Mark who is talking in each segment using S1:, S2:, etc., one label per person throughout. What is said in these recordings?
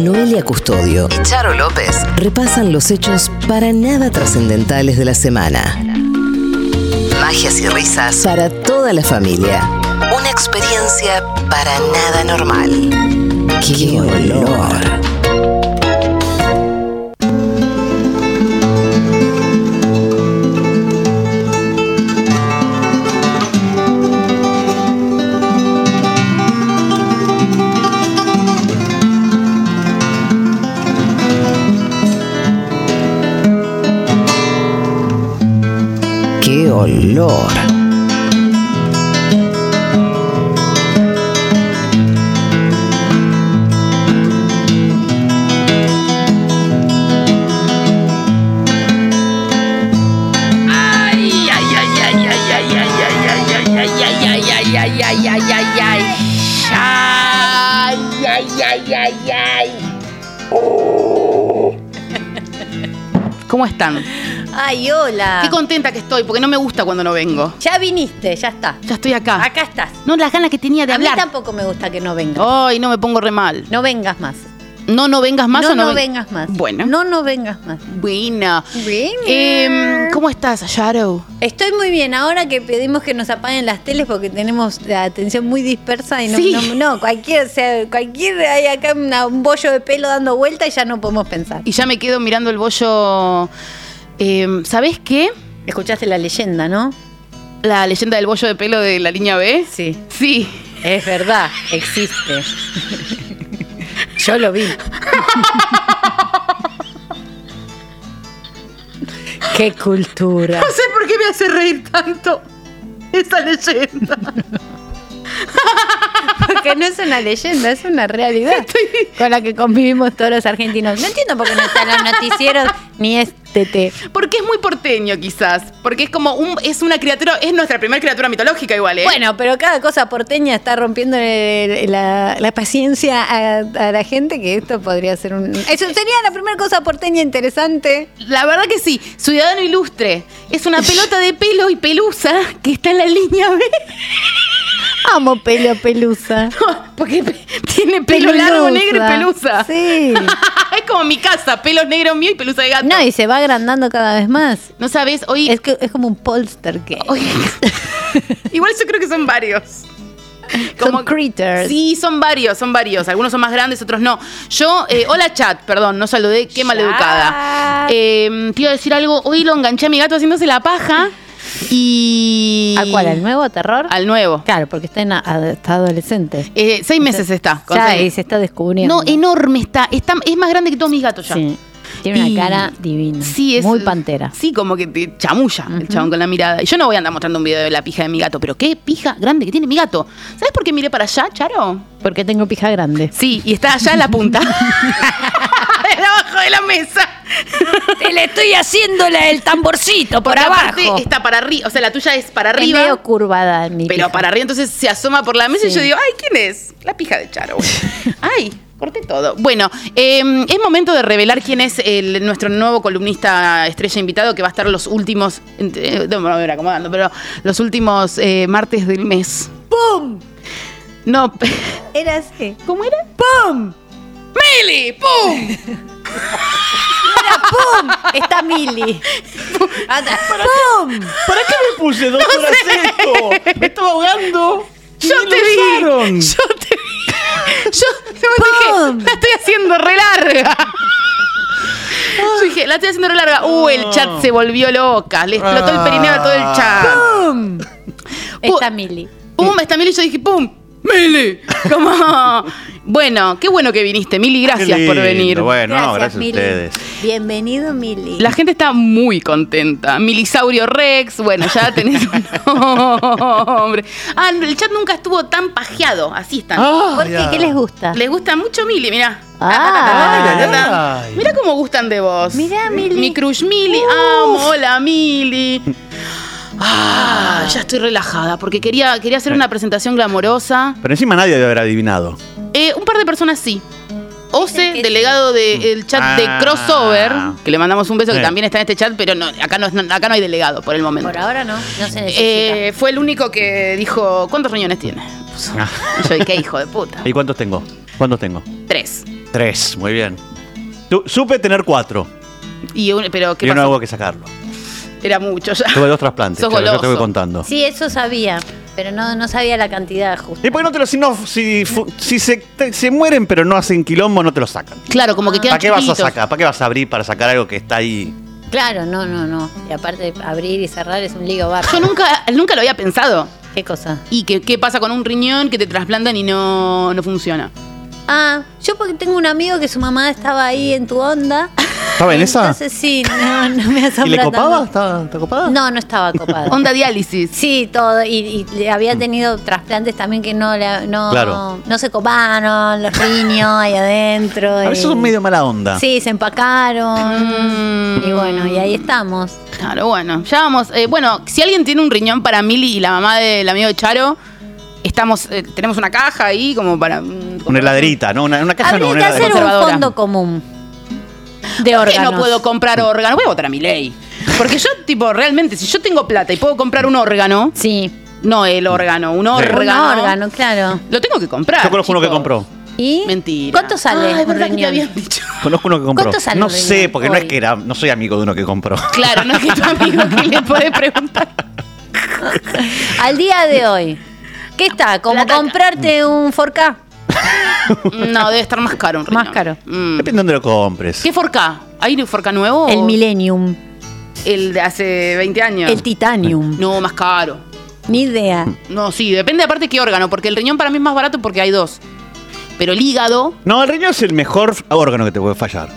S1: Noelia Custodio y Charo López repasan los hechos para nada trascendentales de la semana. Magias y risas para toda la familia. Una experiencia para nada normal. ¡Qué olor! ¡Qué olor!
S2: Ay, ay, ay, ay, ay, ay, ay, ay, ay, ay, ay, ay, ay, ay, ay, ay, ay. Ay, ay, ay, ay, ay.
S3: ¿Cómo están?
S4: Ay, hola.
S3: Qué contenta que estoy, porque no me gusta cuando no vengo.
S4: ya viniste, ya está.
S3: Ya estoy acá.
S4: Acá estás.
S3: No, las ganas que tenía Ah. de
S4: A mí
S3: hablar.
S4: tampoco me gusta que no vengas.
S3: Ay, no me pongo re mal.
S4: No vengas más.
S3: No, no vengas más
S4: no,
S3: o no,
S4: no
S3: ven-
S4: vengas más.
S3: Bueno.
S4: No, no vengas más.
S3: Buena.
S4: Bueno.
S3: Em, ¿Cómo estás, Shadow?
S4: Estoy muy bien. Ahora que pedimos que nos apaguen las teles porque tenemos la atención muy dispersa y no,
S3: Sí.
S4: no, no, cualquier, o sea, cualquier, hay acá una- un bollo de pelo dando vuelta y ya no podemos pensar.
S3: Y ya me quedo mirando el bollo. Em, ¿Sabés qué?
S4: Escuchaste la leyenda, ¿no?
S3: La leyenda del bollo de pelo de la línea B.
S4: Sí.
S3: Sí.
S4: Es verdad, existe. Yo lo vi. Qué cultura.
S3: sé por qué me hace reír tanto esa leyenda.
S4: Porque no es una leyenda, es una realidad con la que convivimos todos los argentinos. No entiendo por qué no están los noticieros ni este té.
S3: Porque es muy porteño, quizás. Porque es como un, es una criatura, es nuestra primera criatura mitológica igual, ¿eh?
S4: Bueno, pero cada cosa porteña está rompiendo el- la, la paciencia a, a la gente que esto podría ser un... Eso sería la primera cosa porteña interesante.
S3: La verdad que sí, Ciudadano Ilustre. Es una pelota de pelo y pelusa que está en la línea B.
S4: Amo pelo pelusa.
S3: Porque pe- tiene pelo largo,
S4: Pelusa.
S3: negro y pelusa.
S4: Sí.
S3: es como mi casa, pelo negro mío y pelusa de gato.
S4: No,
S3: No,
S4: y se va agrandando cada vez más.
S3: sabes, hoy,
S4: Es, que, es como un polster que
S3: hoy- Igual yo creo que son varios.
S4: son critters.
S3: Sí, son varios, son varios. Algunos son más grandes, otros no. Yo, eh, hola chat, perdón, no saludé, qué maleducada.
S4: Chat.
S3: Eh, te iba a decir algo, hoy lo enganché a mi gato haciéndose la paja y...
S4: ¿A cuál? ¿Al nuevo terror?
S3: Al nuevo.
S4: Claro, porque está, en a- a- está adolescente.
S3: Eh, seis meses está. con
S4: Ya, y
S3: seis-
S4: se está descubriendo.
S3: No, enorme está, está. Es más grande que todos mis gatos ya.
S4: Sí. Tiene una
S3: Y-
S4: cara divina.
S3: Sí, es.
S4: Muy pantera.
S3: Sí, como que te chamulla el
S4: Ujú.
S3: chabón con la mirada. Y yo no voy a andar mostrando un video de la pija de mi gato, pero qué pija grande que tiene mi gato. ¿Sabes por qué miré para allá, Charo?
S4: Porque tengo pija grande.
S3: Sí, y está allá en la punta. Debajo de la mesa.
S4: Te le estoy haciendo el tamborcito
S3: Porque aparte Está para arriba. O sea, la tuya es para
S4: Arriba.
S3: arriba.
S4: medio curvada mi
S3: Pero
S4: pija.
S3: para arriba, entonces se asoma por la mesa y
S4: Sí.
S3: yo digo, ay, ¿quién es? La pija de Charo. güey. ay, corté todo. Bueno, eh, es momento de revelar quién es el- nuestro nuevo columnista estrella invitado que va a estar los últimos, eh, no me voy a ir acomodando, pero los últimos eh, martes del mes. ¡Pum! No, pe-
S4: Era así.
S3: ¿cómo era? ¡Pum! ¡Mili! ¡Pum!
S4: ¡Pum! Está Mili. Anda, ¡Pum!
S5: ¿Para qué me puse dos horas esto? Me estaba ahogando. Y
S3: Yo
S5: me
S3: te
S5: lo
S3: vi.
S5: usaron.
S3: Yo te vi. Yo yo
S4: ¡Pum!
S3: dije, la estoy haciendo re larga. Yo
S5: Ah.
S3: dije, la estoy haciendo re larga. Uh, el chat se volvió loca. Le explotó
S5: Ah.
S3: el perineo a todo el chat.
S4: ¡Pum! Está Mili.
S3: Pum, está Mili. Yo dije, pum, Mili. Como, bueno, qué bueno que viniste, Mili.
S5: Qué
S3: Gracias por
S5: lindo.
S3: venir.
S5: Bueno, Eh, no, gracias a
S4: Mili.
S5: ustedes.
S4: Bienvenido, Mili.
S3: La gente está muy contenta. Milisaurio Rex, bueno, ya tenés un nombre. Ah, el chat nunca estuvo tan pajeado. Así están.
S5: Ah.
S4: ¿Por qué? ¿Qué les gusta?
S3: Les gusta mucho Mili, mirá.
S4: Ah.
S5: Ay, ay, ay.
S3: Mirá cómo gustan de vos.
S4: Mirá, Mili.
S3: Mi crush Mili, amo, hola Mili. Ah, ya estoy relajada porque quería, quería hacer una presentación glamorosa.
S5: Pero encima nadie debe haber adivinado.
S3: Eh, un par de personas sí.
S4: Dicen
S3: Ose,
S4: que
S3: delegado del chat
S5: Ah.
S3: de Crossover, que le mandamos un beso, que
S5: Sí.
S3: también está en este chat, pero no, acá, no, es- acá no hay delegado por el momento.
S4: Por ahora no. No se necesita.
S3: Eh, fue el único que dijo, ¿cuántos riñones tiene?
S5: Ah.
S3: Y Yo dije, "Qué hijo de puta.
S5: ¿Y cuántos tengo? ¿Cuántos tengo?
S3: Tres.
S6: Tres, muy bien. Tu- supe tener cuatro.
S3: Y un- pero ¿qué
S6: Y no
S3: pasó?
S6: hubo que sacarlo.
S3: Era mucho ya.
S6: Tuve dos trasplantes.
S3: Sos
S6: claro, yo te voy
S3: goloso.
S6: contando.
S4: Sí, eso sabía, pero no, no sabía la cantidad justa.
S6: ¿Y por qué no te lo si, no- si, fu- si se, te- se mueren pero no hacen quilombo, no te lo sacan?
S3: Claro, como que quedan
S6: ¿Para qué vas a
S3: chiquitos.
S6: sacar? ¿Para qué vas a abrir para sacar algo que está ahí?
S4: Claro, no, no, no. Y aparte abrir y cerrar es un lío barro.
S3: Yo nunca, nunca lo había pensado.
S4: ¿Qué cosa?
S3: ¿Y qué, qué pasa con un riñón que te trasplantan y no, no funciona?
S4: Ah, yo porque tengo un amigo que su mamá estaba ahí en tu onda.
S6: ¿Estaba en esa?
S4: Entonces sí, no, no me asombra
S6: ¿Y le
S4: tanto.
S6: copaba? ¿Está, está copada?
S4: No, no estaba copada.
S3: Onda diálisis.
S4: Sí, todo. Y, y le había tenido trasplantes también que no le- no,
S6: Mm. Claro.
S4: no se coparon, los riños ahí adentro.
S6: A
S4: y-
S6: veces son medio mala onda.
S4: eh, Sí, se empacaron.
S3: Mm.
S4: Y bueno, y ahí estamos.
S3: Claro, bueno, ya vamos. eh, bueno, si alguien tiene un riñón para Mili y la mamá del amigo de Charo, estamos, eh, tenemos una caja ahí como para. mm,
S6: Una heladerita, ¿no? Una, una caja
S4: Habría
S6: no,
S4: que
S6: una
S4: hacer
S6: heladerita.
S4: un
S3: conservadora.
S4: fondo común de
S3: ¿Por qué
S4: órganos.
S3: no puedo comprar órgano? Voy a votar a mi ley. Porque yo, tipo, realmente, si yo tengo plata y puedo comprar un órgano,
S4: Sí.
S3: no el órgano, un órgano.
S4: Un órgano, claro.
S3: Lo tengo que comprar.
S6: Yo conozco uno que
S3: chicos.
S6: compró.
S4: ¿Y?
S3: Mentira.
S4: ¿Cuánto sale
S3: Ah, es
S4: un
S3: verdad que te
S4: riñón?
S3: habían dicho.
S6: Conozco uno que compró.
S4: ¿Cuánto sale
S6: no
S4: un riñón
S6: sé, porque no es
S4: hoy?
S6: que era, no soy amigo de uno que compró.
S3: Claro, no es que tu amigo que le podés preguntar.
S4: Al día de hoy. ¿Qué está? ¿Como
S3: Plata-
S4: comprarte un 4K?
S3: No, debe estar más caro un riñón.
S4: Más caro.
S3: Mm.
S6: Depende de dónde lo compres.
S3: ¿Qué forca? ¿Hay un forca nuevo?
S4: El
S3: o-
S4: Millennium.
S3: El de hace 20 años.
S4: El Titanium.
S3: No, más caro.
S4: Ni idea.
S3: No, sí, depende aparte qué órgano, porque el riñón para mí es más barato porque hay dos. Pero el hígado,
S6: No, el riñón es el mejor órgano que te puede fallar.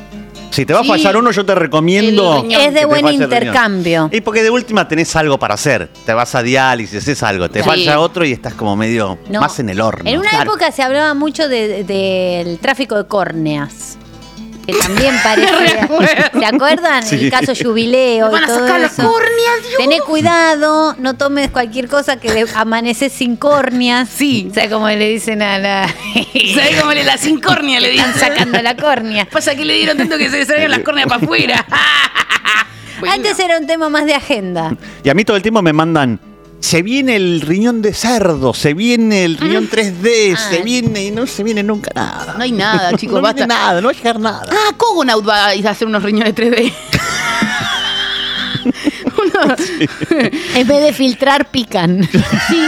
S6: Si te va
S3: Sí.
S6: a fallar uno, yo te recomiendo.
S3: El riñón.
S4: Es
S6: que
S4: de
S6: te
S4: buen
S6: falle el riñón.
S4: intercambio.
S6: Y porque de última tenés algo para hacer. Te vas a diálisis, es algo. Te
S3: Sí.
S6: falla otro y estás como medio
S4: No.
S6: más en el horno.
S4: En una
S6: Claro.
S4: época se hablaba mucho de- de- del tráfico de córneas. Que también parecía. ¿Se acuerdan?
S6: Sí.
S4: El caso jubileo.
S3: Me van a
S4: y todo
S3: sacar las
S4: eso.
S3: córneas, Dios.
S4: Tené cuidado, no tomes cualquier cosa que de- amaneces sin córneas.
S3: Sí.
S4: O sea, como le dicen a la.
S3: ¿sabes cómo le la sin córnea le dicen?
S4: Están sacando la córnea.
S3: Pasa que le dieron tanto que se le salieron las córneas para afuera. Bueno.
S4: Antes era un tema más de agenda.
S6: Y a mí todo el tiempo me mandan. Se viene el riñón de cerdo, se viene el riñón 3D, se
S4: Ah.
S6: viene y no se viene nunca nada.
S3: No hay nada, chicos,
S6: no
S3: basta.
S6: viene nada, no va a llegar nada.
S3: Ah, Cogonaut va a ir a hacer unos riñones 3D. Uno-
S4: En vez de filtrar, pican. Sí.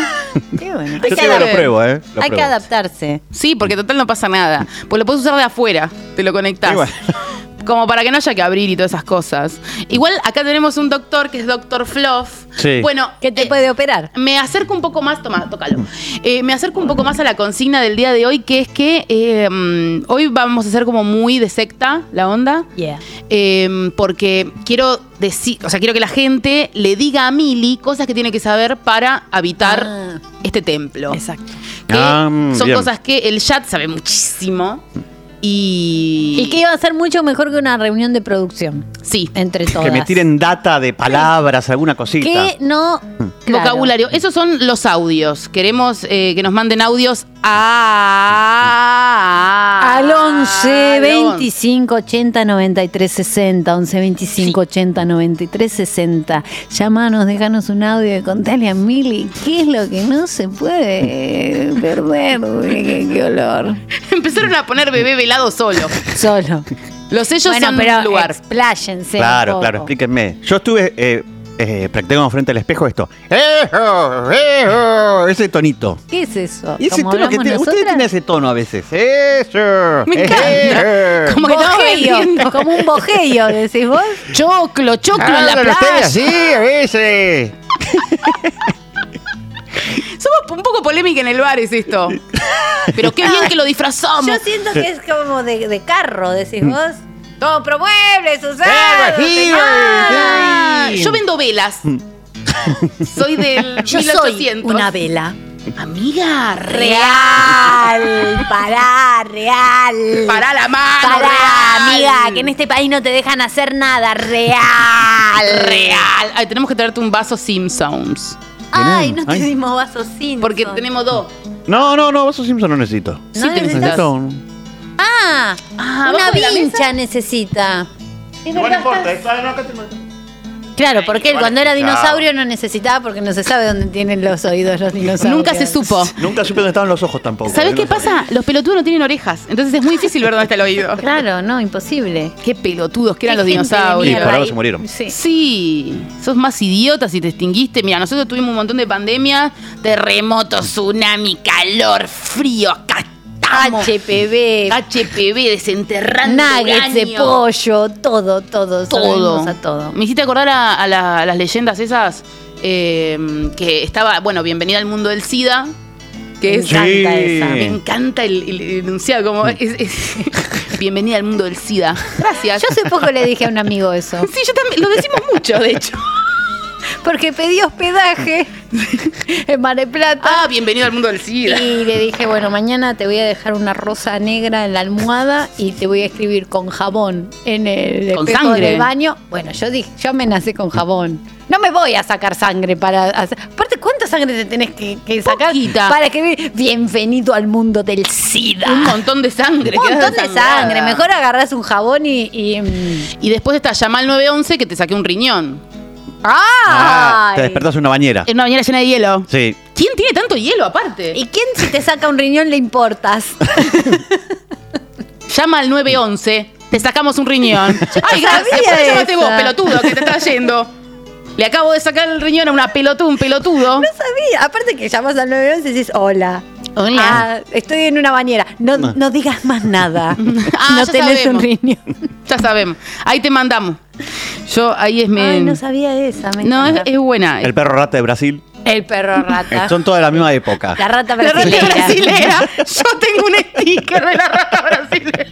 S4: Qué bueno.
S6: Yo
S4: Hay que,
S6: te digo, lo
S4: adap-
S6: pruebo, ¿eh? Lo
S4: hay que
S6: pruebo.
S4: adaptarse.
S3: Sí, porque total no pasa nada. Pues lo puedes usar de afuera, te lo conectás.
S6: Y bueno.
S3: Como para que no haya que abrir y todas esas cosas. Igual acá tenemos un doctor que es doctor Fluff.
S6: Sí.
S3: Bueno,
S4: Que te
S3: eh,
S4: puede operar.
S3: Me acerco un poco más, toma, tócalo. Eh, me acerco un poco más a la consigna del día de hoy, que es que eh, mm, hoy vamos a ser como muy de secta la onda.
S4: Yeah.
S3: Eh, porque quiero decir, o sea, quiero que la gente le diga a Mili cosas que tiene que saber para habitar
S4: Ah.
S3: este templo.
S4: Exacto.
S3: Que
S6: Ah, mm,
S3: son
S6: bien.
S3: cosas que el chat sabe muchísimo. Y.
S4: Y que iba a ser mucho mejor que una reunión de producción
S3: Sí.
S4: entre todas.
S6: Que me tiren data de palabras, alguna cosita.
S4: Que no. Claro.
S3: Mm. Vocabulario. Esos son los audios. Queremos eh, que nos manden audios a.
S4: Al 11
S6: Ah,
S3: al 11.
S4: 25 80 93 60. 11 25 80 93 60. Llámanos, déjanos un audio y contale a Mili qué es lo que no se puede perder. Uy, qué, qué olor.
S3: Empezaron a poner bebé velado solo.
S4: Solo.
S3: Los sellos
S4: bueno,
S3: son
S4: pero
S3: lugar.
S4: expláyense un
S6: Claro,
S4: poco.
S6: claro, explíquenme. Yo estuve eh, eh, practicando frente al espejo esto. ¡Ejo! ¡Ejo! Ese tonito.
S4: ¿Qué es eso?
S6: Y ese
S4: ¿Cómo
S6: tono que
S4: hablamos
S6: tiene, usted
S4: nosotras?
S6: tiene ese tono a veces. ¡Eso!
S3: Me encanta.
S6: ¡Ejo!
S3: Como que estamos vendiendo.
S4: bojeyo, como un bojeyo, decís vos.
S3: Choclo, choclo en la
S6: Hablan ustedes
S3: playa.
S6: Ah, así a veces.
S3: Somos un poco polémica en el bar, es esto. Pero qué bien que lo disfrazamos.
S4: Yo siento que es como de, de carro, decís
S3: Mm.
S4: vos. Todo promuebles, usados.
S6: Eh,
S4: te-
S6: imagino,
S4: Ah.
S6: sí.
S3: Yo vendo velas. Soy del
S4: Mm. Yo
S3: 1800.
S4: soy una vela
S3: amiga
S4: real, pará, real.
S3: Para la mano.
S4: Pará,
S3: real.
S4: amiga, que en este país no te dejan hacer nada real.
S3: real. Ay, tenemos que traerte un vaso Simpsons.
S4: Ay, no te
S6: Ay.
S4: dimos vasos sin.
S3: Porque tenemos dos.
S6: No, no, no, vaso Simpson no necesito.
S3: Sí,
S4: No
S3: te
S4: necesitas-
S3: necesitas.
S6: Necesito un-
S4: Ah,
S3: Ah,
S4: una
S3: ¿abajo de la
S4: vincha necesita.
S3: ¿eh?
S6: No importa, está- no, acá tengo-
S4: Claro, porque él
S5: Bueno,
S4: cuando era
S5: chao.
S4: dinosaurio no necesitaba porque no se sabe dónde tienen los oídos los dinosaurios.
S3: Nunca se supo.
S6: Nunca supe dónde estaban los ojos tampoco.
S3: ¿Sabés
S6: Yo
S3: qué
S6: no sabía.
S3: pasa? Los pelotudos no tienen orejas, entonces es muy difícil ver dónde está el oído.
S4: Claro, no, imposible.
S3: Qué pelotudos que eran los
S4: Qué gente de
S6: Y
S3: dinosaurios.
S6: por
S4: mierda.
S6: algo se murieron.
S4: Sí.
S3: Sí, sos más idiota si te extinguiste. Mira, nosotros tuvimos un montón de pandemias, terremotos, tsunami, calor, frío, acá estamos.
S4: HPV,
S3: HPV desenterrando
S4: nuggets de
S3: uranio.
S4: pollo, todo,
S3: todo.
S4: todo, sobrevivimos a todo.
S3: Me hiciste acordar a, a la- a las leyendas esas eh, que estaba, bueno, bienvenida al mundo del SIDA, que es
S4: Me encanta esa.
S3: Me encanta el, el- el enunciado, como es, es- bienvenida al mundo del SIDA. Gracias.
S4: Yo hace poco le dije a un amigo eso,
S3: Sí, yo también, lo decimos mucho, de hecho.
S4: porque pedí hospedaje en Mar del Plata.
S3: Ah, bienvenido al mundo del SIDA.
S4: Y le dije, bueno, mañana te voy a dejar una rosa negra en la almohada y te voy a escribir con jabón en el
S3: Con
S4: espejo
S3: sangre.
S4: del baño. Bueno, yo dije, yo me nací con jabón. No me voy a sacar sangre para... hacer- Aparte, ¿cuánta sangre te tenés que, que sacar
S3: Poquita.
S4: para escribir bienvenido al mundo del SIDA?
S3: Un montón de sangre.
S4: Un
S3: quedás
S4: montón de
S3: desangrada.
S4: sangre. Mejor agarras un jabón y. y, mm,
S3: Y después está llamar al 911 que te saqué un riñón.
S5: Ah, te
S4: ¡Ay!
S5: despertas en una bañera.
S3: En una bañera llena de hielo.
S5: Sí.
S3: ¿Quién tiene tanto hielo aparte?
S4: ¿Y quién si te saca un riñón le importas?
S3: Llama al 911, te sacamos un riñón. Ay,
S4: sabía
S3: gracias. ¿Por qué llamaste
S4: esa.
S3: vos, pelotudo, que te está yendo? Le acabo de sacar el riñón a una pelotuda, un pelotudo.
S4: No sabía. Aparte que llamas al 911 y dices, hola. Ah, estoy en una bañera. No,
S5: Ah.
S4: no digas más nada.
S3: Ah,
S4: no
S3: ya
S4: tenés
S3: sabemos.
S4: un riñón.
S3: Ya sabemos. Ahí te mandamos. Yo, ahí es mi.
S4: Ay, no sabía esa. me
S3: No, es,
S4: encanta.
S3: es buena.
S5: El perro rata de Brasil.
S4: el perro
S5: Eh,
S4: rata.
S3: Ah.
S5: Son todas de la misma época.
S4: La rata
S3: La rata
S4: brasileña.
S3: brasilera. Yo tengo un sticker de la rata brasilera.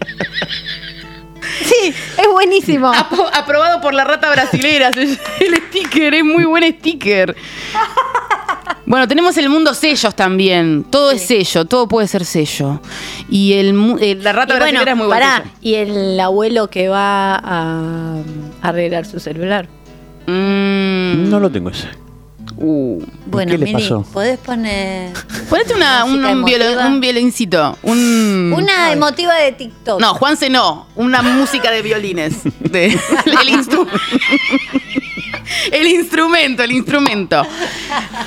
S4: Sí, es buenísimo.
S3: Apo- aprobado por la rata brasilera. se llama El sticker es muy buen sticker. Bueno, tenemos el mundo sellos también. Todo es sello, todo puede ser sello. Y el, mu- eh, la rata
S4: Y
S3: brasilera
S4: bueno,
S3: es muy
S4: pará,
S3: buena.
S4: y el abuelo que va a a arreglar su celular.
S3: Mm,
S6: Mm.
S5: No lo tengo ese.
S4: Bueno,
S5: ¿Qué le
S4: Mili,
S5: pasó?
S4: podés poner
S3: uh. Ponete una- un,
S4: Música
S3: un violo-
S4: emotiva.
S3: un violincito. Un,
S4: una emotiva de TikTok.
S3: No, Juanse no. Una música de violines. De- el, instru- el instrumento, el instrumento.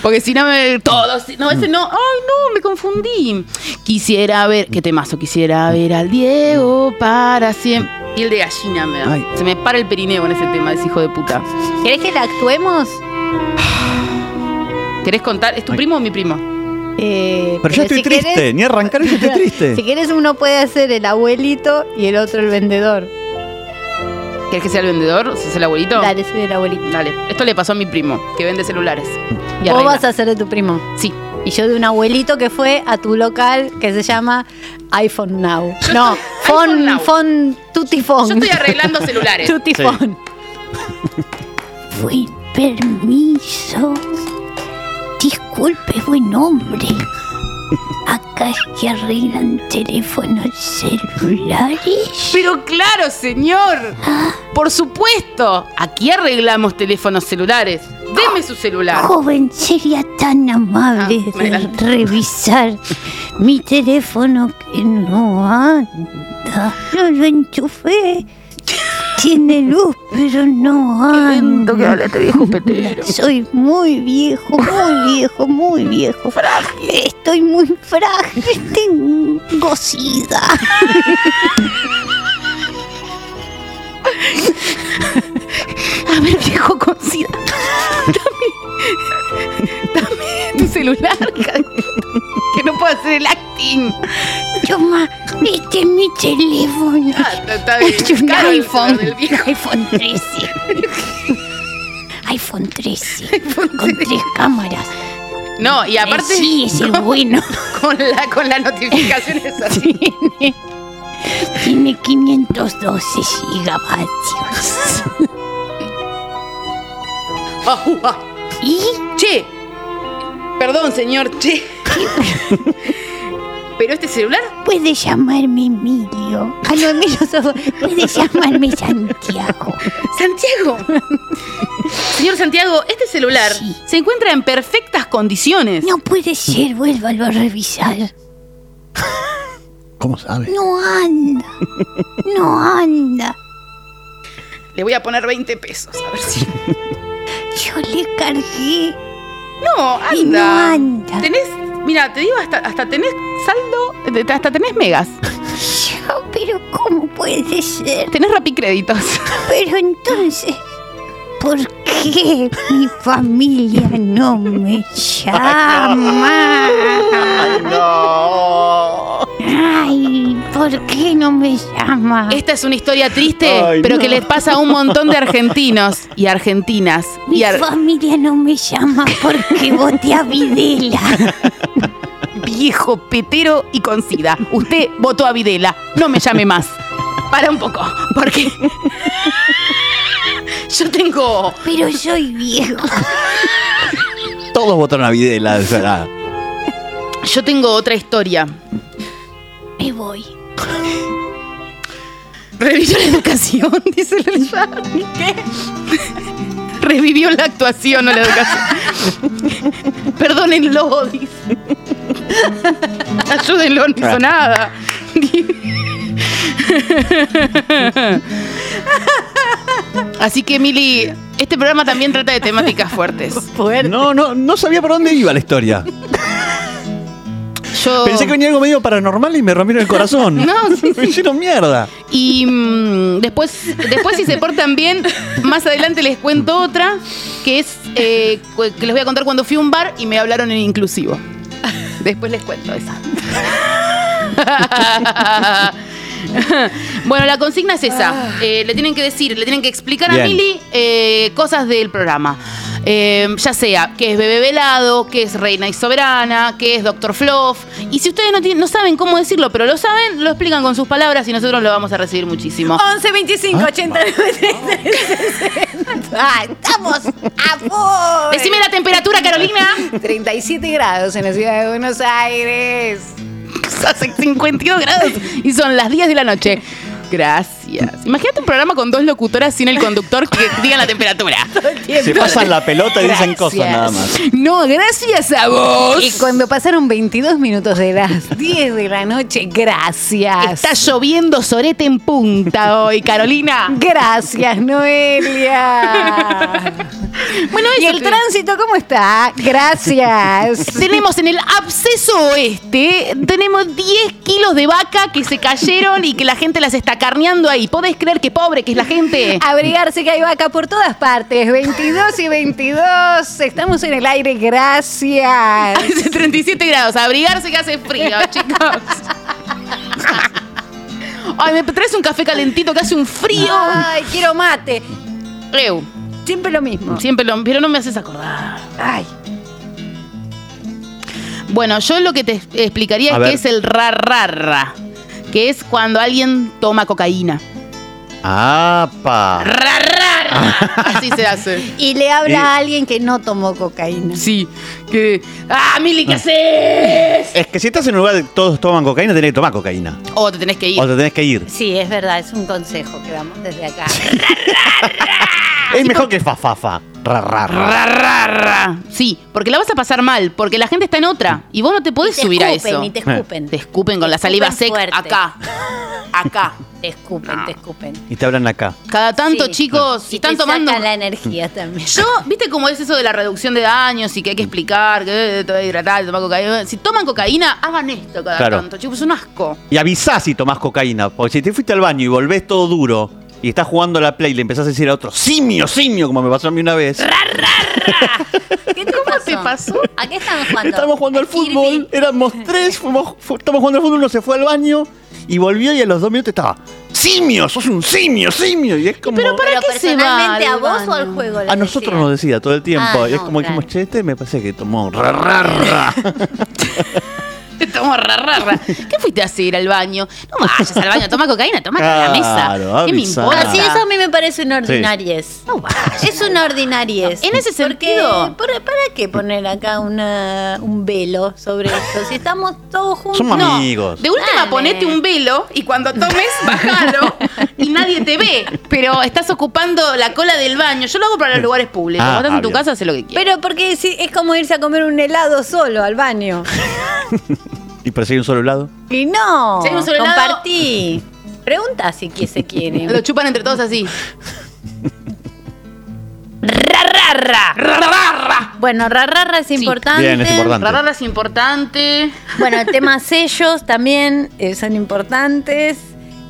S3: Porque si no me. Todos. No, ese no. Ay, no, me confundí. Quisiera ver. ¿Qué temazo? Quisiera ver al Diego para siempre. Piel de gallina me da.
S5: Ay.
S3: Se me para el perineo en ese tema, ese hijo de puta.
S4: ¿Querés que la actuemos?
S3: ¿Querés contar? ¿Es tu
S5: Ay.
S3: primo o mi primo?
S4: Eh,
S5: Pero yo estoy
S4: si
S5: triste,
S4: querés-
S5: ni arrancar yo estoy triste.
S4: Si querés, uno puede hacer el abuelito y el otro el vendedor.
S3: ¿Querés que sea el vendedor? ¿O sea, el abuelito?
S4: Dale, soy el abuelito.
S3: Dale. Esto le pasó a mi primo, que vende celulares. Y
S4: Vos
S3: arregla.
S4: vas a hacer de tu primo.
S3: Sí.
S4: Y yo de un abuelito que fue a tu local que se llama iPhone Now. No,
S3: iPhone
S4: Fon,
S3: Now.
S4: Fon, Tutti Fon.
S5: Oh,
S3: Yo estoy arreglando celulares.
S4: Tutti
S5: Sí.
S4: Fon.
S7: Buen permiso. Disculpe, buen hombre. Acá es que arreglan teléfonos celulares.
S3: Pero claro, señor.
S7: Ah.
S3: Por supuesto. Aquí arreglamos teléfonos celulares. Deme su celular.
S7: Joven, sería tan amable
S3: Ah, me
S7: de
S3: adelanto.
S7: revisar mi teléfono que no anda. No lo enchufé. Tiene luz, pero no anda. Soy muy viejo, muy viejo, muy viejo. Estoy muy frágil. Tengo sida.
S3: A ver, viejo con sida. Dame, dame tu Este celular. hija de puta, Que no puedo hacer el acting.
S7: Toma, este es mi teléfono.
S3: Ah, está- está bien.
S7: Es un
S3: Caro el
S7: iPhone.
S3: celular del viejo.
S7: iPhone 13. iPhone 13. Con tres cámaras.
S3: No, y aparte
S7: sí, ese es bueno.
S3: con la con las notificaciones así.
S7: Tiene 512 gigavatios.
S3: Ah, uh, ah.
S7: Y
S3: Che. Perdón, señor, che. Pero este celular
S7: puede llamarme Emilio. Ah, no, Emilio sos- Puede llamarme Santiago.
S3: Santiago. Señor Santiago, este celular
S7: Sí.
S3: se encuentra en perfectas condiciones.
S7: No puede ser, vuélvalo a revisar.
S6: ¿Cómo sabe?
S7: No anda. No anda.
S3: Le voy a poner 20 pesos, a ver si.
S7: Yo le cargué.
S3: No, anda.
S7: Y no anda.
S3: Tenés, mira, te digo, hasta, hasta tenés saldo, de- hasta tenés megas.
S7: Yo, pero ¿cómo puede ser?
S3: Tenés rapicréditos.
S7: Pero entonces, ¿por qué mi familia no me llama? Ay, ¿por qué no me llama?
S3: Esta es una historia triste,
S6: Ay,
S3: pero
S6: no.
S3: que les pasa a un montón de argentinos y argentinas.
S7: Mi
S3: Y ar-
S7: familia no me llama porque voté a Videla.
S3: viejo petero y con sida. Usted votó a Videla. No me llame más. Para un poco, porque yo tengo.
S7: Pero soy viejo.
S6: Todos votaron a Videla. o sea,
S3: Yo tengo otra historia.
S7: Me voy.
S3: Revivió la educación, dice la leyenda. ¿Qué? Revivió la actuación, no la educación. Perdónenlo, dice. Ayúdenlo, no hizo nada. Así que, Mili, este programa también trata de temáticas fuertes.
S6: No, no, no sabía por dónde iba la historia.
S3: Yo...
S6: Pensé que venía algo medio paranormal y me rompieron el corazón.
S3: No, sí,
S6: Me hicieron mierda.
S3: Y mm, después, después si se portan bien, más adelante les cuento otra, que es eh, cu- que les voy a contar cuando fui a un bar y me hablaron en inclusivo. Después les cuento esa. bueno, la consigna es esa. Eh, le tienen que decir, le tienen que explicar a
S6: Bien.
S3: Mili eh, cosas del programa. Eh, ya sea que es bebé velado, que es reina y soberana, que es doctor Fluff. Y si ustedes no, tienen- no saben cómo decirlo, pero lo saben, lo explican con sus palabras y nosotros lo vamos a recibir muchísimo.
S4: Oh,
S8: 11 25 89
S4: Ah, estamos
S8: a full.
S3: Decime la temperatura, Carolina.
S8: 37 grados en la ciudad de Buenos Aires.
S3: Hace 52 grados y son las 10 de la noche. Gracias. Imagínate un programa con dos locutoras sin el conductor que digan la temperatura.
S6: Se pasan la pelota y dicen
S8: Gracias.
S6: cosas nada más.
S8: No, gracias a vos.
S4: Y cuando pasaron 22 minutos de las 10 de la noche, gracias.
S3: Está lloviendo sorete en punta hoy, Carolina.
S4: Gracias, Noelia.
S3: Bueno,
S4: ¿Y
S3: eso
S4: el
S3: te-
S4: tránsito cómo está? Gracias.
S3: Tenemos en el absceso oeste, tenemos 10 kilos de vaca que se cayeron y que la gente las está carneando ahí. ¿Podés creer que pobre que es la gente?
S4: Abrigarse que hay vaca por todas partes. 22 y 22. Estamos en el aire. Gracias.
S3: Hace 37 grados, abrigarse que hace frío, chicos. Ay, me traes un café calentito que hace un frío.
S4: Ay, quiero mate.
S3: Eu,
S4: Siempre lo mismo.
S3: siempre lo. Pero no me haces acordar.
S4: Ay.
S3: Bueno, yo lo que te explicaría
S6: A
S3: es
S6: ver.
S3: que es el rarrarra. Que es cuando alguien toma cocaína.
S5: ¡Apa!
S3: Rarrarra. Así se hace.
S4: Y le habla
S6: Eh.
S4: a alguien que no tomó cocaína.
S3: Sí. Que. ¡Ah, Mili, qué haces!
S6: Es que si estás en un lugar donde todos toman cocaína, tenés que tomar cocaína.
S3: O te tenés que ir.
S6: O te tenés que ir.
S4: Sí, es verdad, es un consejo que damos desde acá.
S6: Es mejor que fafafa. Ra, ra, ra.
S3: Rarrarra. Sí, porque la vas a pasar mal, porque la gente está en otra. Y vos no te podés
S4: Te
S3: subir a
S4: escupen
S3: eso.
S4: y te escupen.
S3: Te escupen con la saliva
S4: escupen
S3: seca
S4: fuerte.
S3: acá. Acá.
S4: Te escupen, te escupen.
S6: Y te hablan acá.
S3: Cada tanto,
S4: Sí.
S3: chicos, si
S4: Y
S3: están
S4: te
S3: tomando.
S4: sacan la energía también.
S3: Yo, ¿viste cómo es eso de la reducción de daños y que hay que explicar, que eh, te voy a hidratar, tomar cocaína? Si toman cocaína, hagan esto cada
S6: Claro.
S3: tanto, chicos, es un asco.
S6: Y avisás si tomás cocaína. Porque si te fuiste al baño y volvés todo duro y estás jugando a la play y le empezás a decir a otro simio, simio, como me pasó a mí una vez.
S4: ¿Qué te
S3: ¿Cómo te pasó?
S4: ¿A qué estamos jugando?
S6: Estábamos jugando al
S4: Kirby.
S6: fútbol, éramos tres, fuimos, fu- estábamos jugando al fútbol, uno se fue al baño y volvió y a los dos minutos estaba simio, sos un simio, simio. Y es como.
S3: ¿Para
S4: ¿Pero
S3: qué se va
S4: personalmente
S3: al
S4: a vos o al
S3: baño?
S4: juego? le
S6: A nosotros
S4: decían?
S6: nos decía todo el tiempo.
S4: Ah,
S6: y es
S4: no,
S6: como dijimos,
S4: claro.
S6: che, este me parece que tomó. Ra, ra, ra.
S3: Te tomo rarrarra. ¿Qué fuiste a hacer al baño? No vayas al baño, toma cocaína, toma a la mesa.
S6: Claro,
S3: ¿Qué me
S6: avisa.
S3: importa?
S4: Así eso a mí me parece una
S6: Sí.
S4: ordinariez. Es una ordinariez.
S3: En ese
S4: Porque,
S3: sentido-
S4: ¿por- ¿Para qué poner acá una, un velo sobre esto? Si estamos todos juntos.
S6: Somos
S4: No.
S6: amigos.
S3: De última
S4: Dale.
S3: ponete un velo y cuando tomes, bajalo y nadie te ve. Pero estás ocupando la cola del baño. Yo lo hago para los lugares públicos. Cuando
S6: Ah,
S3: estás
S6: ah,
S3: en tu
S6: bien.
S3: casa, haces lo que quieras.
S4: Pero porque si- es como irse a comer un helado solo al baño.
S6: Y parece que hay un solo lado.
S4: Y no,
S3: Si hay un solo helado-
S4: compartí. Pregunta si que se quiere.
S3: Lo chupan entre todos así.
S4: Ra, ra, Rarra. Bueno, rarra es importante.
S6: Bien, es importante.
S3: Rarra es importante.
S4: Bueno, temas sellos también eh, son importantes.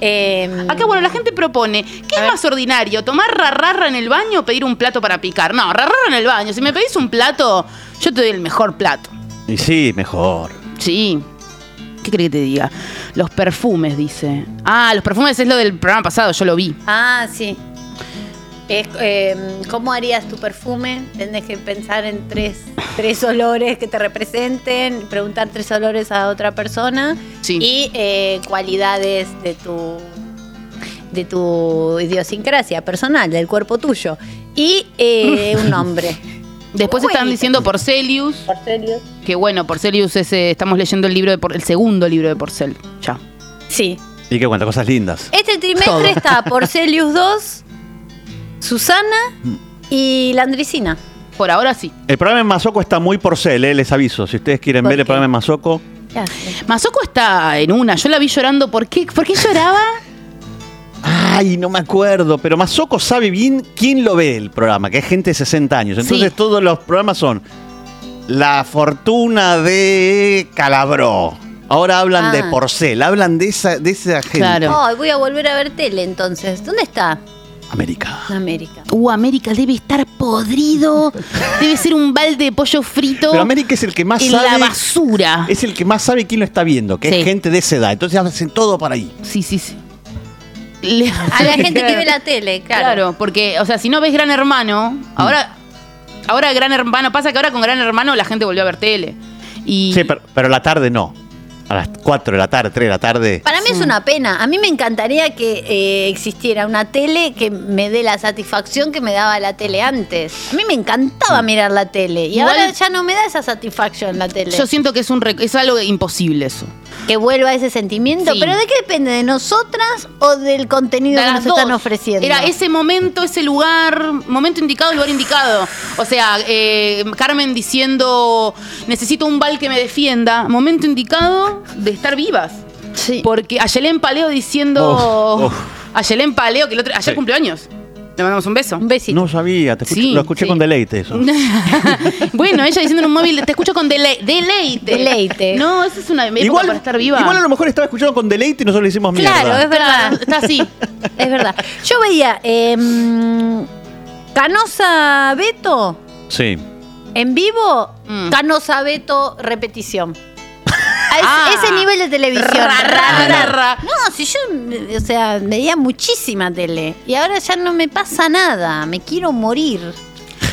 S4: Eh,
S3: Acá, bueno, la gente propone, ¿qué es más ordinario? ¿Tomar rarra en el baño o pedir un plato para picar? No, rarra en el baño. Si me pedís un plato, yo te doy el mejor plato.
S6: Y sí, mejor.
S3: Sí. ¿Qué crees que te diga? Los perfumes, dice. Ah, los perfumes es lo del programa pasado, yo lo vi.
S4: Ah, sí. Es, eh, ¿Cómo harías tu perfume? Tendés que pensar en tres, tres olores que te representen, preguntar tres olores a otra persona
S3: Sí.
S4: y eh, cualidades de tu de tu idiosincrasia personal, del cuerpo tuyo. Y eh, un nombre.
S3: Después
S4: Uy.
S3: están diciendo Porcelius.
S4: Porcelius.
S3: Que bueno, Porcelius es, eh, estamos leyendo el libro de Por- el segundo libro de Porcel. Ya.
S4: Sí.
S6: Y que cuenta cosas lindas.
S4: Este trimestre
S3: Todo.
S4: está Porcelius 2, Susana y Landricina.
S3: Por ahora sí.
S6: El programa en Mazoco está muy porcel, eh, les aviso. Si ustedes quieren
S4: ¿Por
S6: ver el
S4: qué?
S6: programa en Mazoco,
S3: Masoko está en una. Yo la vi llorando. ¿Por qué? ¿Por qué lloraba?
S6: Ay, no me acuerdo, pero Mazoco sabe bien quién lo ve el programa, que es gente de 60 años. Entonces
S3: Sí.
S6: todos los programas son La fortuna de Calabró. Ahora hablan
S4: Ah.
S6: de Porcel, hablan de esa, de esa gente.
S3: Claro.
S4: Ay, voy a volver a ver tele entonces. ¿Dónde está?
S6: América.
S4: En América.
S3: Uh, América debe estar podrido. Debe ser un balde de pollo frito
S6: Pero América es el que más
S3: en
S6: sabe.
S3: la basura.
S6: Es el que más sabe quién lo está viendo, que
S3: Sí.
S6: es gente de esa edad. Entonces hacen todo para ahí.
S3: Sí, sí, sí. Le-
S4: A Ah, la gente que ve la tele, claro.
S3: Claro, porque, o sea, si no ves Gran Hermano, ahora, ahora Gran Hermano, pasa que ahora con Gran Hermano la gente volvió a ver tele. Y
S6: Sí, pero, pero la tarde no. A las 4 de la tarde, 3 de la tarde.
S4: Para mí es una pena. A mí me encantaría que eh, existiera una tele que me dé la satisfacción que me daba la tele antes. A mí me encantaba mirar la tele y
S3: Igual-
S4: ahora ya no me da esa satisfacción la tele.
S3: yo siento que es un rec- es algo imposible eso.
S4: que vuelva ese sentimiento.
S3: Sí.
S4: Pero ¿de qué depende? ¿De nosotras o del contenido
S3: De
S4: que
S3: las
S4: nos
S3: dos.
S4: están ofreciendo?
S3: Era ese momento, ese lugar, momento indicado, lugar indicado. O sea, eh, Carmen diciendo, necesito un bal que me defienda. Momento indicado de estar vivas.
S4: Sí.
S3: Porque a Yelén Paleo diciendo...
S6: Uf, uf.
S3: A Yelén Paleo, que el otro, ayer cumpleaños. Le mandamos un beso.
S4: Un besito.
S6: No sabía, te escuché-
S3: Sí,
S6: lo escuché
S3: sí.
S6: con deleite eso.
S3: bueno, ella diciendo en un móvil, te escucho con dele- deleite.
S4: Deleite.
S3: No, esa es una época para estar viva.
S6: Igual a lo mejor estaba escuchando con deleite y nosotros le hicimos mierda.
S4: Claro, es verdad.
S3: Claro, está así.
S4: Es verdad. Yo veía eh, Canosa Beto
S6: Sí.
S4: en vivo,
S3: Mm.
S4: Canosa Beto repetición. A es-
S3: Ah.
S4: ese nivel de televisión.
S3: Ra, ra, ra, ra.
S4: No, si yo, eh, o sea, veía muchísima tele y ahora ya no me pasa nada, me quiero morir.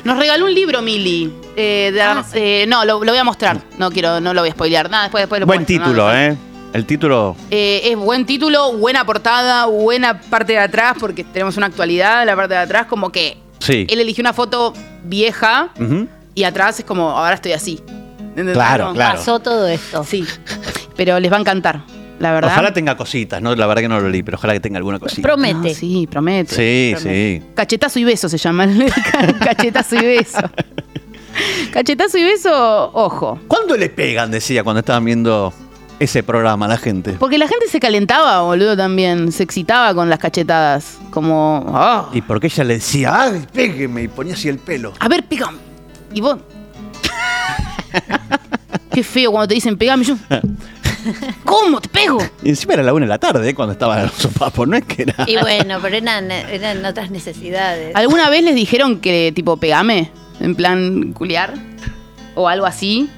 S3: Nos regaló un libro, Mili. Eh, de-
S4: Ah, sí.
S3: eh, no, lo, lo voy a mostrar. No quiero, no lo voy a spoilear. Nada, después, después lo
S6: Buen
S3: muestro,
S6: título,
S3: no, no sé.
S6: ¿eh? El título.
S3: Eh, Es buen título, buena portada, buena parte de atrás, porque tenemos una actualidad, la parte de atrás, como que
S6: Sí.
S3: él eligió una foto vieja
S6: Ujú.
S3: y atrás es como, ahora estoy así. ¿Entendés?
S6: Claro,
S3: No.
S6: claro.
S4: Pasó todo esto.
S3: Sí. Pero les va a encantar, la verdad.
S6: Ojalá tenga cositas, ¿no? La verdad que no lo leí, pero ojalá que tenga alguna cosita.
S4: Promete.
S3: No, sí, promete.
S6: Sí,
S3: Promete.
S6: sí.
S3: Cachetazo y beso se llama. Cachetazo y beso. Cachetazo y beso, ojo.
S6: ¿Cuándo le pegan? Decía cuando estaban viendo ese programa la gente.
S3: Porque la gente se calentaba, boludo, también. Se excitaba con las cachetadas. Como, ah,
S6: Y porque ella le decía, ¡ay, pégueme! Y ponía así el pelo.
S3: a ver, pegame. Y vos. Qué feo cuando te dicen pegame. Yo, ¿cómo te pego?
S6: Y encima era la una de la tarde, ¿eh? cuando estaba en los sopapos, no es que era.
S4: Y bueno, pero eran, eran otras necesidades.
S3: ¿Alguna vez les dijeron que, tipo, pegame? En plan, culiar. O algo así.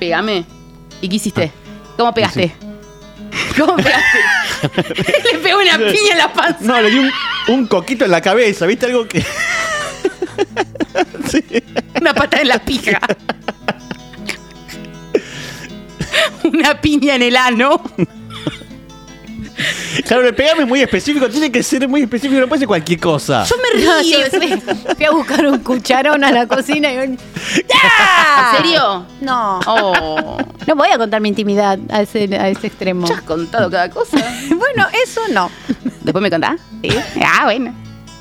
S3: Pegame. ¿Y qué hiciste? ¿Cómo pegaste? ¿Cómo pegaste? Le pegó una piña en la panza.
S6: No, le di un, un coquito en la cabeza, ¿viste? Algo que.
S3: Una patada en la pija. Una piña en el ano.
S6: Claro, el pegame es muy específico, tiene que ser muy específico, no puede ser cualquier cosa.
S3: me río.
S4: Fui a buscar un cucharón a la cocina y un- ¡Ya!
S3: ¿En serio?
S4: No.
S3: Oh.
S4: No voy a contar mi intimidad a ese, a ese extremo.
S3: Ya has contado cada cosa.
S4: Bueno, eso no.
S3: ¿Después me contás? Sí. Ah, bueno.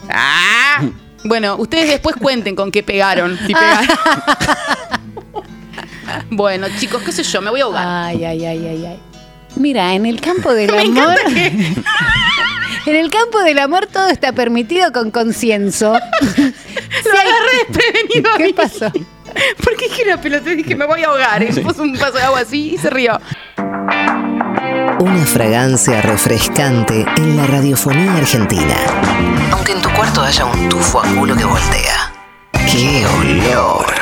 S3: Ah. Bueno, ustedes después cuenten con qué pegaron. Si pegaron. bueno, chicos, qué sé yo, me voy a ahogar.
S4: Ay, ay, ay, ay, ay. Mira, en el campo del
S3: Me
S4: amor.
S3: encanta que-
S4: En el campo del amor todo está permitido con concienso.
S3: Lo agarré desprevenido. a
S4: ¿Qué
S3: mí.
S4: pasó?
S3: Porque dije una pelota y dije, me voy a ahogar. Y puso un vaso de agua así y se rió.
S1: Una fragancia refrescante en la radiofonía argentina. Aunque en tu cuarto haya un tufo a culo que voltea. ¡Qué olor!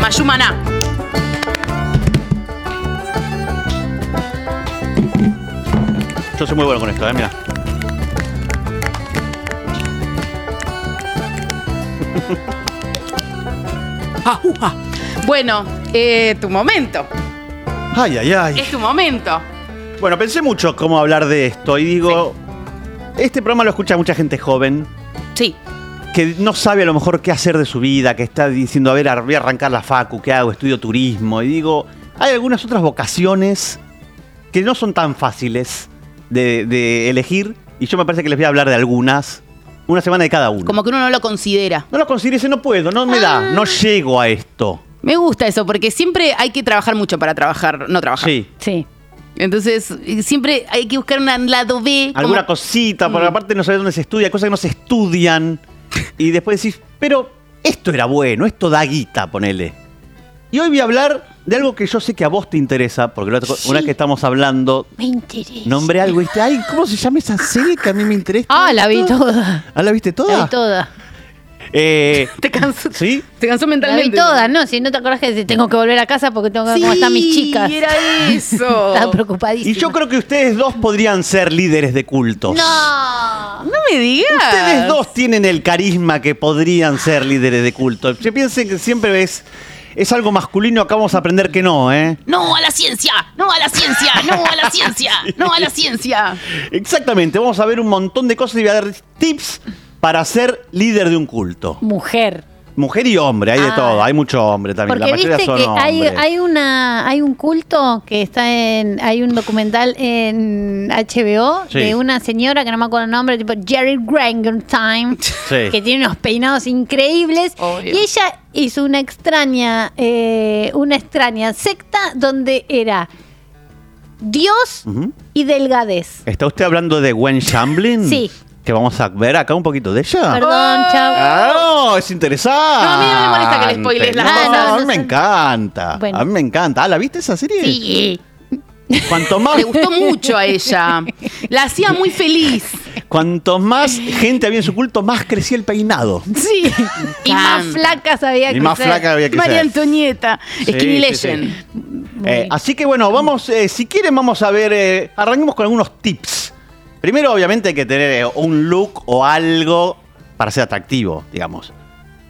S3: Mayumaná.
S6: Yo soy muy bueno con esto, eh, mira.
S3: Ah, uh, ah. Bueno, eh, tu momento.
S6: Ay, ay, ay.
S3: Es tu momento.
S6: Bueno, pensé mucho cómo hablar de esto y digo, este programa lo escucha mucha gente joven
S3: Sí.
S6: que no sabe a lo mejor qué hacer de su vida, que está diciendo, a ver, ar- voy a arrancar la facu, ¿qué hago? Estudio turismo. Y digo, hay algunas otras vocaciones que no son tan fáciles de, de elegir y yo me parece que les voy a hablar de algunas, una semana de cada uno.
S3: Como que uno no lo considera.
S6: No lo considero, ese no puedo, no me da, no llego a esto.
S3: Me gusta eso, porque siempre hay que trabajar mucho para trabajar, no trabajar.
S6: Sí.
S4: Sí.
S3: Entonces, eh, siempre hay que buscar un lado B. como-
S6: alguna cosita, porque aparte no sabes dónde se estudia, cosas que no se estudian. Y después decís, pero esto era bueno, esto da guita, ponele. Y hoy voy a hablar de algo que yo sé que a vos te interesa, porque la otra co- una vez que estamos hablando,
S7: Me interesa.
S6: nombré algo y dijiste, ay, ¿cómo se llama esa serie que a mí me interesa?
S4: Ah, la vi toda.
S6: ¿Ah, la viste
S4: La
S6: toda?
S4: vi toda.
S6: Eh,
S3: Te cansó.
S6: ¿Sí?
S3: Te cansó
S4: La vi
S3: mentalmente.
S4: toda, no, si no te acordás que decís, tengo que volver a casa porque tengo que ver
S3: Sí,
S4: cómo están mis chicas. Ah,
S3: Era eso.
S4: Estaba preocupadísima.
S6: Y yo creo que ustedes dos podrían ser líderes de cultos.
S3: no me digas.
S6: Ustedes dos tienen el carisma que podrían ser líderes de culto. Si piensen que siempre es, es algo masculino, acá vamos a aprender que no, ¿eh?
S3: No a la ciencia, no a la ciencia, no a la ciencia, no a la ciencia.
S6: Exactamente, vamos a ver un montón de cosas y voy a dar tips para ser líder de un culto.
S4: Mujer.
S6: Mujer y hombre, hay de
S4: Ah.
S6: todo, hay mucho hombre también.
S4: Porque
S6: la mayoría
S4: viste
S6: son
S4: que hay,
S6: hombres.
S4: hay una hay un culto que está en hay un documental en HBO
S6: Sí.
S4: de una señora que no me acuerdo el nombre tipo Jerry Time
S6: Sí.
S4: que tiene unos peinados increíbles
S3: Obvio.
S4: y ella hizo una extraña eh, una extraña secta donde era Dios
S6: Ujú.
S4: y delgadez
S6: ¿Está usted hablando de Gwen Shamblin?
S4: Sí.
S6: Que vamos a ver acá un poquito de ella.
S4: perdón
S3: Ah.
S4: chao
S6: Ah, es interesante.
S3: No, a mí no me molesta que le spoilees las
S6: No,
S4: cosas.
S6: A mí me encanta.
S4: Bueno.
S6: A mí me encanta. Ah, ¿la viste esa serie?
S4: Sí.
S6: Cuanto más,
S3: Le gustó mucho a ella. La hacía muy feliz.
S6: cuanto más gente había en su culto, más crecía el peinado.
S4: Sí. y más
S3: Canta.
S4: flaca sabía que
S6: Y más
S4: ser.
S6: flaca había que
S3: María
S6: ser.
S3: Antonieta,
S6: Sí,
S3: Skinny
S6: sí, sí.
S3: Legend.
S6: Eh, así que bueno, vamos, eh, si quieren, vamos a ver, eh, arranquemos con algunos tips. Primero, obviamente, hay que tener eh, un look o algo para ser atractivo, digamos.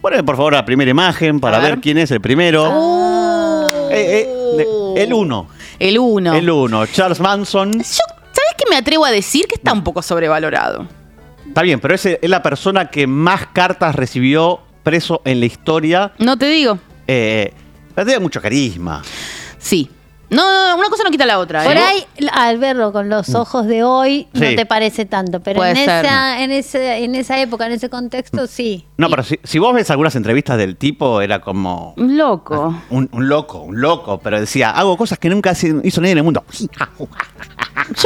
S6: Poneme, por favor, la primera imagen para
S3: A
S6: ver.
S3: ver. Uh.
S6: quién es el primero. Eh, eh,
S3: Oh.
S6: de- el uno.
S3: El uno.
S6: El uno, Charles Manson.
S3: Yo, ¿sabes qué me atrevo a decir? Que está un poco sobrevalorado.
S6: Está bien, pero ese es la persona que más cartas recibió preso en la historia.
S3: No te digo.
S6: Eh, pero tiene mucho carisma.
S3: Sí. No, no, no, una cosa no quita la otra.
S4: Por
S3: ¿eh?
S4: ahí, al verlo con los ojos de hoy,
S6: Sí.
S4: no te parece tanto, pero
S3: Puede
S4: en
S3: ser.
S4: esa, en, ese, en esa época, en ese contexto, sí.
S6: No, pero si, si vos ves algunas entrevistas del tipo, era como... Ah,
S3: Un loco.
S6: Un, un loco, un loco, pero decía, hago cosas que nunca hace- hizo nadie en el mundo.
S3: Yo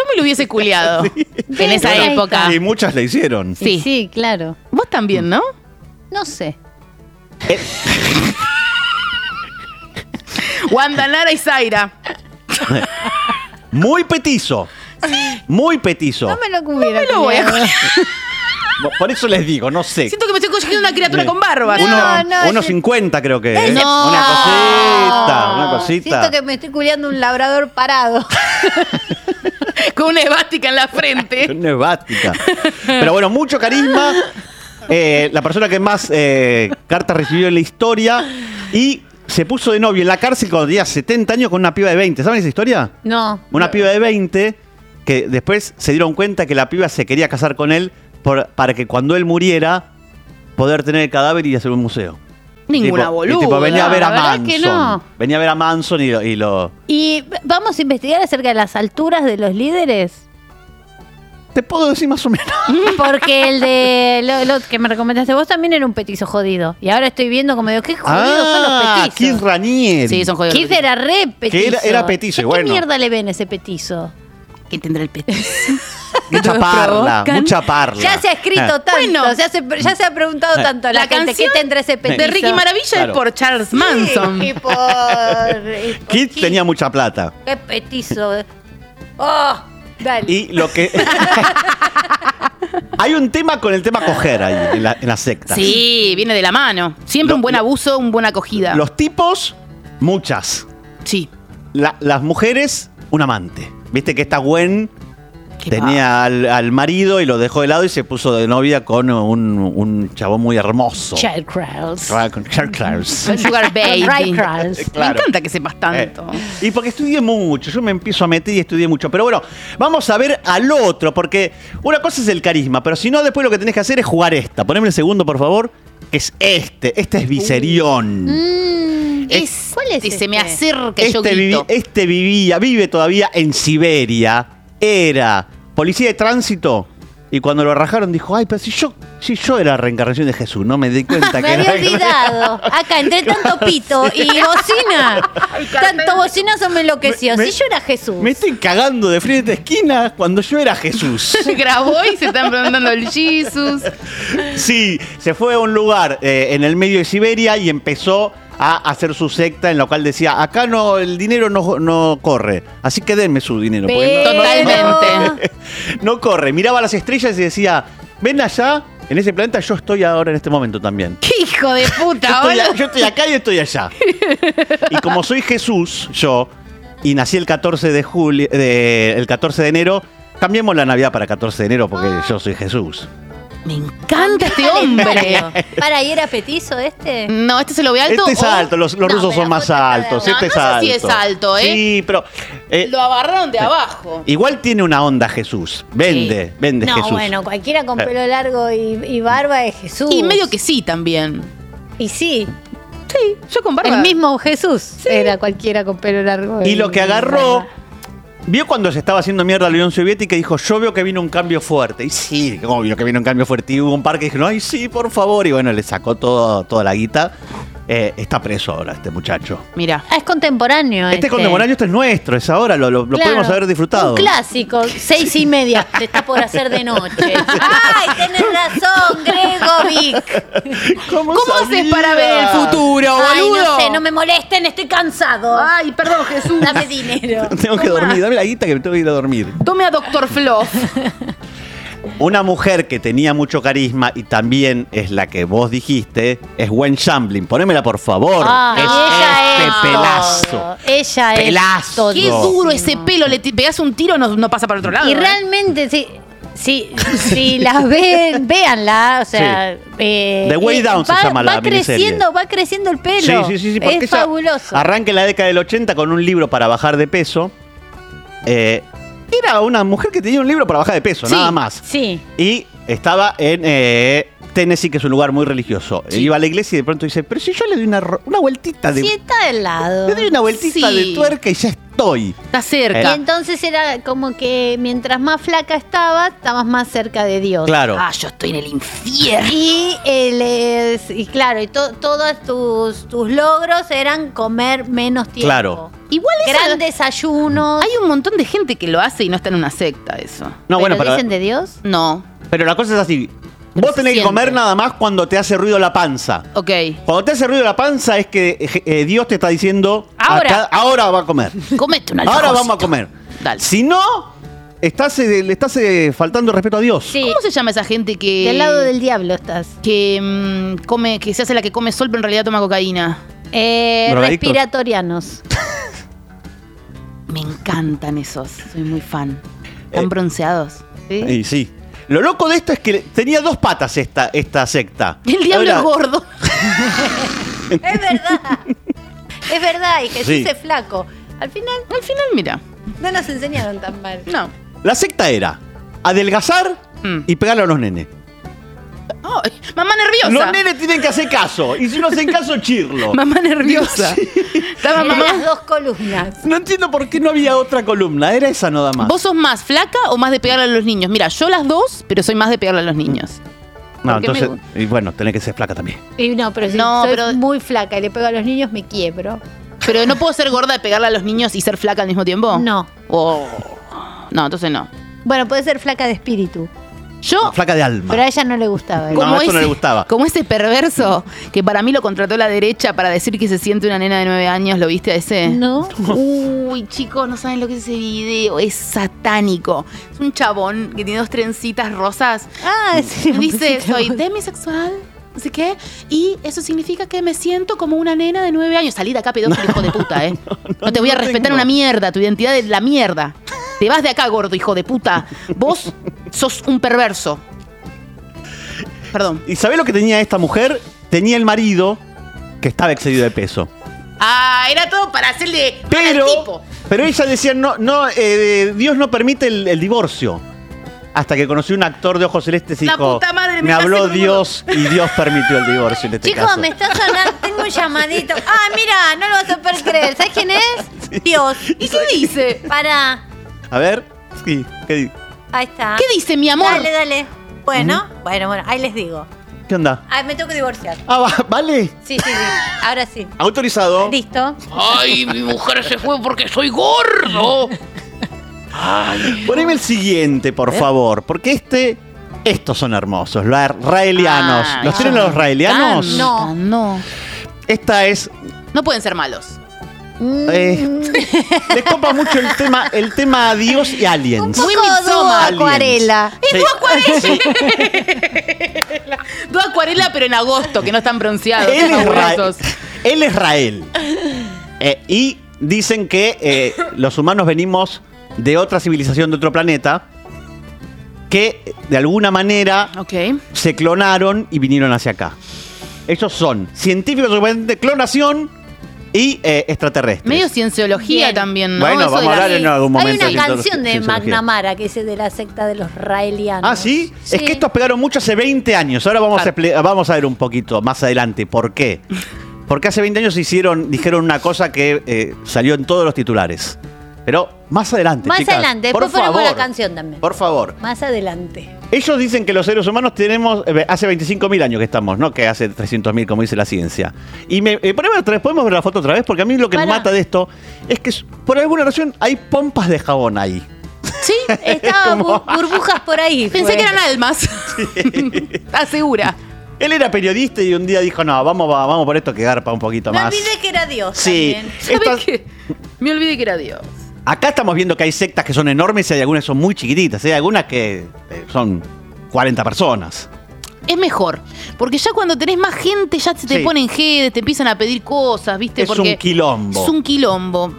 S3: me lo hubiese culiado en esa
S4: Ahí
S3: época.
S6: Y muchas le hicieron.
S4: Y
S3: Sí.
S4: Sí. claro.
S3: Vos también, ¿no?
S4: No sé.
S3: Wanda Nara y Zaira.
S6: Muy petizo. Muy petizo.
S4: No me lo hubiera
S3: me lo voy a
S4: creído.
S6: Por eso les digo, no sé.
S3: Siento que me estoy cogiendo una criatura con barba.
S6: Uno-
S4: No, no,
S6: unos
S4: yo-
S6: 50 creo que. ¿eh?
S4: No.
S6: Una cosita, una
S4: Siento
S6: cosita.
S4: que me estoy culiando un labrador parado.
S3: Con una esvástica en la frente.
S6: Neumática. Pero bueno, mucho carisma. eh, la persona que más eh, cartas recibió en la historia. Y se puso de novio en la cárcel cuando tenía 70 años con una piba de 20. ¿Saben esa historia?
S4: No.
S6: Una piba de 20 que después se dieron cuenta que la piba se quería casar con él por- para que cuando él muriera poder tener el cadáver y hacer un museo.
S3: Ninguna
S6: Tipo- y
S3: boluda.
S6: tipo, venía a ver a
S4: la verdad
S6: Manson.
S4: que no.
S6: Venía a ver a Manson y lo... y lo-
S4: Y vamos a investigar acerca de las alturas de los líderes.
S6: Te puedo decir más o menos.
S4: Porque el de lo, lo que me recomendaste vos también era un petizo jodido. Y ahora estoy viendo como digo, qué jodidos son los
S6: Keith
S4: petizos.
S6: Ah, Ranieri.
S3: Sí, son jodidos.
S4: Keith era re petizo.
S6: era- era petizo,
S4: ¿Qué
S6: bueno.
S4: mierda le ven a ese petizo?
S3: ¿Qué tendrá el petiso?
S6: Mucha parla,
S3: provocan.
S6: mucha parla.
S4: Ya se ha escrito
S6: Ah,
S4: tanto,
S3: Bueno. Ah.
S4: se hace- ya se ha preguntado
S6: Eh.
S4: tanto la,
S3: La
S4: gente qué
S3: canción
S4: tendrá ese petizo.
S3: De Ricky Maravilla
S6: Claro.
S3: es por Charles Manson.
S4: Y por, y por
S6: Keith tenía mucha plata.
S4: Qué petizo. Oh, dale.
S6: Y lo que. Hay un tema con el tema coger ahí, en la, en la secta.
S3: Sí, viene de la mano. Siempre
S6: Lo-
S3: un buen
S6: lo-
S3: abuso, una buena acogida.
S6: Los tipos, muchas.
S3: sí.
S6: La- las mujeres, un amante. Viste que esta Gwen
S3: Qué
S6: tenía al, al marido y lo dejó de lado y se puso de novia con un, un chabón muy hermoso.
S4: Child Krause.
S6: Ra- con Charles Clarence.
S3: Con Sugar Baby.
S4: Ray Krause.
S6: Claro.
S3: Me encanta que sepas tanto.
S6: Eh, Y porque estudié mucho, yo me empiezo a meter y estudié mucho. Pero bueno, vamos a ver al otro, porque una cosa es el carisma, pero si no, después lo que tenés que hacer es jugar esta. Poneme el segundo, por favor, que es este. Este es Viserión.
S4: Uh, mm,
S3: Es-
S4: ¿Cuál es
S3: y se me
S4: este?
S3: acerca y yo
S6: este, vivi-
S3: grito.
S6: este vivía, vive todavía en Siberia. Era policía de tránsito. Y cuando lo rajaron dijo, ay, pero si yo, si yo era reencarnación de Jesús, no me di cuenta que
S4: Me había
S6: era.
S4: olvidado. Acá, entre tanto pito y bocina. Tanto bocinazo me enloqueció.
S6: Me-
S4: si yo era Jesús.
S6: Me estoy cagando de frente de esquina cuando yo era Jesús.
S3: Se grabó y se están preguntando el Jesus.
S6: Sí, se fue a un lugar eh, en el medio de Siberia y empezó a hacer su secta en la cual decía, acá no, el dinero no, no corre, así que denme su dinero.
S3: Eh,
S6: porque no- no-
S3: Totalmente.
S6: No, corre, miraba las estrellas y decía, ven allá, en ese planeta yo estoy ahora en este momento también.
S3: ¡Qué hijo de
S6: Yo
S3: puta!
S6: estoy, a-
S3: boludo!
S6: yo estoy acá y estoy allá. Y como soy Jesús, yo, y nací el 14 de julio, de- el 14 de enero, cambiemos la Navidad para 14 de enero porque yo soy Jesús.
S3: Me encanta este hombre.
S4: Para, ¿y era petizo este?
S3: No, este se lo ve alto.
S6: Este es
S3: o
S6: alto, los, los
S4: No,
S6: rusos
S4: pero
S6: son más
S4: puta, cada
S6: altos.
S3: uno.
S6: este es
S3: No, no
S6: alto.
S3: sé si es alto, ¿eh?
S6: Sí, pero. eh,
S3: Lo agarraron de abajo.
S6: igual tiene una onda Jesús. Vende, vende
S4: No,
S6: Jesús.
S4: bueno, cualquiera con
S6: Eh.
S4: pelo largo y, y barba es Jesús.
S3: Y medio que sí también.
S4: Y sí,
S3: Yo con barba.
S4: el mismo Jesús era cualquiera con pelo largo.
S6: y lo que agarró.
S4: barba.
S6: Vio cuando se estaba haciendo mierda la Unión Soviética y dijo, yo veo que vino un cambio fuerte. Y sí, obvio que vino un cambio fuerte. Y hubo un par que dijeron, ay, sí, por favor. Y bueno, le sacó todo, toda la guita. Eh, está preso ahora este muchacho.
S3: Mira.
S4: Ah, es contemporáneo.
S6: Este, contemporáneo, este es nuestro, es ahora, lo, lo- lo
S4: Claro.
S6: podemos haber disfrutado.
S4: Un clásico, seis y media, te está por hacer de noche. ¡Ay, tenés razón, Gregovic!
S6: ¿Cómo,
S3: ¿Cómo haces para ver el futuro, boludo?
S4: Ay, no sé, no me molesten, estoy cansado.
S3: Ay, perdón, Jesús.
S4: Dame dinero.
S6: Tengo que
S3: Toma.
S6: dormir, dame la guita que me tengo que ir a dormir.
S3: Tome a Doctor Flo.
S6: Una mujer que tenía mucho carisma y también es la que vos dijiste, es Gwen Shamblin. Ponémela, por favor.
S4: Ah,
S6: es
S4: y
S6: este
S4: todo.
S6: pelazo.
S4: Ella es
S6: Pelazo.
S4: todo.
S3: Qué duro ese pelo. Le te- pegás un tiro, no, no pasa para otro
S6: Ah,
S3: lado.
S4: Y
S3: ¿eh?
S4: realmente, sí. Si, si las ven, véanla, o sea... eh,
S6: The Way
S4: eh,
S6: Down se
S4: va,
S6: llama
S4: va
S6: la miniserie.
S4: creciendo, va creciendo el pelo.
S6: Sí, sí, sí, sí, porque
S4: es
S6: ella
S4: fabuloso.
S6: Arranca en la década del 80 con un libro para bajar de peso. Eh, era una mujer que tenía un libro para bajar de peso,
S3: Sí.
S6: nada más.
S4: Sí.
S6: Y estaba en eh, Tennessee, que es un lugar muy religioso.
S3: Sí.
S6: Iba a la iglesia y de pronto dice, pero si yo le doy una, ro- una vueltita de...
S4: Sí, está del lado.
S6: Le doy una vueltita
S3: Sí.
S6: de tuerca y ya estoy.
S3: Está
S4: Y
S3: cerca.
S4: entonces era como que mientras más flaca estaba, estabas más cerca de Dios.
S6: Claro.
S3: Ah, yo estoy en el infierno.
S4: Y, él es- y claro, y to- todos tus, tus logros eran comer menos tiempo.
S6: Claro.
S3: Igual eso-
S4: Grandes ayunos.
S3: Hay un montón de gente que lo hace y no está en una secta eso.
S6: No, bueno, pero,
S4: dicen de Dios.
S3: No.
S6: pero la cosa es así. Vos tenés que
S3: siempre.
S6: comer nada más cuando te hace ruido la panza.
S3: Ok.
S6: Cuando te hace ruido la panza es que eh, eh, Dios te está diciendo,
S3: Ahora.
S6: acá- ahora va a comer.
S3: Comete una
S6: Ahora vamos a comer.
S3: Dale.
S6: Si no, estás, eh, le estás eh, faltando respeto a Dios.
S4: Sí.
S3: ¿Cómo se llama esa gente que.
S4: Del lado del diablo estás.
S3: que mm, come, que se hace la que come sol, pero en realidad toma cocaína.
S4: Eh,
S6: Drogadictos.
S4: respiratorianos.
S3: Me encantan esos. Soy muy fan. Están
S6: Eh.
S3: bronceados. ¿sí?
S6: Y sí. Lo loco de esto es que tenía dos patas esta, esta secta.
S3: El diablo
S6: Ahora,
S3: es gordo.
S4: es verdad. Es verdad, y Jesús
S6: Sí.
S4: es flaco. Al final
S3: Al final, mira.
S4: no nos enseñaron tan mal.
S3: No.
S6: La secta era adelgazar
S3: Mm.
S6: y pegarle a los nenes.
S3: Oh, Ay, mamá nerviosa.
S6: Los nenes tienen que hacer caso. Y si no hacen caso, chirlo.
S3: Mamá nerviosa. Estaba
S4: Eran
S3: mamá.
S4: las dos columnas.
S6: No entiendo por qué no había otra columna. Era esa nada más.
S3: ¿Vos sos más flaca o más de pegarle a los niños? Mira, yo las dos, pero soy más de pegarle a los niños.
S6: no,
S3: ¿por qué me
S6: entonces. Y bueno, tenés que ser flaca también.
S4: Y no, pero si
S3: No,
S4: soy
S3: pero-
S4: muy flaca y le pego a los niños, me quiebro.
S3: Pero no puedo ser gorda de pegarle a los niños y ser flaca al mismo tiempo.
S4: No.
S3: Oh. No, entonces no.
S4: Bueno, puede ser flaca de espíritu,
S3: Yo,
S6: Flaca de alma.
S4: pero a ella no le gustaba. eso.
S6: ¿Cómo?
S3: como,
S6: eso
S3: ese,
S6: no le gustaba.
S3: como ese perverso que para mí lo contrató la derecha para decir que se siente una nena de nueve años, ¿lo viste a ese?
S4: No.
S3: Uy, chicos, no saben lo que es ese video. Es satánico. Es un chabón que tiene dos trencitas rosas.
S4: Ah, sí,
S3: Y dice,
S4: pusiste
S3: soy
S4: vos.
S3: demisexual. No sé qué. Y eso significa que me siento como una nena de nueve años. Salí de acá, pedófilo, hijo de puta, ¿eh? No te voy a
S6: no
S3: respetar
S6: tengo.
S3: una mierda. Tu identidad es la mierda. Te vas de acá, gordo, hijo de puta. Vos sos un perverso. Perdón.
S6: ¿Y sabés lo que tenía esta mujer? Tenía el marido que estaba excedido de peso.
S3: Ah, era todo para hacerle mal al tipo.
S6: Pero, pero ella decía, no, no, eh, Dios no permite el, el divorcio. Hasta que conocí un actor de ojos celestes y
S3: La
S6: dijo,
S3: puta madre, me
S6: me habló
S3: casé con
S6: Dios y Dios permitió el divorcio en este
S4: Chicos,
S6: caso.
S4: me está sonando, tengo un llamadito. Ah, mira, no lo vas a poder creer. ¿Sabes quién es? Dios.
S3: ¿Y qué dice?
S4: Para.
S6: A ver, sí, ¿qué, di-
S4: Ahí está.
S3: ¿Qué dice, mi amor?
S4: Dale, dale. Bueno, bueno, bueno, ahí les digo.
S6: qué onda?
S4: Ah, me tengo que divorciar.
S6: Ah, va- vale.
S4: Sí, sí, sí. Ahora sí.
S6: Autorizado.
S4: Listo.
S2: Ay, mi mujer se fue porque soy gordo.
S6: Poneme el siguiente,
S3: ¿Eh?
S6: por favor, porque este, estos son hermosos, los israelianos.
S3: Ah,
S6: ¿Los tienen
S3: ah,
S6: los israelianos?
S3: No, no.
S6: Esta es
S3: No pueden ser malos.
S6: Eh, les copa mucho el tema, el tema Dios y Aliens.
S3: Muy
S4: Poco dúo
S3: Midsommar.
S4: acuarela.
S6: Sí.
S3: Dos acuarela, pero en agosto, que no están bronceados.
S6: Él
S3: están
S6: es Ra-
S3: aburridos.
S6: él es Rael. Eh, y dicen que eh, los humanos venimos de otra civilización, de otro planeta, que de alguna manera
S3: Ok.
S6: se clonaron y vinieron hacia acá. Ellos son científicos de clonación y eh, extraterrestres.
S3: Medio cienciología
S4: Bien.
S3: también, ¿no?
S6: Bueno,
S3: Eso de
S6: vamos a
S3: la-
S6: hablar en algún
S4: Hay
S6: momento. de
S4: una
S6: cientolo-
S4: canción de
S6: cienciología.
S4: McNamara que dice de la secta de los raelianos.
S6: Ah, ¿sí? Es que estos pegaron mucho hace 20 años. Ahora vamos, a,
S3: Claro.
S6: expli- vamos a ver un poquito más adelante por qué. Porque hace 20 años hicieron, dijeron una cosa que eh, salió en todos los titulares. Pero más adelante,
S4: Más
S6: chicas,
S4: adelante,
S6: por
S4: después ponemos
S6: favor,
S4: la canción también.
S6: Por favor.
S4: Más adelante.
S6: Ellos dicen que los seres humanos tenemos, eh, hace 25.000 años que estamos, no que hace 300.000 como dice la ciencia. Y me, eh, poneme otra vez, podemos ver la foto otra vez, porque a mí lo que me
S4: Pará.
S6: mata de esto es que s- por alguna razón hay pompas de jabón ahí.
S4: Sí, estaba bu- burbujas por ahí.
S3: Pensé
S4: fue.
S3: que eran almas. Asegura.
S6: Él era periodista y un día dijo, no, vamos, va- vamos por esto que garpa un poquito
S4: Me
S6: más.
S4: olvidé que era Dios.
S6: Sí.
S4: también.
S3: ¿Sabés
S6: Estas-
S3: qué? Me olvidé que era Dios.
S6: acá estamos viendo que hay sectas que son enormes y hay algunas que son muy chiquititas. Hay algunas que eh, son 40 personas.
S3: Es mejor, porque ya cuando tenés más gente ya se te
S6: Sí.
S3: ponen jedes, te empiezan a pedir cosas, ¿viste?
S6: Es
S3: Porque
S6: un quilombo.
S3: Es un quilombo.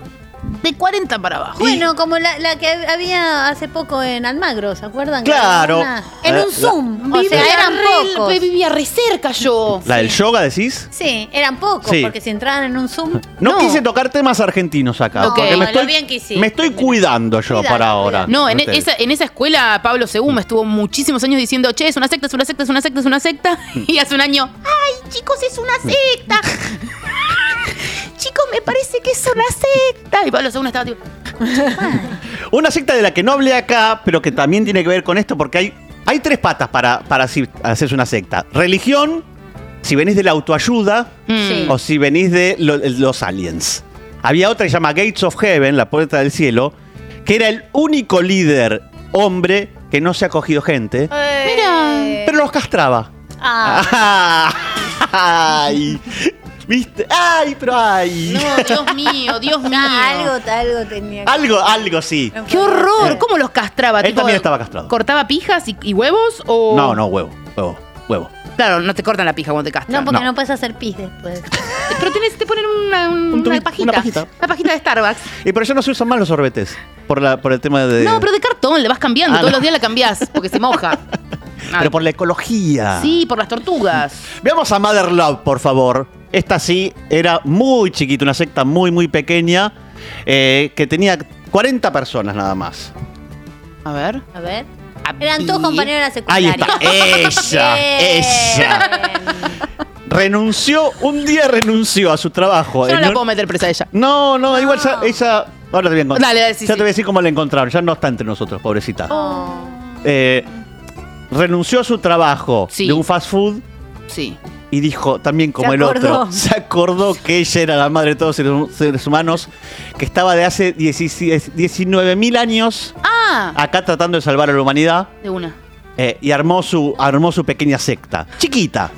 S3: De 40 para abajo.
S4: Bueno, como la, la que había hace poco en Almagro, ¿se acuerdan?
S6: Claro.
S4: Que había una- En un
S6: La-
S4: Zoom. o sea, eran
S3: re-
S4: pocos.
S3: Vivía re cerca yo.
S6: ¿La del yoga decís?
S4: Sí, eran pocos,
S6: Sí.
S4: porque si entraban en un Zoom.
S6: No,
S3: No.
S6: quise tocar temas argentinos acá.
S3: No,
S6: porque me
S4: lo
S6: estoy,
S4: bien que hiciste.
S6: me estoy cuidando yo
S4: Cuidado,
S6: para
S4: cuidado.
S6: ahora. Este,
S3: No, en
S6: Ustedes.
S3: esa, en esa escuela Pablo
S6: Mm.
S3: Según estuvo muchísimos años diciendo, che, es una secta, es una secta, es una secta, es una secta.
S6: Mm.
S3: Y hace un año, ay, chicos, es una secta. chicos, me parece que es una secta. Y Pablo Según estaba tipo,
S6: Una secta de la que no hablé acá, pero que también tiene que ver con esto, porque hay, hay tres patas para, para si- hacerse una secta. Religión, si venís de la autoayuda
S3: Mm.
S4: Sí.
S6: o si venís de lo- los aliens. Había otra que se llama Gates of Heaven, la puerta del cielo, que era el único líder hombre que no se ha cogido gente,
S4: Mira.
S6: pero los castraba.
S4: Ah,
S6: Ay, ¿viste? Ay, pero ay.
S3: no, Dios mío, Dios mío.
S4: algo, algo tenía. que-
S6: Algo, algo sí.
S4: No
S3: Qué
S4: podía
S3: horror,
S4: ser.
S3: ¿cómo los castraba?
S6: Eh. Él también estaba castrado.
S3: ¿Cortaba pijas y, y huevos o...?
S6: No, no, huevo, huevo, huevo.
S3: Claro, no te cortan la pija cuando te
S4: No,
S3: castran.
S4: porque
S6: No.
S4: no, puedes hacer pis después.
S3: Pero tenés, te ponen una, un-
S6: Un
S3: una
S6: tubito,
S3: pajita.
S6: una pajita.
S3: Una pajita de Starbucks.
S6: Y por eso no se usan más los sorbetes. Por, la, por el tema de.
S3: No, pero de cartón, le vas cambiando.
S6: Ah,
S3: Todos
S6: no.
S3: los días la cambiás porque se moja. Ah,
S6: Pero por la ecología.
S3: Sí, por las tortugas.
S6: Veamos a Mother Love, por favor. Esta sí era muy chiquita, una secta muy, muy pequeña. eh, que tenía 40 personas nada más.
S3: A ver.
S4: A ver.
S9: Eran todos compañeros de la
S6: Ahí
S9: secundaria.
S6: está, ella, ella. Renunció, un día renunció a su trabajo.
S3: Yo no
S6: en
S3: la
S6: un-
S3: puedo meter presa a ella.
S6: no, no, igual ya, ella. Ahora te voy a encontrar.
S3: Dale, dale, sí,
S6: ya
S3: sí.
S6: te voy a decir cómo la encontraron. Ya no está entre nosotros, pobrecita.
S9: Oh.
S6: Eh, renunció a su trabajo
S3: Sí.
S6: de un fast food
S3: Sí.
S6: y dijo, también como
S4: Se
S6: el
S4: acordó.
S6: otro, se acordó que ella era la madre de todos los seres- seres humanos, que estaba de hace 19 mil años
S3: Ah,
S6: acá tratando de salvar a la humanidad
S3: de una.
S6: eh, y armó su, armó su pequeña secta. Chiquita.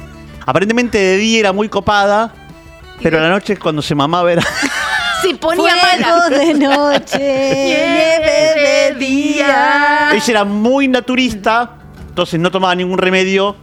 S6: Aparentemente de día era muy copada, pero a la noche cuando se mamaba era...
S3: Sí, ponía
S4: Fuego
S3: mala.
S4: de noche, nieve de día.
S6: Ella era muy naturista, entonces no tomaba ningún remedio,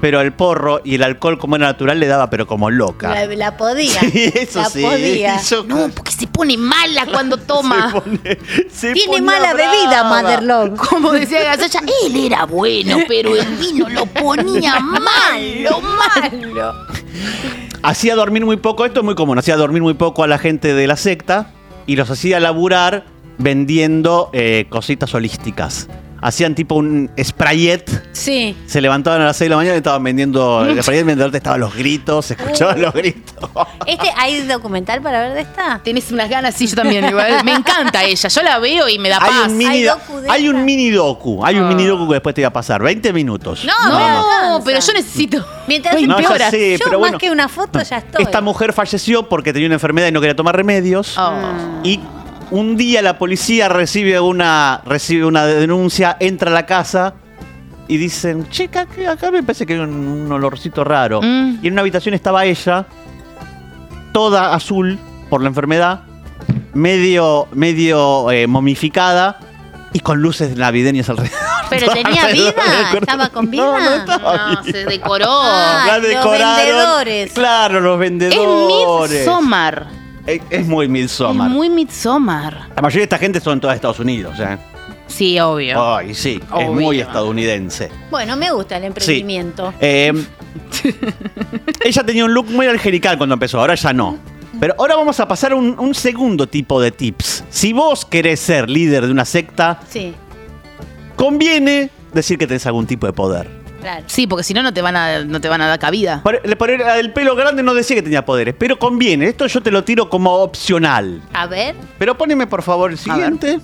S6: pero el porro y el alcohol como era natural le daba, pero como loca.
S9: La, la podía.
S6: Sí, eso
S9: la
S6: sí.
S9: podía.
S6: Eso-
S3: No, porque se pone mala cuando toma.
S6: se pone- se
S4: Tiene
S6: ponía
S4: mala
S6: brava.
S4: bebida, Mother Love.
S3: Como decía Gasalla, él era bueno, pero el vino lo ponía malo, malo.
S6: Hacía dormir muy poco, esto es muy común, hacía dormir muy poco a la gente de la secta y los hacía laburar vendiendo eh, cositas holísticas. Hacían tipo un sprayet
S4: Sí.
S6: Se levantaban a las 6 de la mañana y estaban vendiendo. El apartamento mientras te estaban los gritos, se escuchaban los gritos.
S9: Este, ¿Hay documental para ver de esta?
S3: Tenés unas ganas, sí, yo también. igual. Me encanta ella, yo la veo y me da
S6: Hay
S3: paz.
S6: un mini
S9: Hay
S6: docu.
S9: docu de
S6: Hay
S9: esa.
S6: un mini docu. Hay un mini docu que después te iba a pasar. 20 minutos.
S9: No,
S6: Nada más.
S3: No,
S9: Cansa.
S3: pero yo necesito.
S9: Mientras
S6: No, ya sé,
S9: yo
S6: pero
S9: más
S6: bueno.
S9: que una foto ya estoy.
S6: Esta mujer falleció porque tenía una enfermedad y no quería tomar remedios.
S3: Oh.
S6: Y un día la policía recibe una, recibe una denuncia, entra a la casa y dicen, chica, acá, acá me parece que hay un, un olorcito raro.
S3: Mm.
S6: Y en una habitación estaba ella, toda azul por la enfermedad, medio, medio eh, momificada y con luces navideñas alrededor.
S9: Pero tenía vida, estaba con vida.
S6: No, no estaba
S3: No,
S6: viva.
S3: se decoró.
S9: Ah,
S6: La
S9: los
S6: decoraron.
S9: vendedores.
S6: Claro, los
S3: es
S6: vendedores.
S3: Midsommar.
S6: Es, es muy Midsommar.
S3: Es muy Midsommar.
S6: La mayoría de esta gente son toda de Estados Unidos, ¿eh?
S3: Sí, obvio.
S6: Ay, sí, es
S3: Obvio.
S6: muy estadounidense.
S9: Bueno, me gusta el emprendimiento.
S6: Eh, ella tenía un look muy angelical cuando empezó, ahora ya no. Pero ahora vamos a pasar a un, un segundo tipo de tips. Si vos querés ser líder de una secta,
S9: Sí,
S6: conviene decir que tenés algún tipo de poder.
S9: claro.
S3: Sí, porque si no, no te van a, no te van a dar cabida.
S6: Por, por el, el pelo grande no decía que tenía poderes, pero conviene. Esto yo te lo tiro como opcional.
S9: A ver,
S6: Pero poneme por favor el siguiente.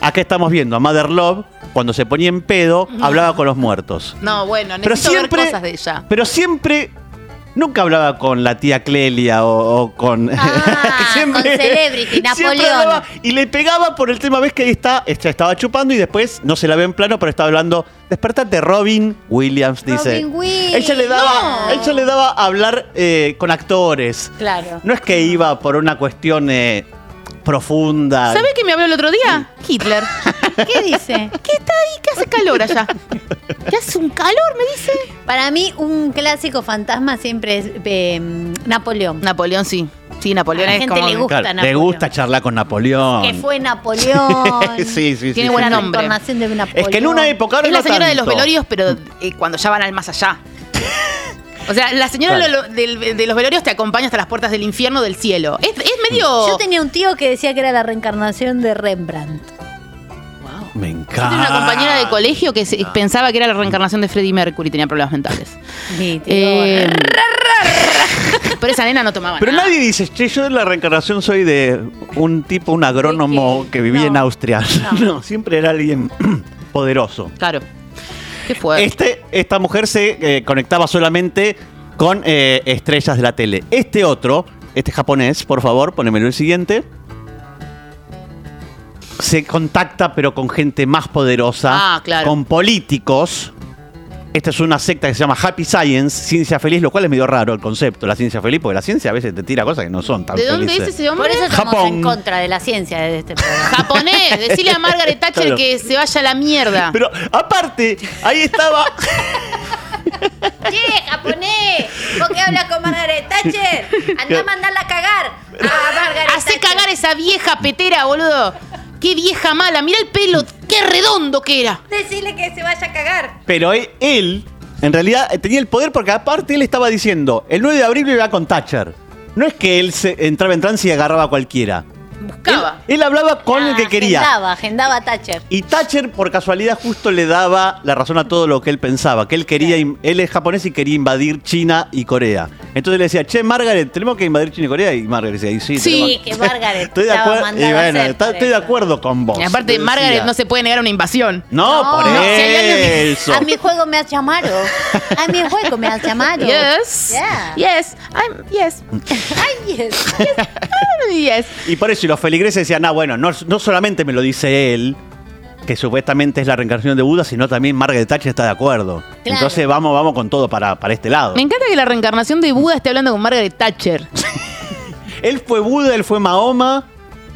S6: Acá estamos viendo a Mother Love cuando se ponía en pedo, hablaba con los muertos.
S3: No, bueno,
S6: Pero
S3: necesito
S6: siempre,
S3: ver cosas de ella.
S6: pero siempre nunca hablaba con la tía Clelia o, o con
S9: Ah, con Celebrity, Napoleón.
S6: hablaba y le pegaba por el tema, ves que ahí está, esta- estaba chupando y después no se la ve en plano, pero estaba hablando, despertate Robin Williams dice.
S9: Robin Williams.
S6: Ella le daba,
S9: No.
S6: ella le daba a hablar eh, con actores.
S9: claro.
S6: No es que iba por una cuestión eh, profunda.
S3: ¿Sabés qué me habló el otro día? Hitler.
S9: ¿Qué dice?
S3: ¿Qué está ahí? ¿Qué hace calor allá? ¿Qué hace un calor? Me dice.
S9: Para mí, un clásico fantasma siempre es eh, Napoleón.
S3: Napoleón, sí. Sí,
S9: A
S3: Napoleón
S9: la
S3: es
S9: gente
S3: como.
S9: le gusta
S6: Claro, le
S9: Napoleón.
S6: gusta charlar con Napoleón.
S9: Que fue Napoleón.
S6: sí, sí,
S3: Tiene
S6: sí,
S3: buena
S9: La
S6: sí, sí.
S3: nombre.
S9: reencarnación de Napoleón.
S6: Es que en una época ahora
S3: Es la
S6: no
S3: señora de los
S6: tanto.
S3: velorios, pero eh, cuando ya van al más allá. O sea, la señora de lo- del- de los velorios te acompaña hasta las puertas del infierno del cielo. Es, es medio.
S9: Yo tenía un tío que decía que era la reencarnación de Rembrandt.
S6: Me
S3: Yo
S6: encanta.
S3: tenía una compañera de colegio que se- pensaba que era la reencarnación de Freddie Mercury, tenía problemas mentales.
S9: Mi tío.
S3: Eh, pero esa nena no tomaba
S6: Pero
S3: nada.
S6: nadie dice, che, yo de la reencarnación soy de un tipo, un agrónomo
S9: ¿De qué?
S6: que vivía en
S9: No.
S6: Austria. No. siempre era alguien poderoso.
S3: Claro. Qué fuerte.
S6: Este, esta mujer se eh, conectaba solamente con eh, estrellas de la tele. Este otro, este japonés, por favor, ponémelo el siguiente. Se contacta, pero con gente más poderosa.
S3: Ah, claro.
S6: Con políticos. Esta es una secta que se llama Happy Science, ciencia feliz, lo cual es medio raro el concepto, la ciencia feliz, porque la ciencia a veces te tira cosas que no son tan
S3: ¿De dónde es
S6: felices.
S3: ese
S9: Por
S3: hombre?
S9: eso estamos
S6: Japón.
S9: en contra de la ciencia de este programa.
S3: Japonés. Decile a Margaret Thatcher
S6: Claro.
S3: que se vaya a la mierda.
S6: Pero aparte, ahí estaba.
S9: ¡Che, japonés! ¿Vos qué hablas con Margaret Thatcher? Andá a mandarla a cagar a Margaret
S3: Hacé
S9: Thatcher.
S3: cagar esa vieja petera, boludo. Qué vieja mala. Mirá el pelo, qué redondo que era.
S9: Decirle que se vaya a cagar.
S6: Pero e- él, en realidad, eh, tenía el poder porque aparte él estaba diciendo, el 9 de abril iba con Thatcher. No es que él se entraba en trance y agarraba a cualquiera.
S3: Buscaba.
S6: Él, él hablaba con el que quería.
S4: Ah, Agendaba, agendaba a Thatcher.
S6: Y Thatcher, por casualidad, justo le daba la razón a todo lo que él pensaba, que él quería, in- él es japonés y quería invadir China y Corea. Entonces le decía, che, Margaret, tenemos que invadir China y Corea. Y Margaret decía, y sí,
S4: Sí, que
S6: tenemos
S4: Margaret
S6: Estoy de
S4: estaba
S6: acuerdo.
S4: mandada
S6: Y
S4: a
S6: bueno,
S4: hacer
S6: está-
S4: por
S6: estoy de
S4: eso.
S6: acuerdo con vos.
S3: Y aparte,
S6: le
S3: Margaret
S6: decía.
S3: no se puede negar una invasión.
S6: No, por
S3: no, si hay alguien que-
S6: eso.
S4: A mi juego me has llamado. A mi juego me has llamado.
S3: Yes.
S4: Yeah.
S3: Yes. I'm, yes.
S4: Ay, yes.
S3: Yes.
S6: Y por eso y los feligreses decían, ah, bueno, no, no solamente me lo dice él, que supuestamente es la reencarnación de Buda, sino también Margaret Thatcher está de acuerdo. Entonces vamos, vamos con todo para, para este lado.
S3: Me encanta que la reencarnación de Buda esté hablando con Margaret Thatcher.
S6: Él fue Buda, él fue Mahoma.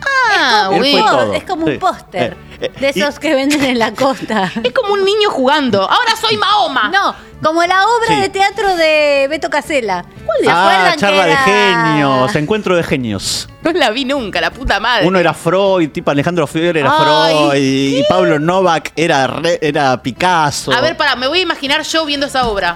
S3: Ah,
S6: él fue
S3: güey.
S6: todo.
S4: Es como un
S6: Sí.
S4: póster
S6: Eh, eh,
S4: de esos que venden en la costa.
S3: Es como un niño jugando. Ahora soy Mahoma.
S4: No, como la obra
S6: Sí.
S4: de teatro de Beto Casella. ¿Se
S6: Ah,
S4: acuerdan
S6: charla
S4: que
S6: de
S4: era-
S6: genios, encuentro de genios.
S3: No la vi nunca, la puta madre.
S6: Uno era Freud, tipo Alejandro Fiore era
S3: Ay,
S6: Freud, y, Pablo Novak era, re- era Picasso.
S3: A ver, para, me voy a imaginar yo viendo esa obra.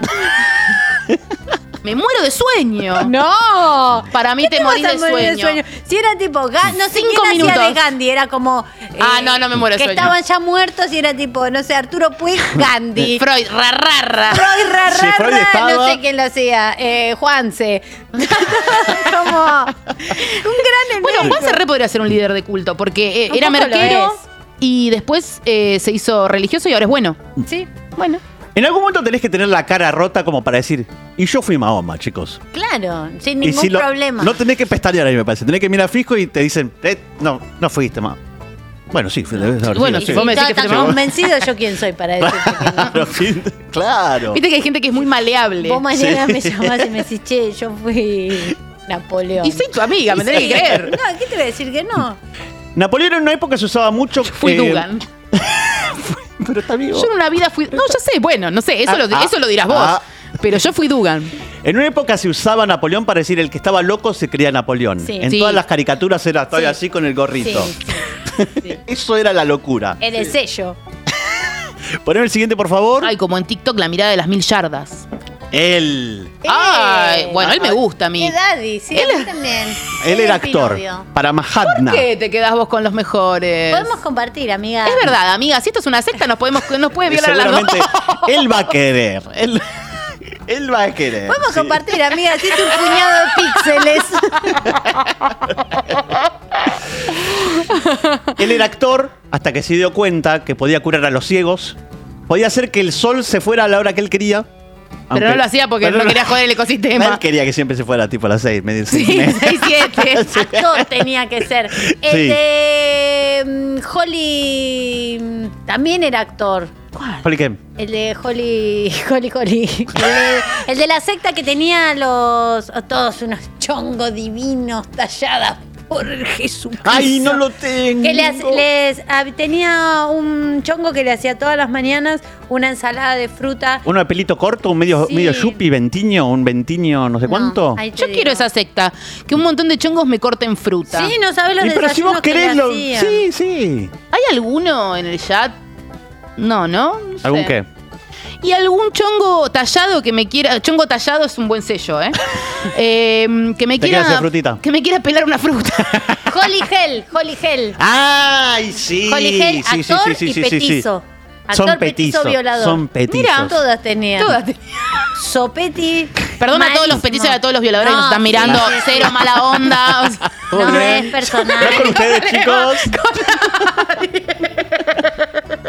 S3: me muero de sueño.
S4: No.
S3: Para mí te
S4: ¿Qué vas
S3: morís
S4: a
S3: de
S4: morir
S3: sueño.
S4: Si era tipo, Ga- no sé
S3: Cinco
S4: quién hacía
S3: minutos.
S4: de Gandhi, era como. eh,
S3: Ah, no, no me muero de
S4: Que
S3: sueño.
S4: estaban ya muertos y era tipo, no sé, Arturo Puig, Gandhi.
S3: Freud, ra, ra, ra.
S4: Freud, ra,
S6: Si
S4: ra,
S6: Freud
S4: ra, no
S6: estaba-
S4: sé quién lo hacía. Eh, Juanse. como un gran
S3: Bueno,
S4: elenco.
S3: Juan Serré podría ser un líder de culto porque eh,
S4: Un
S3: era
S4: poco lo
S3: merquero
S4: es.
S3: y después eh, se hizo religioso y ahora es bueno.
S4: Sí, bueno.
S6: En algún momento tenés que tener la cara rota como para decir, y yo fui Mahoma, chicos.
S4: Claro, sin
S6: Y
S4: ningún
S6: si lo-
S4: problema.
S6: No tenés que pestañear ahí, me parece. Tenés que mirar fijo y te dicen, eh, no, no fuiste más. Bueno, sí, fui, debes haber
S3: Bueno,
S6: sido,
S3: si
S6: sí.
S3: vos me decís
S4: Estaba
S3: que
S4: tan
S3: fuiste Mahoma.
S4: convencido yo quién soy para decirte que no.
S6: Claro, sí, claro.
S3: Viste que hay gente que es muy maleable.
S4: Vos mañana me llamás y me decís, che, yo fui Napoleón.
S3: Y soy tu amiga, me tenés
S4: Sí.
S3: que creer.
S4: No, ¿qué te voy a decir que no?
S6: Napoleón en una época se usaba mucho.
S3: Fui
S6: eh,
S3: Dugan.
S6: Pero está vivo.
S3: Yo en una vida fui. No, ya sé, bueno, no sé, eso,
S6: Ah,
S3: lo,
S6: ah,
S3: eso lo dirás vos.
S6: ah.
S3: Pero yo fui Dugan.
S6: En una época se usaba Napoleón para decir el que estaba loco se creía Napoleón.
S4: Sí.
S6: En
S3: Sí.
S6: todas las caricaturas era estoy
S4: Sí.
S6: así con el gorrito.
S4: Sí,
S6: Eso era la locura.
S4: En el sello.
S6: Poneme el siguiente, por favor.
S3: Eh. Ay, como en TikTok, la mirada de las mil yardas. Eh,
S6: Él.
S3: Ay, bueno, él me gusta a mí.
S4: Qué Eh, daddy, sí, a mí también.
S6: Él era actor.
S4: Pinocchio.
S6: Para Mahatma.
S3: ¿Qué te quedás vos con los mejores?
S4: Podemos compartir, amiga.
S3: Es verdad, amiga, si esto es una secta, nos podemos nos puede violar a las dos.
S6: Seguramente él va a querer. Él, él va a querer.
S4: Podemos
S6: Sí.
S4: compartir, amiga. Hiciste un puñado de píxeles.
S6: Él era actor hasta que se dio cuenta que podía curar a los ciegos. Podía hacer que el sol se fuera a la hora que él quería.
S3: Pero
S6: aunque-
S3: no lo hacía porque
S6: pero
S3: no quería joder el ecosistema.
S6: Él quería que siempre se fuera tipo a las seis. Me dice,
S3: Sí, 6, 7.
S4: Actor tenía que ser. El
S6: Sí.
S4: de mm, Holly mm, también era actor.
S6: Expliquen.
S4: El de Holly, Holly, Holly. El de, el de la secta que tenía los oh, todos unos chongos divinos talladas por Jesucristo.
S6: ¡Ay, no lo tengo!
S4: Que le hace- les, ah, tenía un chongo que le hacía todas las mañanas una ensalada de fruta.
S6: Uno de pelito corto, un medio,
S4: Sí.
S6: medio yupi, ventiño, un ventiño, no sé cuánto.
S4: No, ahí te
S3: Yo
S4: digo.
S3: quiero esa secta. Que un montón de chongos me corten fruta.
S4: Sí, no sabes los
S6: Y pero si
S4: desayunos
S6: vos
S4: que le
S6: querés lo.
S4: hacían.
S6: Sí, sí.
S3: ¿Hay alguno en el chat? No, ¿no? No sé.
S6: ¿Algún qué?
S3: Y algún chongo tallado que me quiera. Chongo tallado es un buen sello, ¿eh? Eh, que me
S6: Te
S3: quiera.
S6: queda hacer frutita.
S3: Que me quiera pelar una fruta.
S4: Holly Hell, Holly Hell.
S6: ¡Ay, sí!
S4: Holly Hell,
S6: sí, sí,
S4: actor
S6: sí, sí,
S4: y
S6: sí, sí, sí.
S4: petizo. Actor, petizo,
S6: Son petizos.
S4: violador.
S6: Son petizos.
S4: Mira, todas tenían.
S3: Todas tenían.
S4: Sopeti.
S3: Perdona a todos los petizos y a todos los violadores que nos están mirando. Cero mala onda. o sea,
S6: Todo
S4: No
S6: bien.
S4: es
S6: ¿Estás con
S4: personal.
S6: ustedes, chicos?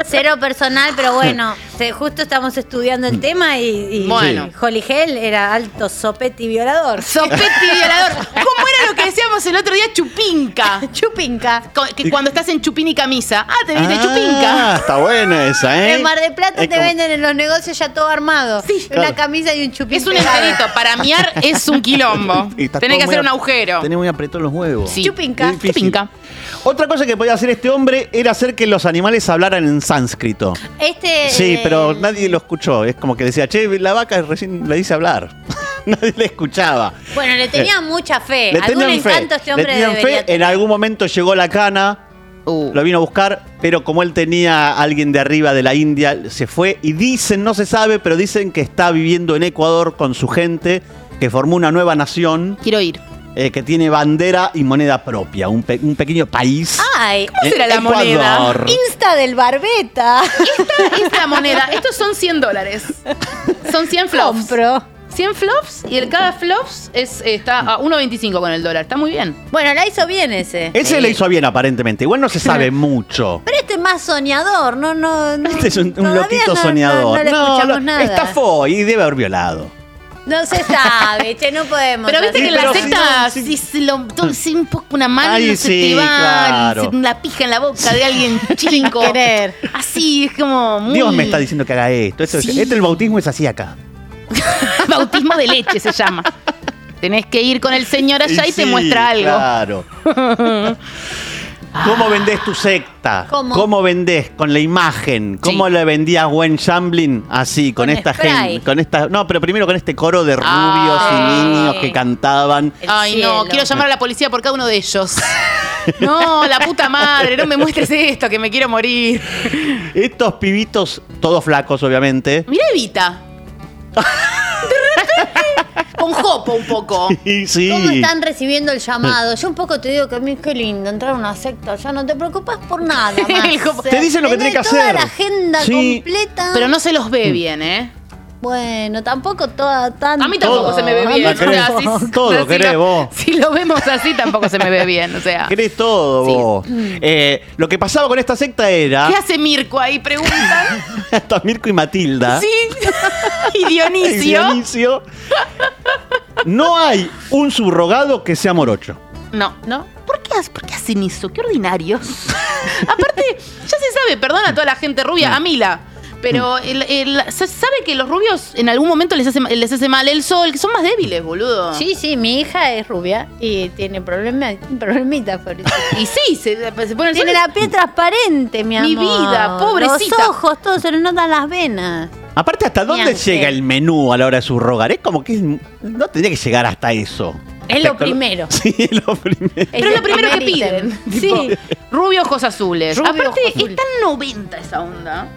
S4: Cero personal, pero bueno, se- justo estamos estudiando
S6: Mm.
S4: el tema y, y-
S3: Bueno.
S4: y Holly Hell era alto sopeti violador.
S3: Sopete y violador. ¿Cómo era lo que decíamos el otro día? Chupinca.
S4: Chupinca.
S3: Co- Que cuando estás en chupín y camisa. Ah, te viste
S6: Ah,
S3: chupinca.
S6: Está buena esa, ¿eh?
S4: En Mar del Plata
S6: Es
S4: te
S6: como-
S4: venden en los negocios ya todo armado. Una
S6: claro.
S4: camisa y un chupín.
S3: Es un
S4: pegado.
S3: enterito. Para miar es un quilombo.
S6: y estás
S3: Tenés
S6: todo
S3: que
S6: muy
S3: hacer un
S6: ap-
S3: agujero.
S6: Tenés muy apretón los huevos.
S3: Sí.
S4: Chupinca.
S6: Difícil.
S3: Chupinca.
S6: Otra cosa que podía hacer este hombre era hacer que los animales hablaran en sánscrito.
S4: Este.
S6: Sí,
S4: eh,
S6: pero nadie lo escuchó. Es como que decía, che, la vaca recién la hice hablar. nadie la escuchaba.
S4: Bueno, le tenía mucha fe.
S6: eh, Le
S4: Eh, Algún
S6: tenían fe.
S4: encanto este
S6: Le
S4: hombre
S6: tenían
S4: debería
S6: fe. En algún momento llegó la cana,
S3: Uh.
S6: lo vino a buscar, pero como él tenía a alguien de arriba de la India, se fue. Y dicen, no se sabe, pero dicen que está viviendo en Ecuador con su gente, que formó una nueva nación.
S3: Quiero ir.
S6: eh, que tiene bandera y moneda propia, un, pe- un pequeño país.
S4: Ay,
S6: Eh,
S3: será la
S6: Ecuador.
S4: Insta del Barbeta.
S3: Esta es la moneda. Estos son 100 dólares. Son 100 flops.
S4: Compro.
S3: 100 flops y el cada flops es, eh, está a 1.25 con el dólar. Está muy bien.
S4: Bueno, la hizo bien ese.
S6: Ese le hizo bien aparentemente, igual no se sabe mucho.
S4: Pero este es más soñador, no, no. no-
S6: Este es un, un
S4: todavía
S6: loquito
S4: no- no-
S6: soñador.
S4: No, le escuchamos
S6: lo-
S4: nada.
S6: Estafó y debe haber violado.
S4: No se sabe, che, no podemos.
S3: Pero viste
S4: hacer-
S3: que en la
S6: pero si
S3: secta,
S6: no, si- Hmm.
S3: si, se lo si un poco una mano,
S6: Ay,
S3: se
S6: sí,
S3: te va
S6: claro.
S3: se- la pija en la boca de alguien chico.
S4: querer.
S3: Así es como muy.
S4: Mm.
S6: Dios me está diciendo que haga esto. esto es-
S3: Sí.
S6: este el bautismo es así acá.
S3: Bautismo de leche se llama. Tenés que ir con el señor allá y, te
S6: sí,
S3: muestra algo.
S6: Claro. ¿Cómo vendés tu secta?
S4: ¿Cómo?
S6: vendés? Con la imagen. ¿Cómo
S3: Sí.
S6: la vendías Gwen Shamblin? Así, con,
S4: Con
S6: esta
S4: spray.
S6: gente. Con esta, no, pero primero con este coro de rubios
S3: Ah.
S6: y niños que cantaban.
S4: El
S3: Ay, no,
S4: cielo.
S3: quiero llamar a la policía por cada uno de ellos. No, la puta madre, no me muestres esto, que me quiero morir.
S6: Estos pibitos, todos flacos, obviamente.
S3: Mira Evita. De repente, con jopo un poco.
S6: Y sí.
S4: ¿Cómo están recibiendo el llamado? Yo un poco te digo que a mí qué lindo entrar a una secta. Ya no te preocupas por nada.
S3: El
S4: Más.
S3: jopo.
S6: Te dicen lo que
S4: Tenés
S6: tenés que
S4: toda
S6: hacer.
S4: la agenda
S6: Sí.
S4: completa.
S3: Pero no se los ve bien, ¿eh?
S4: Bueno, tampoco toda tan.
S3: A mí tampoco
S6: Todo.
S3: se me ve
S6: Ah,
S3: bien.
S6: la querés. Todo querés
S3: lo-
S6: vos.
S3: Si lo vemos así, tampoco se me ve bien. O sea, ¿qué
S6: Crees todo vos.
S4: Mm.
S6: Eh, lo que pasaba con esta secta era.
S3: hace Mirko ahí? Preguntan.
S6: Hasta Mirko y Matilda.
S3: Sí. Y Dionisio.
S6: y Dionisio. No hay un subrogado que sea morocho.
S3: No, no. ¿Por qué, has- por qué hacen eso? Qué ordinarios. Aparte, ya se sabe, perdona a toda la gente rubia, a Mila. Pero el- el- se sabe que los rubios en algún momento les hace, ma- les hace mal el sol, que son más débiles, boludo.
S4: Sí, sí, mi hija es rubia y tiene problema, problemitas por eso.
S3: Y sí, se, se pone el sol.
S4: Tiene la piel transparente, mi amor.
S3: Mi vida, pobrecita.
S4: Los ojos, todo se le notan las venas.
S6: Aparte, ¿hasta
S4: Mi
S6: dónde
S4: ángel.
S6: llega el menú a la hora de subrogar? Es como que es- no tendría que llegar hasta eso.
S4: Es
S6: Te
S4: lo
S6: colo-
S4: primero.
S6: Sí, es lo primero.
S3: Pero es lo primero que
S4: primer ítem.
S3: piden.
S4: Sí.
S3: Rubio ojos azules.
S4: Rubio,
S3: Aparte,
S4: ojos azules.
S3: es tan 90 esa onda.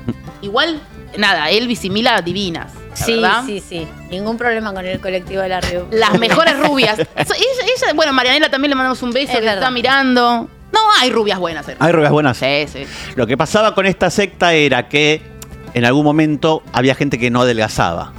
S3: Igual, nada, Elvis y Mila divinas. la
S4: Sí,
S3: verdad.
S4: sí, sí. Ningún problema con el colectivo de la Río.
S3: Las mejores rubias. So- Ella, ella- bueno, Marianela también le mandamos un beso,
S4: Es
S3: que
S4: verdad.
S3: está mirando. No, hay rubias buenas. eh.
S6: Hay rubias buenas.
S3: Sí, sí.
S6: Lo que pasaba con esta secta era que en algún momento había gente que no adelgazaba.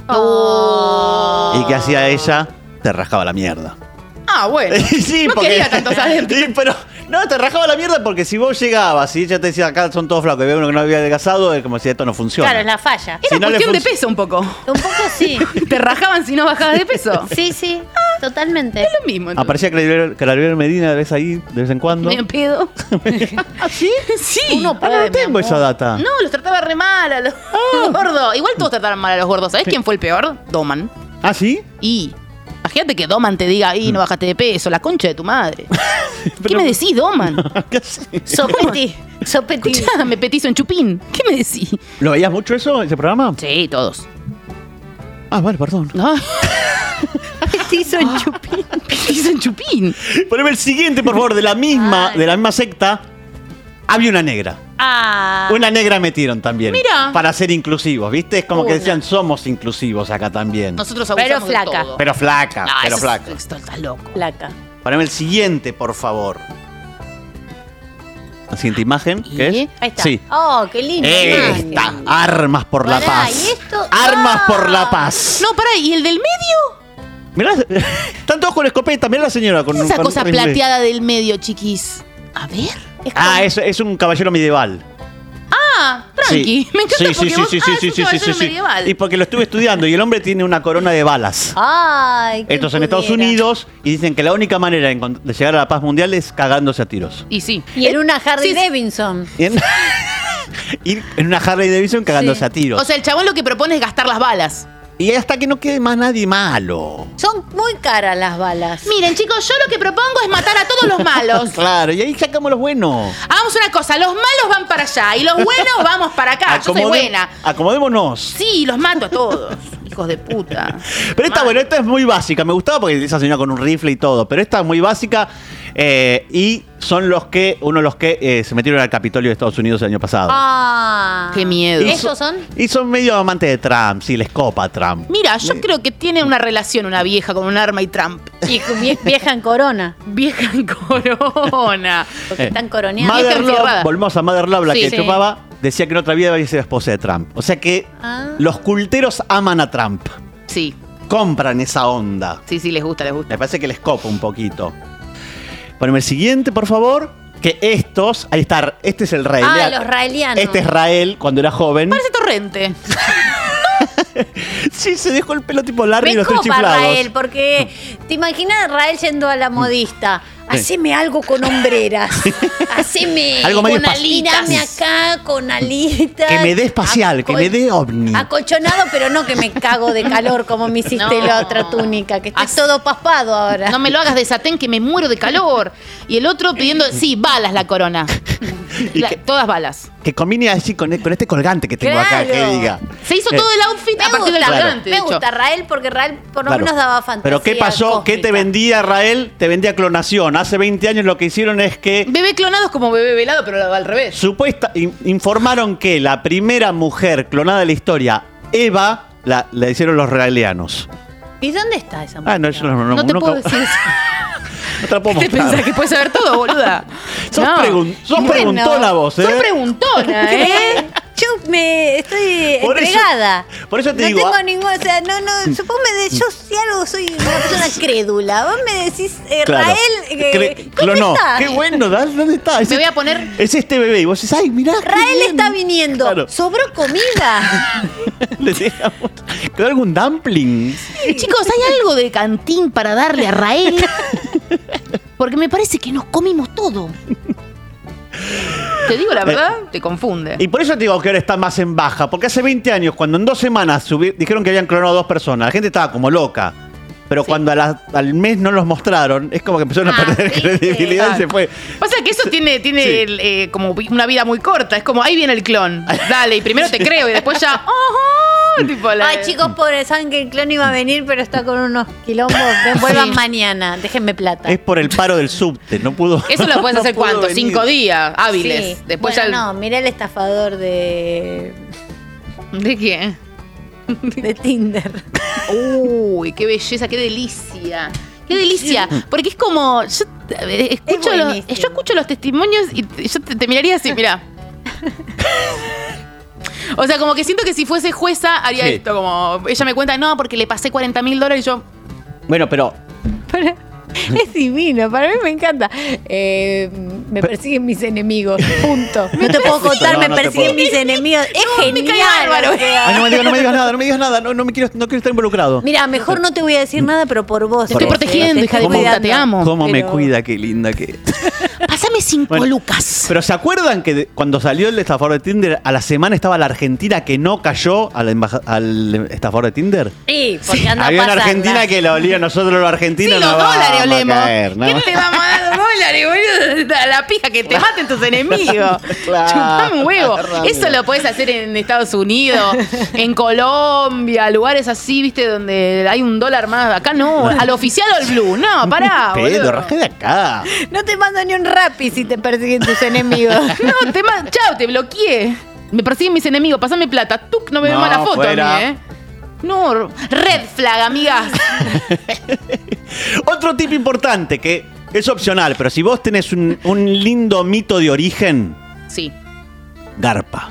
S4: Oh.
S6: Y que hacía ella, te rascaba la mierda.
S3: Oh. Ah, bueno.
S6: sí,
S3: no
S6: porque.
S3: quería tantos adentros.
S6: Sí, pero. No, te rajaba la mierda porque si vos llegabas y ella te decía, acá son todos flacos y veo uno que no había adelgazado, es como si esto no funciona.
S4: Claro, es la falla.
S3: Era
S6: Si no le
S3: cuestión de
S6: func-
S3: peso un poco.
S4: Un poco sí.
S3: Te rajaban si no bajabas de peso. Es
S4: Sí, sí. Totalmente.
S3: lo mismo. entonces.
S6: Aparecía Claribel Claribel Medina, ves ahí, de vez en cuando.
S3: Me pedo. ¿Sí? Sí.
S4: Uno
S6: Ah, no
S4: puede, mi
S6: tengo esa
S4: amor.
S6: data. Ah.
S3: No, los trataba re mal a los gordos. Igual todos trataban mal a los gordos. ¿Sabés quién fue el peor? Doman.
S6: ¿Ah, sí?
S3: Y. Imagínate que Doman te diga, y no bajaste de peso, la concha de tu madre. ¿Qué
S6: Mm. Pero-
S3: me decís, Doman?
S6: Casi.
S4: Sopetí. Sopetí.
S3: Escuchá, me petizo en chupín. ¿Qué me decís?
S6: ¿Lo veías mucho eso, ese programa?
S3: Sí, todos.
S6: Ah, vale, perdón.
S3: ¿No?
S4: Petizo en chupín.
S3: petizo en chupín.
S6: Poneme el siguiente, por favor, de la misma,
S3: Ah.
S6: de la misma secta. Había una negra.
S4: Ah.
S6: Una negra metieron también.
S3: Mirá.
S6: Para ser inclusivos, ¿viste? Es como que
S3: Una.
S6: decían, somos inclusivos acá también.
S3: Nosotros
S4: Pero
S3: abusamos
S4: flaca.
S3: de todo.
S6: Pero flaca,
S3: No,
S6: Ah, pero
S3: eso es-
S6: flaca.
S3: esto está loco.
S4: Placa.
S6: Poneme el siguiente, por favor. La siguiente imagen, ¿qué
S3: ¿Y?
S6: es?
S4: Ahí está.
S6: Sí.
S4: Oh, qué lindo.
S6: Esta,
S4: imagen.
S6: Armas por la
S4: Pará,
S6: Paz.
S4: ¿y esto?
S6: Armas
S4: Ah.
S6: por la Paz.
S3: No, pará, ¿y el del medio?
S6: Mirá, están todos con escopeta, mirá la señora con
S3: ¿Qué es esa
S6: con
S3: cosa
S6: rifle.
S3: plateada del medio, chiquis? A ver.
S6: Ah, es, es un caballero medieval.
S3: Ah, tranqui.
S6: Sí.
S3: Me encanta
S6: Sí, sí,
S3: porque
S6: sí,
S3: vos,
S6: sí,
S3: ah,
S6: sí,
S3: es
S6: sí,
S3: un
S6: sí,
S3: caballero
S6: sí, sí.
S3: medieval.
S6: Y porque lo estuve estudiando y el hombre tiene una corona de balas.
S4: Ay. ¿quién
S6: Esto es en Estados
S4: pudiera?
S6: Unidos y dicen que la única manera de encont- de llegar a la paz mundial es cagándose a tiros.
S3: Y sí.
S4: Y en una Harry
S3: Sí, sí.
S4: Davidson.
S6: Y en, ir en una Harley Davidson cagándose
S4: Sí.
S6: a tiros.
S3: O sea, el chabón lo que propone es gastar las balas.
S6: y hasta que no quede más nadie malo.
S4: Son muy caras las balas.
S3: Miren, chicos, yo lo que propongo es matar a todos los malos.
S6: Claro, y ahí sacamos los buenos.
S3: Hagamos una cosa, los malos van
S4: Ah,
S3: para allá y los buenos vamos para acá. Ah, Yo soy
S6: Acomode-
S3: buena.
S6: Acomodémonos.
S3: Sí, los mato a todos. Hijos de puta.
S6: Pero esta, bueno, esta es muy básica. Me gustaba porque esa señora con un rifle y todo. Pero esta es muy básica. eh, y son los que, uno de los que eh, se metieron al Capitolio de Estados Unidos el año pasado.
S4: Ah.
S3: Qué miedo.
S4: ¿Esos son?
S6: Y son medio amantes de Trump, sí, les copa Trump.
S3: Mira, yo creo que tiene una relación una vieja con un arma y Trump.
S4: Y con vie- vieja en corona.
S3: Vieja en corona.
S4: Porque
S6: Eh,
S4: están coroneados.
S3: Madre-
S6: Mother
S3: Vieja
S6: Love,
S3: encerrada.
S6: volvemos a Mother Love, la
S3: Sí,
S6: que
S3: sí.
S6: chupaba, decía que en otra vida había sido esposa de Trump. O sea que
S4: Ah.
S6: los culteros aman a Trump.
S3: Sí,
S6: Compran esa onda.
S3: sí, sí, les gusta, les gusta.
S6: Me parece que les copa un poquito. Poneme el siguiente, por favor. Que estos, ahí está, este es el Rael.
S4: Ah, los raelianos.
S6: Este es Rael cuando era joven.
S3: Parece torrente.
S6: Sí, se dejó el pelo tipo largo y
S4: Me
S6: los tres
S4: copa
S6: chiflados.
S4: Rael, porque te imaginas a Rael yendo a la modista. Haceme algo con hombreras. Haceme
S6: Algo medio
S4: con
S6: pas-
S4: alitas. Tirame acá con alitas.
S6: Que me dé espacial, que me dé ovni.
S4: Acolchonado, pero no que me cago de calor como me hiciste
S3: No.
S4: la otra túnica, que estoy
S3: Haz-
S4: todo paspado ahora.
S3: No me lo hagas de satén que me muero de calor. Y el otro pidiendo, sí, balas la corona. La-
S6: que-
S3: todas balas.
S6: Que combine así con, con este colgante que tengo acá,
S4: Claro.
S6: que diga.
S3: Se hizo
S6: Eh,
S3: todo el outfit
S4: me
S3: a partir del
S4: gusta,
S3: colgante, de
S4: me
S3: hecho.
S4: gusta Rael porque Rael por lo
S6: claro.
S4: menos daba fantasía.
S6: Pero ¿qué pasó? ¿Qué te
S4: cósmica.
S6: vendía Rael? Te vendía clonación. Hace 20 años lo que hicieron es que
S3: Bebé clonado es como bebé velado, pero al revés.
S6: Supuesta, in- informaron que la primera mujer clonada de la historia, Eva, la, la hicieron los raelianos.
S4: ¿Y dónde está esa mujer?
S6: Ah, no, yo no,
S3: No,
S6: no,
S3: te
S6: nunca-
S3: puedo decir eso.
S6: no te la puedo
S3: ¿Te
S6: mostrar.
S3: pensás que puedes saber todo, boluda?
S6: Sos, pregun- sos preguntona vos, ¿eh?
S3: Soy preguntona, ¿eh?
S4: ¿Eh? Yo me estoy
S6: Por eso-
S4: entregada.
S6: por eso te
S4: no
S6: digo,
S4: No
S6: ah-
S4: tengo ningún, o sea, no, no, supongo me de, yo si algo soy una persona crédula. Vos me decís, eh,
S6: Claro.
S4: Rael, eh,
S6: Cre-
S4: ¿dónde
S6: clonó.
S4: está?
S6: Qué bueno, da- ¿dónde está? Es,
S3: Me voy a poner.
S6: es este bebé. Y vos decís, ay, mirá. qué
S4: Rael
S6: bien.
S4: está viniendo.
S6: Claro.
S4: Sobró comida.
S6: Le dejamos- ¿Quedó algún dumpling?
S3: Chicos, ¿hay algo de cantín para darle a Rael? Porque me parece que nos comimos todo. Te digo la verdad, te confunde.
S6: Eh, Y por eso te digo que ahora está más en baja, porque hace 20 años, cuando en dos semanas subi- dijeron que habían clonado a dos personas, la gente estaba como loca. Pero cuando a la- al mes no los mostraron, es como que empezaron
S4: Ah,
S6: a perder
S4: sí,
S6: credibilidad y
S3: claro.
S6: se fue.
S3: Pasa que eso tiene, tiene
S6: Sí.
S3: el, eh, como vi- una vida muy corta. Es como, ahí viene el clon. Dale, y primero te creo y después ya. "Ajá", tipo la-
S4: Ay, chicos, pobres, saben que el clon iba a venir, pero está con unos quilombos. Ven, vuelvan mañana. Déjenme plata.
S6: Es por el paro del subte, no pudo.
S3: Eso lo puedes
S6: no
S3: hacer
S6: pudo
S3: cuánto?
S6: venir.
S3: Cinco días hábiles.
S4: Sí.
S3: Después
S4: bueno,
S3: ya.
S4: no, mirá el estafador de,
S3: el- ¿De qué?
S4: de Tinder.
S3: Uy, qué belleza, qué delicia. Qué delicia. Porque es como. Yo a ver, escucho,
S4: Es
S3: los,
S4: buenísimo.
S3: yo escucho los testimonios y te- yo te, te miraría así, mirá. O sea, como que siento que si fuese jueza haría
S6: Sí.
S3: esto, como ella me cuenta, no, porque le pasé 40 mil dólares y yo,
S6: Bueno, pero
S4: Es divino, para mí me encanta. Eh, me persiguen mis enemigos, punto. No te puedo contar,
S6: No,
S4: me
S6: no te
S4: persiguen
S6: puedo.
S4: mis enemigos. Es
S3: No, me cae
S4: genial. Eh,
S3: bárbaro.
S4: o sea.
S6: Ay, no, me digas, no me digas nada, no me digas nada, no, no me quiero, no quiero estar involucrado.
S4: Mira, mejor no te voy a decir nada, pero por vos.
S3: Te estoy
S4: porque
S3: protegiendo,
S4: te
S3: hija de
S4: estoy
S3: puta,
S4: cuidando.
S3: te amo.
S6: ¿Cómo me
S4: Pero-
S6: cuida? Qué linda que.
S3: pásame cinco
S6: Bueno,
S3: lucas.
S6: Pero ¿se acuerdan que de- cuando salió el estafador de Tinder, a la semana estaba la Argentina que no cayó al, embaja- al estafador de Tinder?
S4: Sí, porque anda
S6: Había una
S4: pasando.
S6: Argentina que la olía, nosotros los
S3: Sí, los
S6: argentinos no vamos
S3: dólares
S6: a
S3: olemos.
S6: caer, ¿no?
S3: ¿Qué te vamos a dar dólares, boludo? A La pija que te maten tus enemigos.
S6: Claro.
S3: Chupame un huevo. Eso lo puedes hacer en Estados Unidos, en Colombia, lugares así, viste, donde hay un dólar más. Acá no, al oficial o al blue. No, pará,
S6: Pedro,
S3: boludo.
S6: rajá de acá.
S4: No te mando ni un rapi si te persiguen tus enemigos.
S3: No, te ma- chao, te bloqueé. Me persiguen mis enemigos, pasame plata. Tuc, no me veo
S6: No,
S3: mala foto
S6: fuera.
S3: a mí, ¿eh? No, red flag, amigas.
S6: Otro tip importante que es opcional, pero si vos tenés un, un lindo mito de origen,
S3: Sí.
S6: garpa.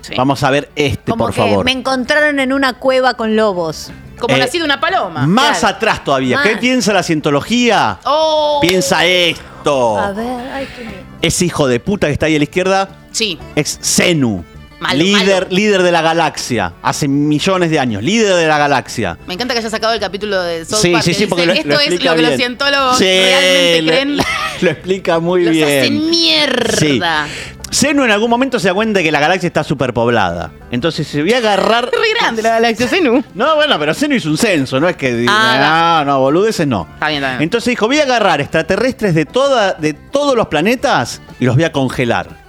S3: sí.
S6: Vamos a ver este,
S4: Como
S6: por
S4: que
S6: favor.
S4: me encontraron en una cueva con lobos.
S3: Como
S6: Eh,
S3: nacido una paloma.
S6: Más
S3: Claro.
S6: atrás todavía. ¿Qué
S4: Más.
S6: piensa la cientología?
S3: Oh.
S6: Piensa esto.
S4: A ver, ay, qué miedo.
S6: Ese hijo de puta que está ahí a la izquierda
S3: Sí.
S6: es Zenu.
S3: Malo,
S6: líder,
S3: malo.
S6: líder de la galaxia. Hace millones de años. Líder de la galaxia.
S3: Me encanta que haya sacado el capítulo de South
S6: sí,
S3: Park,
S6: sí,
S3: que
S6: sí, porque lo,
S3: dicen,
S6: lo
S3: esto es
S6: explica
S3: lo que
S6: bien.
S3: los cientólogos
S6: Sí,
S3: realmente
S6: lo-
S3: creen.
S6: Lo explica muy
S3: los
S6: bien.
S3: hacen mierda.
S6: Zeno en algún momento se da cuenta de que la galaxia está superpoblada. Entonces se voy a agarrar.
S3: Re grande la galaxia Zenu.
S6: No, bueno, pero Zeno hizo un censo, no es que.
S3: Ah,
S6: no, no, boludeces no.
S3: Está bien, está bien.
S6: Entonces dijo: voy a agarrar extraterrestres de, toda, de todos los planetas y los voy a congelar.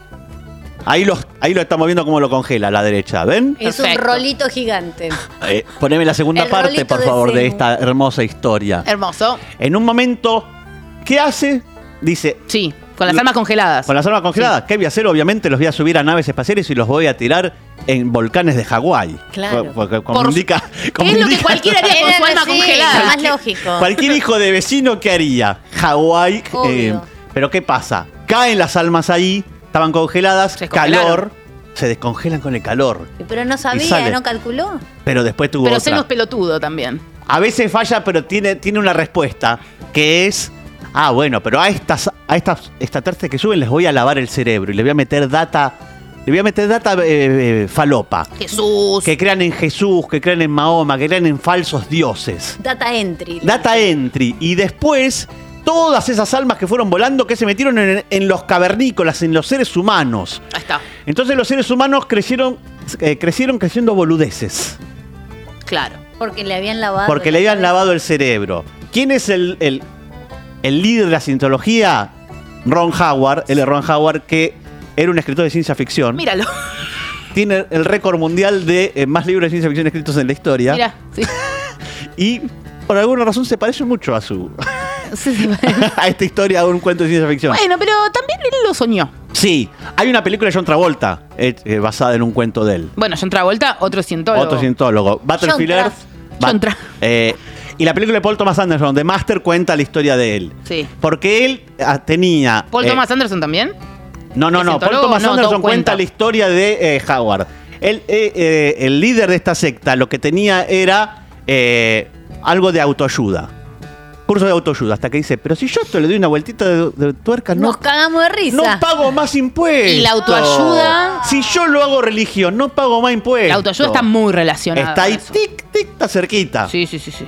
S6: Ahí, los, ahí lo estamos viendo cómo lo congela a la derecha, ¿ven?
S9: Es un
S3: Perfecto.
S9: rolito gigante.
S6: Eh, poneme la segunda
S9: El
S6: parte,
S9: rolito
S6: por
S9: de
S6: favor, de
S9: Seymour.
S6: esta hermosa historia.
S3: Hermoso.
S6: En un momento, ¿qué hace? Dice,
S3: Sí, con las armas congeladas.
S6: con las armas congeladas, ¿qué voy a hacer? Obviamente los voy a subir a naves espaciales y los voy a tirar en volcanes de Hawái.
S9: Claro.
S6: Porque como
S3: Por-
S6: indica...
S3: ¿Qué
S6: como
S3: es lo que
S6: indica-
S3: cualquiera haría con su alma
S9: lo
S3: congelada?
S9: más lógico.
S6: Cualquier hijo de vecino, ¿qué haría? Hawái. eh,
S9: Obvio.
S6: pero ¿qué pasa? Caen las almas ahí, estaban congeladas,
S3: Se descongelaron.
S6: calor, se descongelan con el calor.
S9: Pero no sabía,
S6: sale.
S9: no calculó.
S6: Pero después tuvo
S3: Pero
S6: otra.
S3: Seno es pelotudo también.
S6: A veces falla, pero tiene, tiene una respuesta, que es, ah, bueno, pero a estas, a estas extraterrestres que suben les voy a lavar el cerebro y les voy a meter data, les voy a meter data eh, eh, falopa.
S3: Jesús.
S6: Que crean en Jesús, que crean en Mahoma, que crean en falsos dioses.
S9: Data entry.
S6: Data entry. Y después, todas esas almas que fueron volando, que se metieron en, en los cavernícolas, en los seres humanos.
S3: Ahí está.
S6: Entonces los seres humanos crecieron, eh, crecieron creciendo boludeces.
S3: Claro.
S9: Porque le habían
S3: Ah,
S9: lavado. la
S6: Porque le habían
S9: cabeza.
S6: lavado el cerebro. ¿Quién es el, el- el líder de la cientología? Ron Howard, L. Ron Howard, que era un escritor de ciencia ficción.
S3: Míralo.
S6: Tiene el récord mundial de eh, más libros de ciencia ficción escritos en la historia.
S3: Mira. Sí.
S6: Y por alguna razón se parece mucho a su. a esta historia, a un cuento de ciencia ficción.
S3: Bueno, pero también él lo soñó.
S6: Sí, hay una película de John Travolta eh, eh, basada en un cuento de él.
S3: Bueno, John Travolta, otro cientólogo.
S6: Otro cientólogo. Battlefield
S9: John
S6: Earth.
S3: Tra- John Tra-
S6: eh, y la película de Paul Thomas Anderson, The Master, cuenta la historia de él.
S3: Sí.
S6: Porque él ah, tenía.
S3: Paul
S6: eh,
S3: Thomas Anderson también.
S6: No, no,
S3: ¿Es
S6: no. Paul
S3: cientólogo?
S6: Thomas
S3: No,
S6: Anderson
S3: todo
S6: cuenta
S3: cuenta.
S6: la historia de eh, Howard. Él, eh, eh, el líder de esta secta lo que tenía era eh, algo de autoayuda. Curso de autoayuda. Hasta que dice: Pero si yo esto le doy una vueltita de, de tuerca, no.
S9: Nos cagamos de
S6: No
S9: risa.
S6: pago más impuestos.
S3: Y la autoayuda-
S6: Si yo lo hago religión, no pago más impuestos.
S3: La autoayuda está muy relacionada.
S6: Está ahí,
S3: con eso.
S6: tic, tic, está cerquita.
S3: Sí, sí, sí, sí.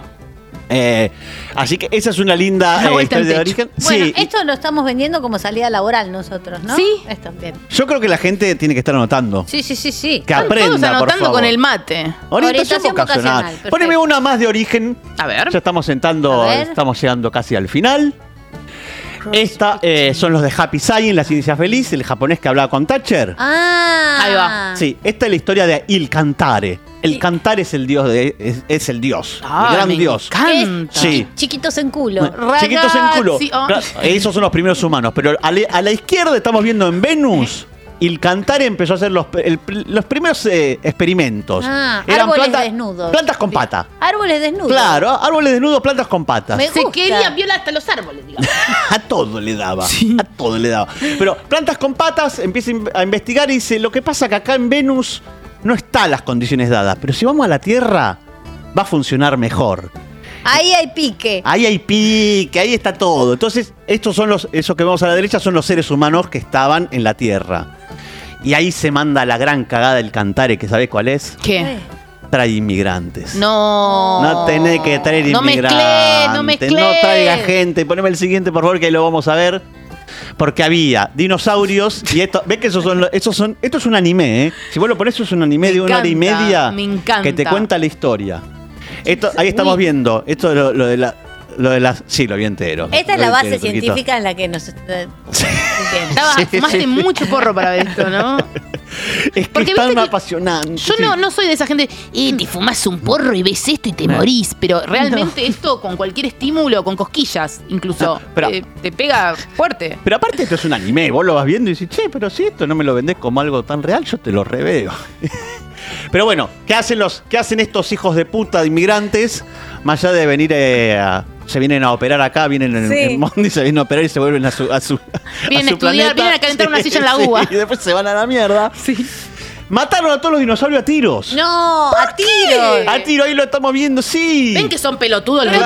S6: Eh, así que esa es una linda
S3: La
S6: eh,
S3: vuelta
S6: historia de
S3: al techo.
S6: origen.
S9: Bueno,
S6: sí,
S9: esto lo estamos vendiendo como salida laboral nosotros, ¿no?
S3: Sí.
S9: Esto, bien.
S6: yo creo que la gente tiene que estar anotando.
S9: Sí, sí, sí, sí.
S6: Que
S3: Están todos
S6: aprenda, por
S3: anotando
S6: favor.
S3: con el mate.
S6: Orientación
S9: Orientación vocacional,
S6: vocacional.
S9: perfecto.
S6: Poneme una más de origen.
S3: A ver.
S6: Ya estamos sentando,
S9: A ver.
S6: estamos llegando casi al final. Esta eh, son los de Happy Science, la ciencia feliz, el japonés que hablaba con Thatcher.
S9: Ah.
S3: Ahí va.
S6: Sí, esta es la historia de Il Cantare. El Cantar es el dios de, es, es el dios,
S3: Ah,
S6: el gran
S3: me
S6: dios.
S3: encanta.
S6: Sí.
S9: Chiquitos en culo.
S6: Chiquitos en culo.
S3: Ragazzi, oh.
S6: Claro, Esos son los primeros humanos. Pero a la, a la izquierda estamos viendo en Venus. Y el Cantare empezó a hacer los, el- los primeros eh, experimentos.
S9: Ah, árboles desnudos.
S6: plantas con pata.
S9: Árboles desnudos.
S6: Claro, árboles desnudos, plantas con patas.
S9: Me-
S3: Se
S9: gusta.
S3: quería violar hasta los árboles, digamos.
S6: A todo le daba. A todo le daba. Pero plantas con patas empieza a in- a investigar y dice: Lo que pasa que acá en Venus no están las condiciones dadas. Pero si vamos a la Tierra, va a funcionar mejor.
S9: Ahí hay pique.
S6: Ahí hay pique, ahí está todo. Entonces, estos son los, esos que vemos a la derecha son los seres humanos que estaban en la Tierra. Y ahí se manda la gran cagada del cantare, que sabés cuál es.
S3: ¿Qué?
S6: Trae inmigrantes.
S3: No.
S6: No tenés que traer
S3: No
S6: inmigrantes.
S3: mezclé, no mezclé.
S6: traiga gente. Poneme el siguiente, por favor, que ahí lo vamos a ver. Porque había dinosaurios y esto. ¿Ves que esos son, los- esos son. Esto es un anime, ¿eh? Si vos lo ponés, eso es un anime
S3: Me
S6: de una hora y
S3: encanta,
S6: media.
S3: me encanta.
S6: Que te cuenta la historia. Esto, ahí estamos
S9: Uy.
S6: viendo. Esto es lo, lo de la. Lo de las. Sí, lo vi entero.
S9: Esta es
S6: Lo
S9: la
S6: vi
S9: base
S6: entero, Turquito.
S9: científica en la que nos. Bien.
S3: Estaba,
S6: Sí,
S3: fumaste
S6: sí.
S3: mucho porro para ver esto, ¿no?
S6: Es que
S3: Porque
S6: es tan
S3: viste que-
S6: apasionante.
S3: Yo no, no soy de esa gente, eh, te fumas un porro y ves esto y te morís, pero realmente esto con cualquier estímulo, con cosquillas incluso,
S6: No, pero-
S3: eh, te pega fuerte.
S6: Pero aparte esto es un anime, vos lo vas viendo y dices, che, pero si esto no me lo vendés como algo tan real, yo te lo reveo. pero bueno, ¿qué hacen, los, ¿qué hacen estos hijos de puta de inmigrantes? Más allá de venir eh, a- Se vienen a operar acá, vienen en,
S9: Sí.
S6: en Mondi, se vienen a operar y se vuelven a su, a su, a
S3: Vienen a
S6: su
S3: estudiar, vienen a calentar una silla en la
S6: sí,
S3: UBA.
S6: y después se van a la mierda. Mataron a todos los dinosaurios a tiros.
S9: No, a tiro.
S6: A tiro, ahí lo estamos viendo, sí.
S3: Ven que son pelotudos los
S9: ¿Pero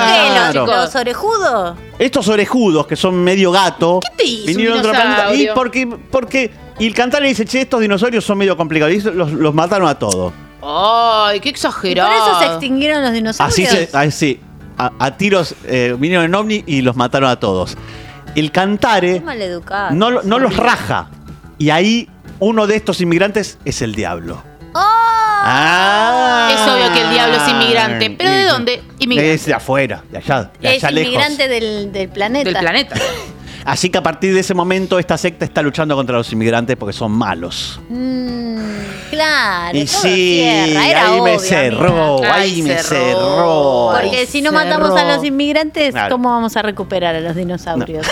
S9: qué?
S6: Claro.
S3: chicos.
S9: ¿Los, los orejudos?
S6: Estos orejudos que son medio gato.
S3: ¿Qué te hizo un
S6: vinieron de otra planeta. Y
S3: dinosaurio?
S6: porque, porque. Y el cantante dice, che, estos dinosaurios son medio complicados. Y los, los mataron a todos.
S3: Ay, qué
S9: ¿Y por
S3: exagerado.
S9: eso se extinguieron los
S6: Así
S9: dinosaurios?
S6: se, así. A, a tiros eh, vinieron en ovni y los mataron a todos. El cantare
S9: Maleducado.
S6: no, lo- no los raja. Y ahí uno de estos inmigrantes es el diablo. Ah.
S3: Oh. Es obvio que el diablo es inmigrante, pero ¿de
S6: Y-
S3: dónde? Inmigrante.
S6: Es de afuera, de allá, de
S9: Es
S6: allá lejos.
S9: inmigrante del, del planeta.
S3: Del planeta.
S6: Así que a partir de ese momento esta secta está luchando contra los inmigrantes porque son malos.
S4: Mm, Claro.
S6: y
S4: todo
S6: sí,
S4: cierra, era
S6: ahí me
S4: obvio, amiga.
S6: cerró,
S3: Ay,
S6: ahí me
S3: cerró.
S6: cerró.
S4: Porque si no matamos
S6: cerró.
S4: a los inmigrantes,
S6: Claro.
S4: ¿cómo vamos a recuperar a los dinosaurios?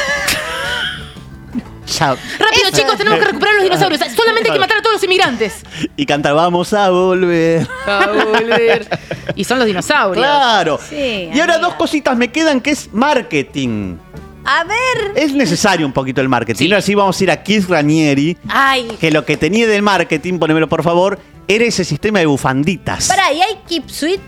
S6: Ya-
S3: Rápido, chicos, tenemos que recuperar los dinosaurios. Solamente hay que matar a todos los inmigrantes.
S6: Y canta, vamos a volver.
S3: A volver. Y son los dinosaurios.
S6: Claro.
S4: Sí,
S6: y ahora
S4: amiga.
S6: dos cositas me quedan que es marketing.
S4: A ver.
S6: Es necesario un poquito el marketing. Ahora sí vamos a ir a Keith Ranieri,
S4: Ay.
S6: que lo que tenía del marketing, ponémelo por favor, era ese sistema de bufanditas.
S4: Pará, ¿y hay Keep Sweet?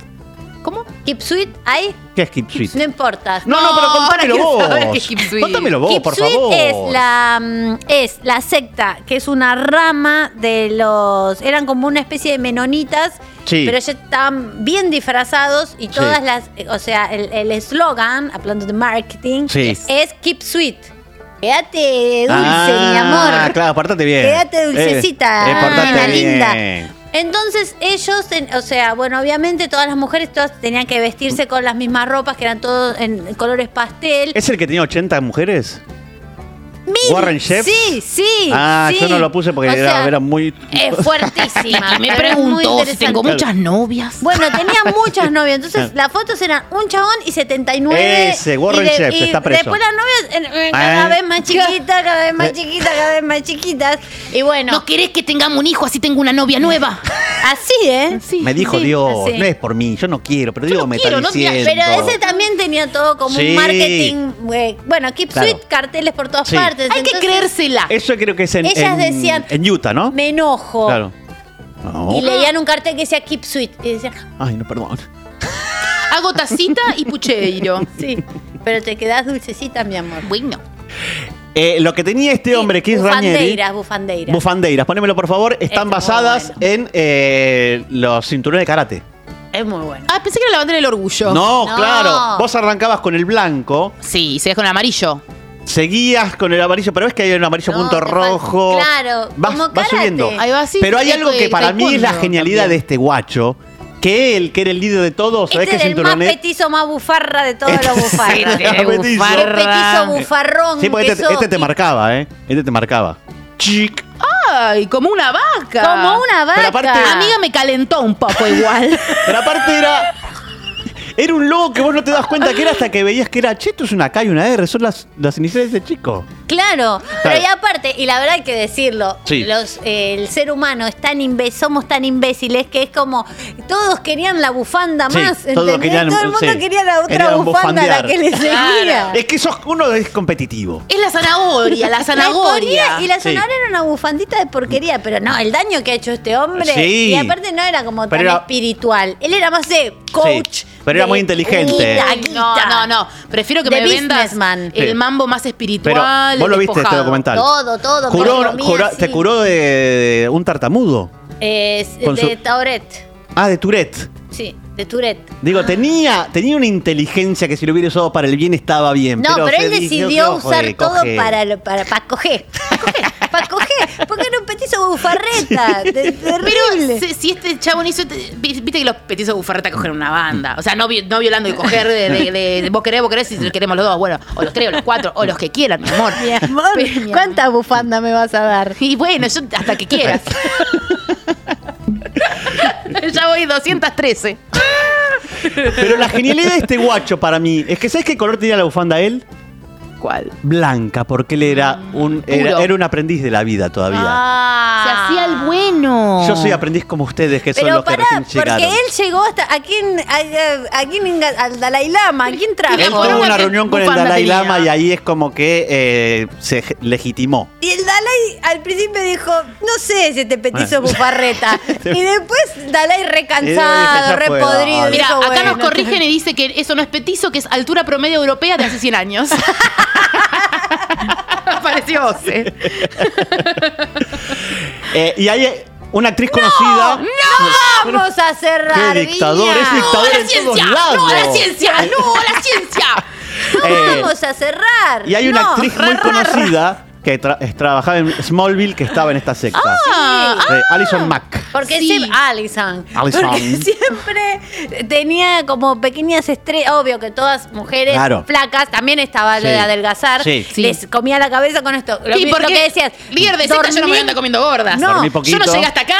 S4: ¿Cómo? ¿Keep Sweet? ¿Hay?
S6: ¿Qué es Keep Sweet?
S4: No importa.
S6: No, no, pero contámelo
S3: quiero saber qué
S6: vos.
S3: es Keep Sweet.
S6: Contámelo vos,
S4: Keep
S6: por
S4: Sweet
S6: favor.
S4: Es la, mm, es la secta, que es una rama de los... Eran como una especie de menonitas,
S6: Sí.
S4: pero ya estaban bien disfrazados y todas las... O sea, el el eslogan, hablando de marketing,
S6: Sí.
S4: es Keep Sweet. Quédate dulce,
S6: Ah,
S4: mi amor.
S6: Claro, portate bien.
S4: Quédate
S6: Eh,
S4: dulcecita,
S6: eh, portate
S4: nena linda.
S6: bien.
S4: Entonces ellos, ten- o sea, bueno, obviamente todas las mujeres todas tenían que vestirse con las mismas ropas, que eran todos en colores pastel.
S6: ¿Es el que tenía 80 mujeres?
S4: Mil-
S6: Warren Jeffs?
S4: Sí, sí.
S6: ah,
S4: sí.
S6: yo no lo puse porque
S4: O
S6: era,
S4: sea,
S6: era muy...
S4: Es fuertísima.
S3: Me
S4: pero es muy
S3: pregunto si tengo muchas
S4: interesante.
S3: novias.
S4: Bueno, tenía muchas novias, entonces las fotos eran un chabón y 79.
S6: Ah. Ese, Warren
S4: y de-
S6: Jeffs,
S4: y
S6: está preso.
S4: Después las novias eh, eh, cada
S6: Ah.
S4: vez más chiquitas, cada vez más chiquitas, cada vez más chiquitas. Y bueno,
S2: ¿No querés que tengamos un hijo así tengo una novia nueva?
S4: así, ¿eh?
S3: Sí,
S6: me dijo
S4: sí,
S6: Dios,
S4: sí.
S6: no es por mí, yo no quiero, pero Dios
S3: no
S6: me
S3: quiero, no
S6: está
S3: quiero.
S6: diciendo.
S4: Pero ese también tenía todo como
S6: Sí.
S4: un marketing. eh, bueno, Keep
S6: Claro.
S4: Sweet, carteles por todas
S6: Sí.
S4: partes.
S3: Hay que
S4: entonces,
S3: creérsela.
S6: Eso creo que es en,
S4: Ellas
S6: en-
S4: decían-
S6: en Utah, ¿no?
S4: Me enojo.
S6: Claro. No.
S4: Y leían un cartel que decía "Ah, Keep Sweet. Y decían,
S6: Ay, no, perdón.
S3: Hago tacita y pucheiro.
S4: sí, pero te quedás dulcecita, mi amor.
S3: Bueno.
S6: Eh, lo que tenía este hombre, Keith Ranieri...
S4: Bufandeiras, bufandeiras.
S6: Bufandeiras, ponémelo por favor,
S4: Está
S6: están
S4: muy
S6: basadas
S4: bueno.
S6: en eh, los cinturones de karate.
S4: es muy bueno.
S3: Ah, pensé que era la bandera del orgullo.
S6: No,
S4: No.
S6: claro. Vos arrancabas con el blanco,
S3: Sí, se deja con amarillo.
S6: seguías con el amarillo, pero ves que hay un amarillo
S4: No,
S6: punto
S4: te fal-
S6: rojo.
S4: Claro,
S6: vas,
S4: como
S6: vas
S4: karate.
S6: subiendo.
S3: Ahí va, sí,
S6: pero hay
S3: sí,
S6: algo que
S3: tai-
S6: para mí es la
S3: taekwondo
S6: genialidad
S3: también.
S6: de este guacho, que él, que era el líder de todos, ¿sabés
S4: Este
S6: qué
S4: era el más
S6: cinturones?
S4: petizo, más bufarra de todos los bufarros.
S6: Este era petizo.
S4: Qué petizo bufarrón.
S6: Sí, porque
S4: que
S6: este,
S4: sos.
S6: este te marcaba, ¿eh? Este te marcaba. Chic.
S3: Ay, como una vaca.
S4: Como una vaca.
S6: Pero aparte-
S3: Amiga me calentó un poco igual.
S6: Pero aparte era. Era un logo que vos no te das cuenta que era hasta que veías que era, che, esto es una K y una R, son las, las iniciales de este chico.
S4: Claro, pero y aparte, y la verdad hay que decirlo,
S6: Sí.
S4: los, eh, el ser humano es tan imbé- somos tan imbéciles que es como todos querían la bufanda
S6: Sí,
S4: más,
S6: todos
S4: ¿entendés?
S6: querían-
S4: Todo el mundo
S6: sí,
S4: quería la otra
S6: querían
S4: bufanda, la
S6: bufandear.
S4: que le seguía.
S6: Es que sos, uno es competitivo.
S3: es la zanahoria, la zanahoria.
S4: Y la
S6: Sí.
S4: zanahoria era una bufandita de porquería, pero no, el daño que ha hecho este hombre.
S6: Sí.
S4: Y aparte no era como tan
S6: Pero era-
S4: espiritual. Él era más de coach.
S6: Sí, pero era
S4: de
S6: muy inteligente.
S4: guita,
S3: Ay, Eh. no,
S4: guita.
S3: no, no. Prefiero que
S4: The
S3: me vendas
S4: businessman.
S3: el
S6: Sí.
S3: mambo más
S6: Pero
S3: espiritual.
S6: vos lo
S3: el
S6: viste este
S3: despojado.
S6: documental.
S4: Todo, todo,
S6: Curó-
S4: economía,
S6: curó-
S4: sí.
S6: Te curó de, de un tartamudo.
S4: Es
S6: Con
S4: de
S6: su-
S4: Tauret.
S6: Ah, de Tourette.
S4: Sí, de Tourette.
S6: Digo, tenía, tenía una inteligencia que si lo hubiera usado para el bien estaba bien.
S4: No, pero,
S6: se
S4: él
S6: dijo,
S4: decidió
S6: "Ojo,
S4: usar
S6: eh,
S4: todo
S6: coge".
S4: para, lo- para, para coger. Para coger, para coger. Porque era un petizo bufarreta. de-
S3: Pero
S4: terrible.
S3: si, si este chabón hizo. este- vi- Viste que los petizos bufarreta cogen una banda. O sea, no, vi- no violando y coger de, de- de- de- Vos querés, vos querés, si queremos los dos. Bueno, o los tres, o los cuatro, o los que quieran, mi amor.
S4: Mi amor,
S3: Pero-
S4: ¿cuánta bufanda me vas a dar?
S3: Y bueno, yo hasta que quieras. ya voy 213.
S6: Pero la genialidad de este guacho para mí es que ¿sabes qué color tenía la bufanda él?
S3: ¿Cuál?
S6: Blanca, porque él era
S4: Mm,
S6: un era,
S3: Puro.
S6: era un aprendiz de la vida todavía.
S4: Ah.
S3: Se hacía el bueno.
S6: Yo soy aprendiz como ustedes, que son
S4: Pero
S6: los que
S4: pará,
S6: recién
S4: porque
S6: llegaron.
S4: él llegó hasta. ¿A quién? A, a- a quién enga- ¿Al Dalai Lama? ¿A quién trajo?
S3: Y
S6: Él
S3: la poronga
S6: tuvo una
S3: que
S6: reunión con el
S3: bufanda
S6: Dalai
S3: tenía.
S6: Lama y ahí es como que eh, se je- legitimó.
S4: Y el Dalai al principio dijo, no sé si este petizo
S6: Bueno.
S4: bufarreta. y después Dalai
S6: Y
S4: recansado,
S6: dije, ya fue,
S4: repodrido.
S6: dale.
S3: Mira,
S4: dijo,
S3: acá
S4: bueno.
S3: nos corrigen y dice que eso no es petizo, que es altura promedio europea de hace 100 años. Apareció Ose.
S6: Eh, y hay eh, una actriz conocida. ¡No!
S4: Vamos a cerrar.
S6: ¡Qué dictador!
S4: Viña.
S6: ¡Es dictador
S3: ¡No a ¡Oh, la ciencia!
S6: en todos lados!
S3: ¡No a la ciencia! ¡No a la ciencia!
S6: Eh,
S4: Vamos a cerrar.
S6: y hay una
S4: No.
S6: actriz muy conocida que tra- es- trabajaba en Smallville, que estaba en esta secta.
S4: Ah,
S6: Sí, Alison Mack.
S4: Porque
S9: Sí.
S4: siempre. Alison.
S6: Alison.
S4: Porque siempre tenía como pequeñas estrellas. Obvio que todas mujeres
S6: Claro.
S4: flacas también estaba lo
S6: Sí.
S4: de adelgazar.
S6: Sí.
S4: Les comía la cabeza con esto. Lo,
S3: Sí,
S4: mi- lo
S3: porque
S4: que decías.
S3: Líder de secta, yo no me voy a andar comiendo gordas.
S4: No. Dormí
S3: yo
S6: poquito.
S3: no llegué hasta acá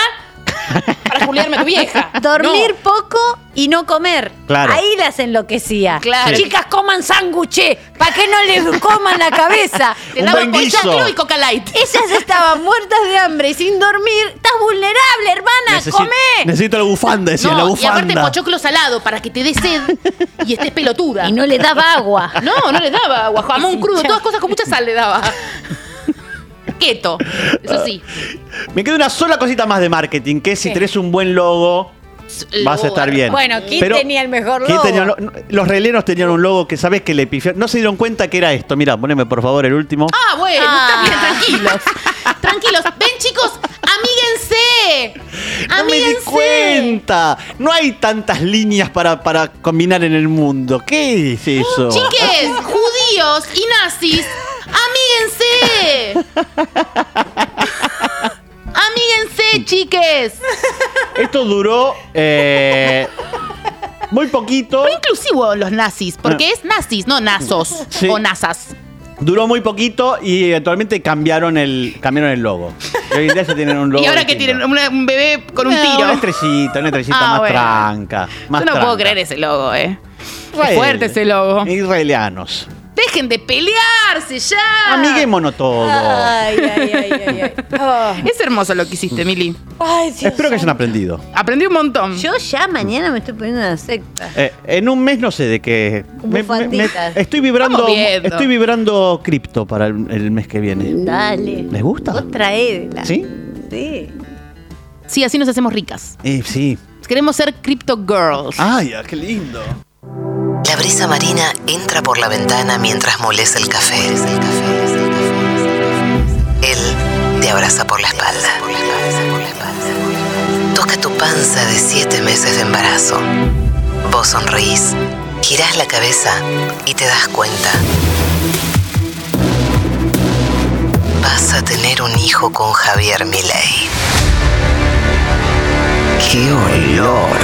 S3: para juliarme a tu vieja.
S4: Dormir
S3: No.
S4: poco y no comer.
S6: Claro.
S4: Ahí las enloquecía.
S3: Claro. Sí.
S4: Chicas, coman sándwiches. ¿Para qué no les coman la cabeza?
S3: Te
S6: Un
S3: daba
S6: buen
S3: pollo
S6: guiso.
S3: agrio y coca light.
S4: Ellas estaban muertas de hambre y sin dormir. Estás vulnerable, hermana.
S6: Necesi-
S4: ¡Comé!
S6: Necesito la bufanda, decía, la
S3: No, y
S6: bufanda.
S3: aparte pochoclo salado para que te dé sed y estés pelotuda.
S4: Y no le daba agua.
S3: No, no le daba agua, jamón crudo, todas cosas con mucha sal le daba. Keto, eso sí.
S6: Me queda una sola cosita más de marketing, que es si tenés un buen logo, vas a estar bien.
S9: Bueno, ¿quién
S6: Pero-
S9: tenía el mejor
S6: ¿quién
S9: logo?
S6: tenía lo- no, los releros tenían un logo que sabés que le pifiaron. No se dieron cuenta que era esto. Mira, poneme por favor el último.
S3: Ah, bueno,
S4: Ah.
S3: está bien, tranquilos. Tranquilos, ven chicos, amíguense.
S6: ¡No me di
S3: Amíguense.
S6: cuenta! No hay tantas líneas para, para combinar en el mundo. ¿Qué es eso?
S3: Chiques, judíos y nazis, amíguense. Amíguense, chiques.
S6: Esto duró eh, muy poquito.
S3: Inclusivo los nazis, porque es nazis, no nazos
S6: Ah. Sí.
S3: o nazas.
S6: Duró muy poquito y eventualmente cambiaron el, cambiaron el logo. Y hoy en día ya tienen un logo.
S3: Y ahora que
S6: distinto.
S3: tienen una- un bebé con un
S6: No,
S3: tiro.
S6: Una estrellita, una estrellita
S3: Ah,
S6: más
S3: bueno.
S6: tranca. Más
S3: Yo no puedo
S6: tranca.
S3: creer ese logo, eh.
S6: Israel.
S3: fuerte ese logo.
S6: Israelianos.
S3: Dejen de pelearse ya.
S6: Amiguémonos todos.
S3: Ah,
S9: Ay, ay, ay, ay, ay. Oh.
S3: Es hermoso lo que hiciste, Mili.
S9: Ay, Dios
S6: Espero que hayan aprendido.
S3: Aprendí un montón.
S4: Yo ya mañana me estoy poniendo una secta.
S6: Eh, en un mes no sé de qué.
S4: Bufanditas.
S6: estoy vibrando.
S3: Vamos viendo.
S6: Estoy vibrando cripto para el, el mes que viene.
S4: Dale.
S6: ¿Les gusta?
S4: Vos traédela.
S6: ¿Sí?
S4: Sí.
S3: Sí, así nos hacemos ricas.
S6: Eh, sí.
S3: Queremos ser crypto girls.
S6: Ay, ah, qué lindo.
S1: La brisa marina entra por la ventana mientras molesta el café. Él te abraza por la espalda. Toca tu panza de siete meses de embarazo. Vos sonreís, girás la cabeza y te das cuenta. Vas a tener un hijo con Javier Milei. ¡Qué olor!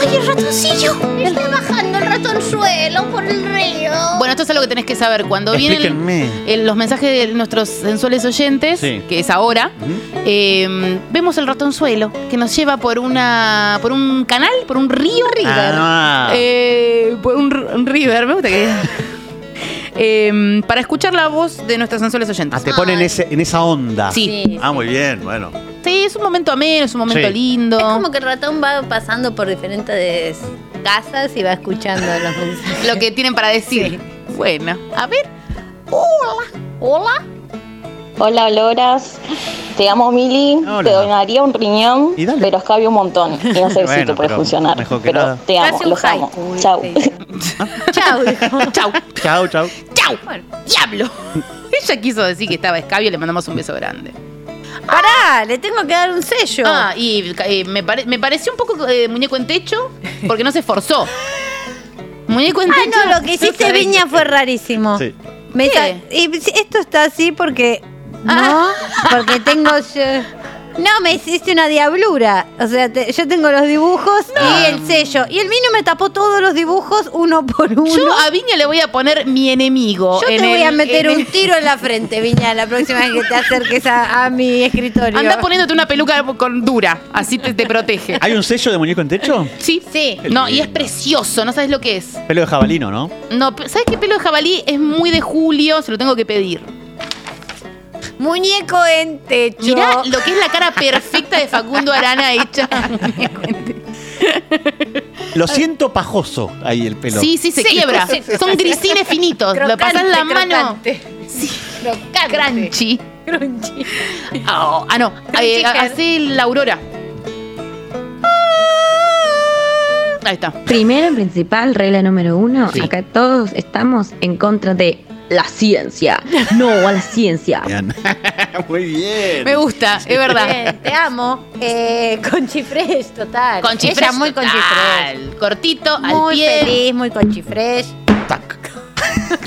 S7: ¡Ay, el ratoncillo! Está bajando el ratonzuelo por el río.
S3: Bueno, esto es algo que tenés que saber. Cuando vienen
S6: Explíquenme.
S3: el- los mensajes de nuestros sensuales oyentes,
S6: Sí.
S3: que es ahora, eh, vemos el ratonzuelo que nos lleva por una por un canal, por un río.
S6: Ah.
S3: Eh, por un, r- un river, me gusta que... Eh, para escuchar la voz de nuestros sensuales oyentes.
S6: Ah, te ponen ese, en esa onda.
S3: Sí.
S6: Ah, muy bien, bueno.
S3: Sí, es un momento ameno, es un momento
S6: Sí.
S3: lindo.
S4: Es como que el ratón va pasando por diferentes casas y va escuchando los mensajes.
S3: Lo que tienen para decir. Bueno, a ver.
S4: Hola.
S10: Hola, Oloras. Te amo, Mili.
S6: Hola.
S10: Te donaría un riñón,
S6: Y dale.
S10: pero escabio un montón. Y no sé si
S6: Bueno,
S10: te puede
S6: pero
S10: funcionar.
S6: mejor que
S10: pero
S6: nada.
S10: te amo,
S4: Hace un
S10: los amo.
S4: haiku,
S10: Chau.
S4: sí. Chau. dijo.
S3: Chau,
S6: Chao, chao.
S3: chau. Diablo. Ella quiso decir que estaba escabio, le mandamos un beso grande.
S4: Pará, le tengo que dar un sello.
S3: Ah, y eh, me, pare- me pareció un poco eh, muñeco en techo, porque no se esforzó. Muñeco en
S4: Ah,
S3: techo.
S4: no, lo que hiciste
S3: sabés.
S4: Viña fue rarísimo.
S6: Sí.
S4: Me
S3: ¿Qué? Ah.
S4: sa- y si- esto está así porque. No, porque tengo. yo- no, me hiciste una diablura. O sea, te- yo tengo los dibujos y el sello. Y el vino me tapó todos los dibujos uno por uno.
S3: Yo a Viña le voy a poner mi enemigo.
S4: Yo
S3: en
S4: te voy
S3: el-
S4: a meter
S3: en
S4: un
S3: el-
S4: tiro en la frente, Viña, la próxima vez que te acerques a, a mi escritorio.
S3: Anda poniéndote una peluca con dura, así te, te protege.
S6: ¿Hay un sello de muñeco en techo?
S3: Sí. Sí. No, y es precioso, no sabes lo que es.
S6: Pelo de jabalino, ¿no?
S3: No, pe- ¿sabes qué pelo de jabalí? Es muy de julio, se lo tengo que pedir.
S4: Muñeco en techo.
S3: Mirá lo que es la cara perfecta de Facundo Arana hecha.
S6: Lo siento pajoso ahí el pelo.
S3: Sí, sí, se quiebra. Son grisines finitos. lo pasas la mano.
S9: crocante. Crocante.
S3: Crunchy.
S9: Crunchy.
S3: Ah, oh, ah, no. Eh, así la aurora. Ahí está.
S11: Primero y principal, regla número uno,
S6: Sí.
S11: acá todos estamos en contra de
S10: la ciencia. No a la ciencia.
S6: Bien. Muy bien.
S3: Me gusta, es verdad.
S9: Bien, te amo. Eh, conchifresh, total.
S3: Con
S9: Ella
S3: chifras
S9: muy
S3: total.
S9: conchifresh.
S3: Cortito, al
S9: Muy
S3: pie.
S9: feliz, muy conchifresh.
S6: Tac.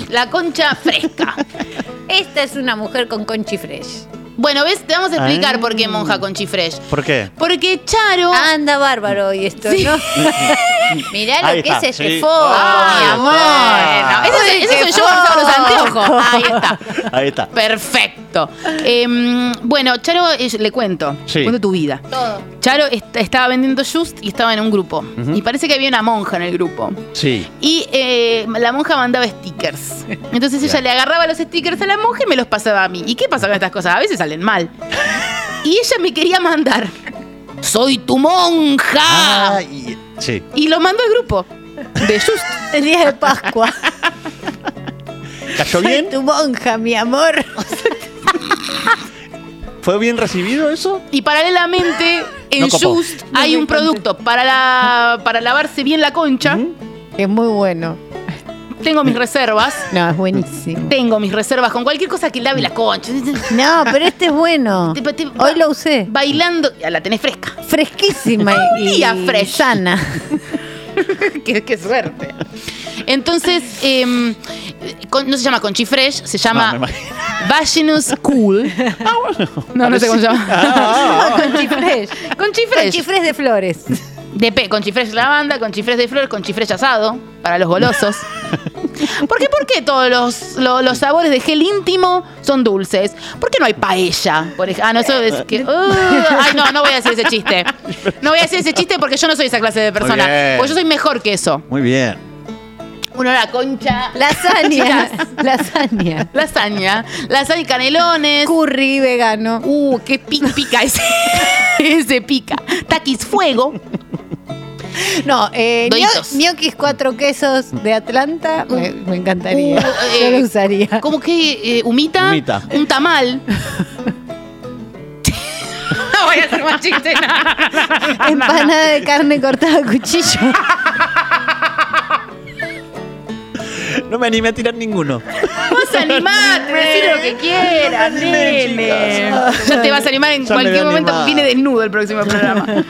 S3: La concha fresca.
S9: Esta es una mujer con conchifresh.
S3: Bueno, ¿ves? Te vamos a explicar
S6: Ah.
S3: por qué monja conchifresh.
S6: ¿Por qué?
S3: Porque Charo.
S4: Ah,
S9: Anda bárbaro hoy esto, ¿no? Mirá lo
S6: Ahí
S9: que
S6: está,
S9: es este
S6: sí.
S9: foco,
S6: Ah,
S9: mi amor.
S3: Bueno, eso, eso soy yo por usar los anteojos. Ahí está.
S6: Ahí está.
S3: Perfecto. Em, bueno, Charo, eh, le cuento.
S6: Sí.
S3: Cuento tu vida. Charo est- estaba vendiendo Just y estaba en un grupo. Y parece que había una monja en el grupo.
S6: Sí.
S3: Y eh, la monja mandaba stickers. Entonces ella le agarraba los stickers a la monja y me los pasaba a mí. ¿Y qué pasa con estas cosas? A veces salen mal. Y ella me quería mandar. ¡Soy tu monja!
S6: Ah, y- sí.
S3: Y lo mandó al grupo. De Just.
S9: El día de Pascua.
S6: ¿Cayó
S9: Soy
S6: bien?
S9: tu monja, mi amor.
S6: ¿Fue bien recibido eso?
S3: Y paralelamente, en
S6: No copó.
S3: Just hay
S9: me
S3: un producto para, la- para lavarse bien la concha.
S9: Es muy bueno.
S3: Tengo mis reservas.
S9: No, es buenísimo.
S3: Tengo mis reservas con cualquier cosa que lave la concha.
S4: No, pero este es bueno.
S3: Te- te-
S4: Hoy lo usé.
S3: Bailando. Ya la tenés fresca.
S4: Fresquísima y,
S3: Un día
S4: y
S3: fresh.
S4: sana.
S3: qué, qué suerte. Entonces, em, con- no se llama Conchi Fresh, se llama
S6: No, me imagino.
S3: Vaginus Cool. No, no sé cómo se
S6: Ah,
S3: llama.
S9: Conchifresh.
S3: Conchi Fresh.
S9: Conchifresh de flores.
S3: De pe, con chifres lavanda, con chifres de flor, con chifres asado, para los golosos. ¿Por qué, por qué todos los, lo- los sabores de gel íntimo son dulces? ¿Por qué no hay paella? Por ej- ah, no, eso es
S6: Eh,
S3: que... uh, ay, no, no voy a decir ese chiste. No voy a decir ese chiste porque yo no soy esa clase de persona.
S6: bien.
S3: Porque yo soy mejor que eso.
S6: Muy bien.
S3: Uno la concha, la
S9: Lasaña. Lasaña.
S3: lasaña, lasaña y canelones.
S9: Curry vegano.
S3: Uh, qué pica, pica ese. ese pica. Taquis fuego.
S9: No, eh,
S3: Doritos.
S9: ño- ñoquis cuatro quesos de Atlanta, me, me encantaría.
S3: Uh, eh,
S9: Yo lo usaría.
S3: ¿Cómo que eh, humita?
S6: Humita.
S3: Un tamal. no voy a hacer más chistes.
S9: Empanada de carne cortada a cuchillo.
S6: No me animé a tirar ninguno.
S3: Vos animate, decí lo que quieras, nene. Ya te vas a animar en
S6: Ya me voy
S3: cualquier
S6: a
S3: momento.
S6: animar.
S3: Viene desnudo el próximo programa. Uh.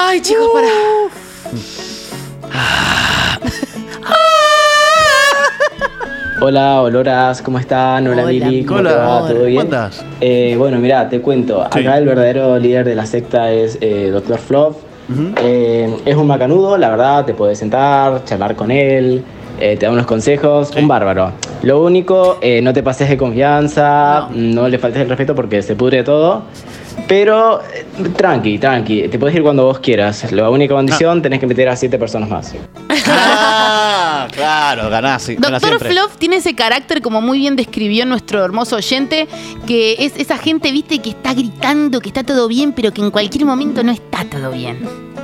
S3: Ay, chicos, para.
S11: Hola, Oloras, ¿cómo están? Hola,
S9: Hola,
S11: Mili, ¿cómo
S9: Hola,
S11: te va? ¿Todo bien?
S6: andas?
S11: Eh, bueno, mira, te cuento.
S6: Sí.
S11: Acá el verdadero líder de la secta es eh, Dr. Flop. Eh, es un macanudo, la verdad, te puedes sentar, charlar con él, eh, te da unos consejos, un bárbaro. Lo único, eh, no te pases de confianza, no. le faltes el respeto porque se pudre todo. Pero eh, tranqui, tranqui, te puedes ir cuando vos quieras. La única condición, tenés que meter a siete personas más.
S6: Ah, claro, ganás. sí, ganás
S3: Doctor
S6: siempre.
S3: Fluff tiene ese carácter, como muy bien describió nuestro hermoso oyente, que es esa gente, viste, que está gritando que está todo bien, pero que en cualquier momento no está todo bien.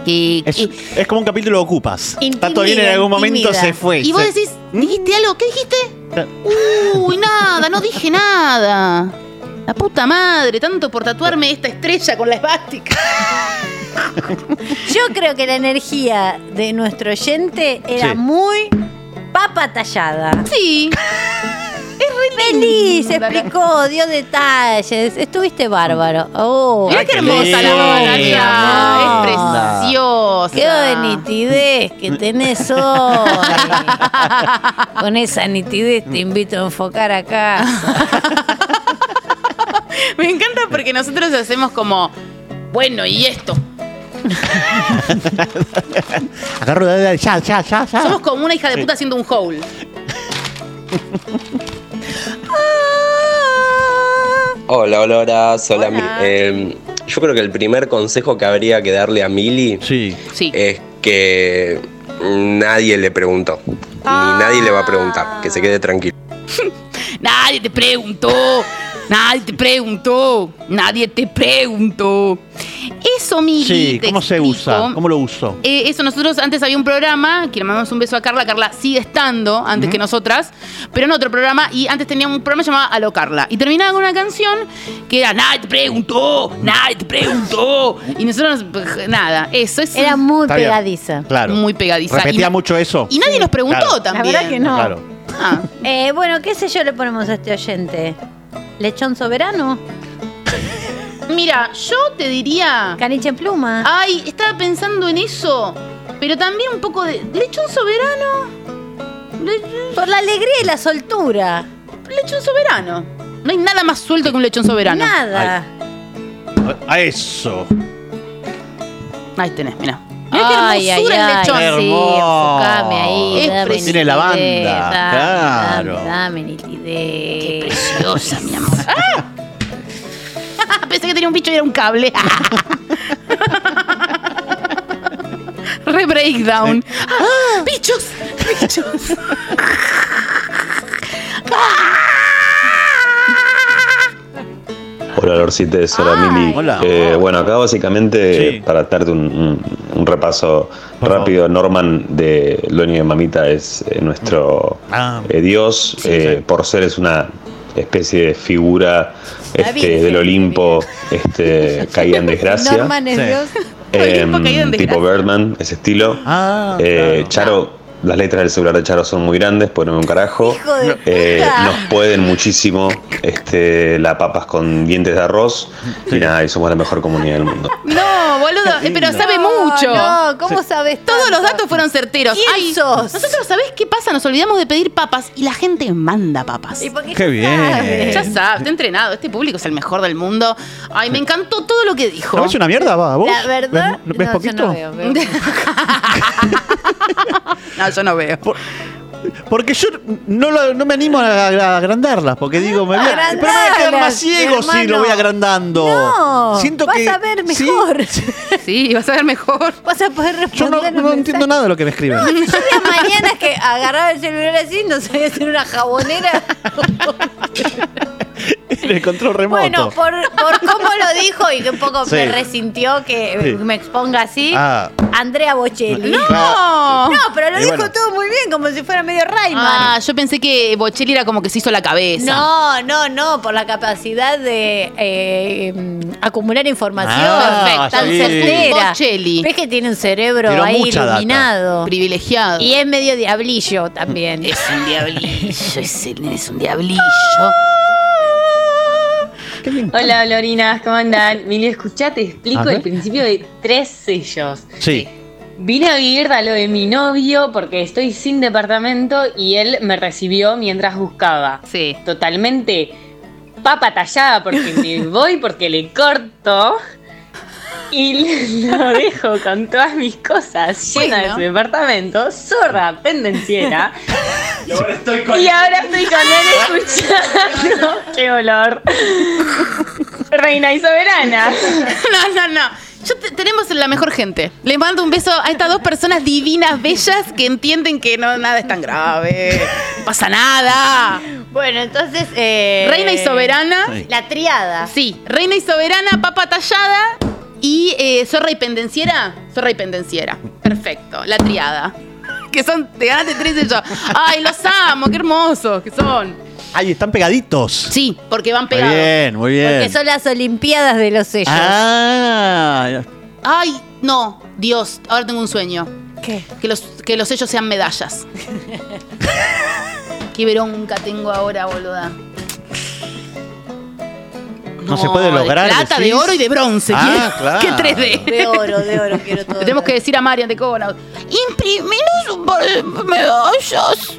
S3: Que,
S6: Es,
S3: que-
S6: es como un capítulo de Ocupas.
S9: Intimida,
S6: Tanto bien en algún momento
S9: intimida.
S6: se fue.
S3: y vos
S6: se-
S3: decís, ¿dijiste algo? ¿Qué dijiste? Uy, nada, no dije nada. La puta madre, tanto por tatuarme esta estrella con la esvástica.
S4: Yo creo que la energía de nuestro oyente era
S6: Sí.
S4: muy papa tallada.
S3: Sí.
S4: Feliz, explicó, dio detalles. Estuviste bárbaro. Oh,
S3: Mirá
S6: Ay,
S3: qué
S6: qué
S3: hermosa la
S6: lindo.
S3: mona,
S6: Qué
S3: ya.
S6: amor.
S3: Es preciosa.
S4: qué nitidez que tenés hoy. Con esa nitidez te invito a enfocar acá.
S3: Me encanta porque nosotros hacemos como, bueno, ¿y esto?
S6: Agarro de de- ya, ya, ya, ya.
S3: Somos como una hija de puta haciendo un howl.
S12: Hola, Oloras. Hola, Mi- eh, yo creo que el primer consejo que habría que darle a Mili
S6: Sí.
S3: Sí.
S12: es que nadie le preguntó. Ni nadie le va a preguntar. Que se quede tranquilo.
S3: Nadie te preguntó. Nadie te preguntó. Nadie te preguntó. Eso, Mili,
S6: Sí,
S3: te
S6: ¿cómo se
S3: explico.
S6: usa? ¿Cómo lo uso?
S3: Eh, eso, nosotros antes había un programa, que le mandamos un beso a Carla, Carla sigue estando antes que nosotras, pero en otro programa, y antes tenía un programa llamado Aló Carla, y terminaba con una canción que era, nadie te preguntó, nadie te preguntó, y nosotros, pues, nada, eso es
S4: Era muy
S6: Está bien.
S4: pegadiza.
S6: Claro.
S3: muy pegadiza.
S6: Repetía
S3: Y-
S6: mucho eso.
S3: Y nadie nos preguntó
S6: Claro.
S3: también.
S9: La
S3: Ah.
S9: verdad que no.
S6: Claro.
S4: Eh, bueno, qué sé yo le ponemos a este oyente. ¿Lechón soberano?
S3: Mira, yo te diría.
S4: Caniche en pluma.
S3: Ay, estaba pensando en eso. Pero también un poco de. Lechón soberano. Le-
S4: Por la alegría y la soltura.
S3: Lechón soberano. No hay nada más suelto que un lechón soberano.
S4: Nada.
S6: A eso.
S3: Ahí tenés, mira. Mirá qué
S4: Ay, ay,
S3: hermosura el
S4: ay,
S3: lechón.
S4: sí, enfocame ahí.
S3: Es
S4: dame
S3: precioso.
S6: Tiene lavanda,
S4: nitidez, dame,
S6: claro.
S4: Dame, dame nitidez.
S3: Preciosa, mi amor. ¡Ah! Pensé que tenía un bicho y era un cable. Re breakdown. ¡Ah! ¡Bichos! ¡Bichos!
S13: Hola Lorcites, hola Mili.
S6: Ah, Hola.
S13: Eh, bueno, acá básicamente, para darte un, un- un repaso rápido, Norman de Loni de Mamita es eh, nuestro
S6: Ah,
S13: eh, dios. eh, Por ser es una especie de figura
S4: La
S13: este,
S4: Virgen,
S13: del Olimpo este, caída en desgracia.
S4: Norman es Dios.
S13: Eh,
S4: Olimpo caída en
S13: tipo Birdman, ese estilo.
S4: Ah,
S13: Eh, Charo, las letras del celular de Charo son muy grandes, poneme un carajo.
S4: Hijo de
S13: Eh,
S4: puta.
S13: nos pueden muchísimo este, las papas con dientes de arroz. Y nada, y somos la mejor comunidad del mundo.
S3: No, boludo, eh, pero
S13: lindo.
S3: sabe mucho.
S4: no, ¿cómo sabes
S3: Todos los datos fueron certeros.
S4: ¿Quién
S3: Ay,
S4: sos?
S3: Nosotros, ¿sabés qué pasa? Nos olvidamos de pedir papas y la gente manda papas.
S4: ¿Y por
S6: Qué
S4: Eh,
S6: bien.
S3: Ya sabes, está entrenado. Este público es el mejor del mundo. Ay, me encantó todo lo que dijo.
S6: ¿La ves una mierda, va? ¿Vos?
S4: La verdad.
S6: ¿Ves, ves
S4: no, yo
S6: poquito?
S4: no veo, veo.
S3: No, yo no veo.
S6: Porque yo no, lo- no me animo a, a agrandarlas, porque digo, me voy a, pero me voy a quedar más
S4: Agrandarlas,
S6: ciego si
S4: hermano.
S6: lo voy agrandando.
S4: No,
S6: Siento
S4: vas
S6: que,
S4: a ver
S6: sí,
S4: mejor.
S3: Sí, vas a ver mejor.
S4: Vas a poder
S6: yo no,
S4: responder.
S6: no entiendo nada de lo que me escriben.
S4: mañana que agarraba el celular así, no sabía hacer una jabonera.
S6: en el control remoto.
S9: Bueno, por, por cómo lo dijo y que un poco
S6: Sí.
S9: me resintió que
S6: Sí.
S9: me exponga así,
S6: Ah.
S9: Andrea Bocelli.
S3: ¡No!
S9: No, pero lo
S6: Y
S9: dijo
S6: bueno.
S9: todo muy bien, como si fuera medio Rayman.
S3: Ah, yo pensé que Bocelli era como que se hizo la cabeza.
S9: No, no, no, por la capacidad de eh, mm, acumular información
S6: Ah,
S9: tan
S6: sí.
S9: certera.
S3: Bocelli.
S9: Ves que tiene un cerebro
S6: Tiró
S9: ahí
S6: mucha data.
S9: iluminado.
S3: Privilegiado.
S9: Y es medio diablillo también.
S3: Es un diablillo, es, el- es un diablillo.
S14: Hola, Lorinas, ¿cómo andan? Mili, escuchá, te
S6: A
S14: explico
S6: ver.
S14: el principio de tres sellos.
S6: Sí.
S14: Vine a vivir a lo de mi novio porque estoy sin departamento y él me recibió mientras buscaba.
S3: Sí.
S14: Totalmente papa tallada porque me voy, porque le corto y lo dejo con todas mis cosas llena
S3: Bueno.
S14: de su departamento, zorra, pendenciera. Y ahora estoy con él escuchando. ¡Qué olor! Reina y soberana.
S3: No, no, no. Yo te- tenemos la mejor gente. Les mando un beso a estas dos personas divinas, bellas, que entienden que no nada es tan grave. No pasa nada.
S9: Bueno, entonces. eh,
S3: Reina y soberana.
S4: Ah,
S6: Sí.
S9: La triada.
S3: Sí, reina y soberana, papa tallada y eh, zorra y pendenciera. Zorra y pendenciera. Perfecto, la triada. Que son, te ganaste tres de yo. Ay, los amo, qué hermosos que son.
S6: Ay, están pegaditos.
S3: Sí, porque van
S6: muy
S3: pegados.
S6: bien, muy
S4: Porque
S6: bien.
S4: son las Olimpiadas de los sellos.
S6: Ah,
S3: Ay, no, Dios, ahora tengo un sueño.
S9: ¿Qué?
S3: Que los, que los sellos sean medallas. Qué bronca tengo ahora, boluda.
S6: no, se puede
S3: de
S6: lograr.
S3: plata,
S6: decís.
S3: de oro y de bronce.
S6: Ah, claro.
S3: ¿Qué 3D?
S9: De oro, de oro, quiero todo.
S3: Le tenemos que decir a Marian de Cogonaut. Impriminos un par de medallas.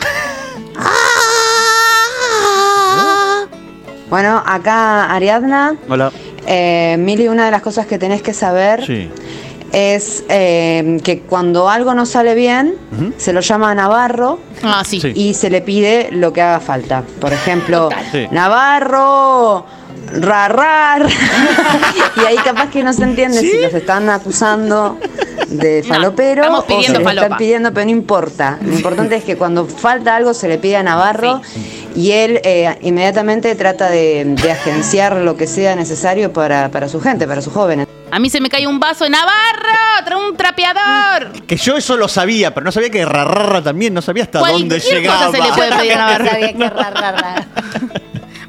S15: Bueno, acá Ariadna.
S6: Hola.
S15: Eh, Mili, una de las cosas que tenés que saber
S6: Sí.
S15: es eh, que cuando algo no sale bien, se lo llama a Navarro
S3: Ah, sí.
S15: y se le pide lo que haga falta. Por ejemplo,
S6: Sí.
S15: Navarro, rarar. y ahí capaz que no se entiende si los están acusando de falopero
S3: estamos
S15: o se
S3: pidiendo
S15: los
S3: falopa.
S15: están pidiendo, pero no importa. Lo importante es que cuando falta algo se le pide a Navarro y él eh, inmediatamente trata de, de agenciar lo que sea necesario para, para su gente, para sus jóvenes.
S3: A mí se me cae un vaso. ¡Navarro! ¡Trae un trapeador!
S6: Que yo eso lo sabía, pero no sabía que rarrarra también, no sabía hasta dónde
S3: Cualquier
S6: llegaba.
S3: cosa se le puede pedir a Navarro.
S9: Sabía que ra, ra, ra.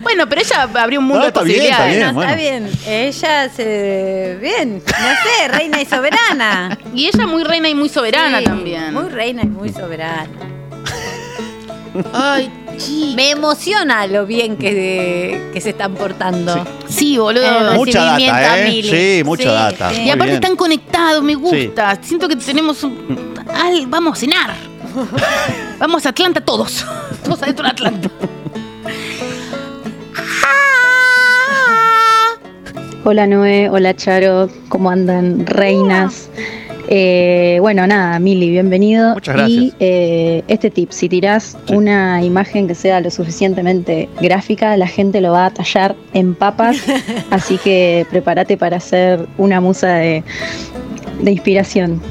S3: Bueno, pero ella abrió un mundo
S6: No,
S3: de
S6: está bien, está
S3: posibilidades.
S4: Bueno,
S6: bien. bueno.
S4: Está bien. Ella se. Bien. No sé, reina y soberana.
S3: Y ella muy reina y muy soberana
S4: Sí,
S3: también.
S4: Muy reina y muy soberana. Ay, Me emociona lo bien que, de- que se están portando.
S3: Sí, boludo.
S4: El
S6: Mucha
S4: recibimiento a
S6: data, ¿eh?
S4: Mili.
S6: Sí, mucha
S4: Sí,
S6: data.
S4: sí.
S3: Y
S6: Muy
S3: aparte
S6: bien.
S3: están conectados, me gusta. Siento que tenemos un. Al- vamos a cenar. vamos a Atlanta todos. Todos adentro de Atlanta.
S7: Hola Noé, hola Charo, ¿cómo andan? Reinas. Eh, bueno, nada, Mili, bienvenido.
S16: Muchas gracias.
S7: Y eh, este tip, si tirás una imagen que sea lo suficientemente gráfica, la gente lo va a tallar en papas, así que prepárate para ser una musa de, de inspiración.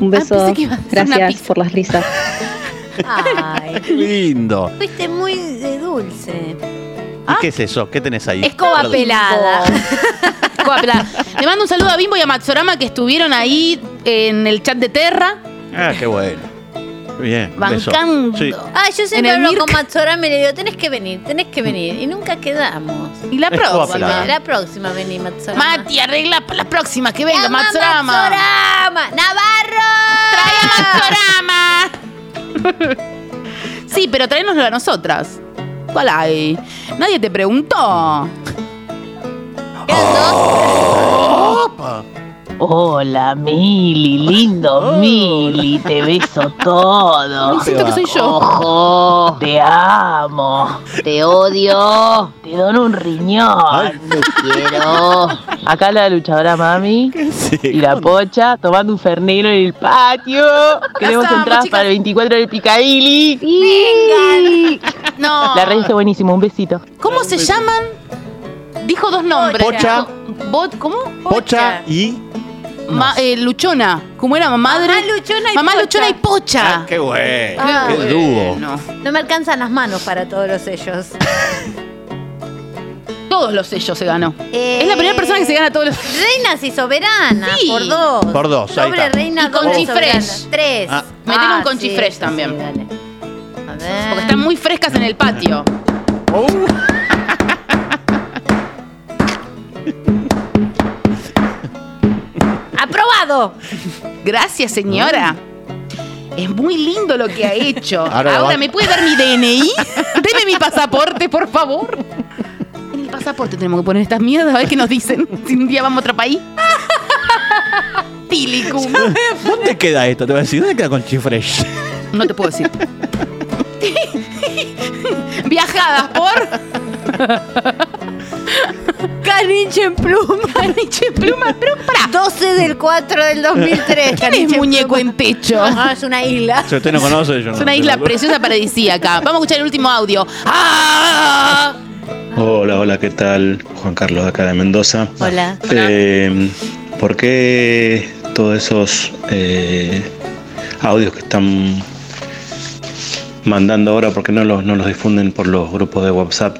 S7: Un
S3: Ah,
S7: beso.
S4: Ah, pensé que iba a ser una
S7: Gracias
S4: pizza.
S7: por las risas.
S4: Ay,
S6: Qué lindo.
S4: fuiste muy de dulce.
S6: ¿Y
S3: Ah.
S6: qué es eso? ¿Qué tenés ahí?
S4: Escoba
S6: Perdón.
S4: pelada.
S3: Escoba pelada. Le mando un saludo a Bimbo y a Matsorama que estuvieron ahí en el chat de Terra.
S6: Ah, qué bueno. Bien. beso.
S3: Bancando.
S6: Sí.
S4: Ah, yo siempre
S3: En el
S4: hablo con Matsorama y le digo, tenés que venir, tenés que venir. Y nunca quedamos.
S3: Y la
S6: Escoba
S4: próxima.
S6: pelada.
S4: La próxima vení, Matsorama.
S3: Mati, arregla para la próxima que venga,
S4: Llama a
S3: Matsorama.
S4: Matsorama. ¡Navarro!
S3: ¡Trae a Matsorama! sí, pero tráenoslo a nosotras. ¿Cuál hay? Nadie te preguntó.
S14: Hola, Mili, lindo Mili, te beso todo.
S3: Ay, siento que soy yo.
S6: Oh.
S14: Ojo, te amo, te odio, te dono un riñón, te quiero. Acá la luchadora mami y la pocha tomando un fernero en el patio. Queremos
S3: amo,
S14: entrar
S3: chicas.
S14: para el 24 del Picadilly.
S3: No.
S14: La red está buenísimo, un besito.
S3: ¿Cómo se llaman? Dijo dos nombres.
S14: Pocha.
S3: Bo- ¿Cómo?
S6: Pocha y.
S3: Ma- eh, luchona. ¿Cómo era? Madre. Mamá
S4: Luchona y
S3: Mamá
S4: Pocha.
S3: Luchona y Pocha.
S6: Ah, qué bueno.
S4: Ah.
S6: qué dúo.
S4: No me alcanzan las manos para todos los sellos.
S3: Todos los sellos se ganó.
S4: Eh,
S3: Es la primera persona que se gana todos los sellos.
S4: Reinas y soberanas,
S3: Sí.
S4: por dos.
S6: Por dos, ahí
S4: Sobre
S6: está.
S4: reina,
S3: Y con
S4: doble
S3: Chifresh.
S4: soberana. Tres.
S6: Ah.
S3: Metemos
S4: Ah,
S3: un conchi
S4: sí,
S3: fresh
S4: sí,
S3: también.
S4: sí, dale. A ver.
S3: Porque están muy frescas en el patio.
S4: ¡Aprobado!
S3: Gracias, señora. Es muy lindo lo que ha hecho.
S6: Ahora
S3: Ahora,
S6: va-
S3: ¿me puede dar mi DNI? Deme mi pasaporte, por favor. En el pasaporte tenemos que poner estas mierdas, a ver qué nos dicen. Si un día vamos a otro país. Tilicum.
S6: ¿Dónde queda esto? Te voy a decir, ¿dónde queda con Chifresh?
S3: No te puedo decir. Viajadas por.
S4: Caniche en pluma.
S3: Caniche en pluma, pero para.
S4: 12 del 4 del 2003.
S3: ¿Quién es muñeco en techo?
S4: Ah, es una isla.
S6: Si usted no conoce, yo no.
S3: Es una isla preciosa paradisíaca. Vamos a escuchar el último audio. ¡Ah!
S11: Hola, hola, ¿qué tal? Juan Carlos de acá de Mendoza.
S4: Hola.
S11: Eh, ¿Por qué todos esos eh, audios que están mandando ahora, por qué no los, no los difunden por los grupos de WhatsApp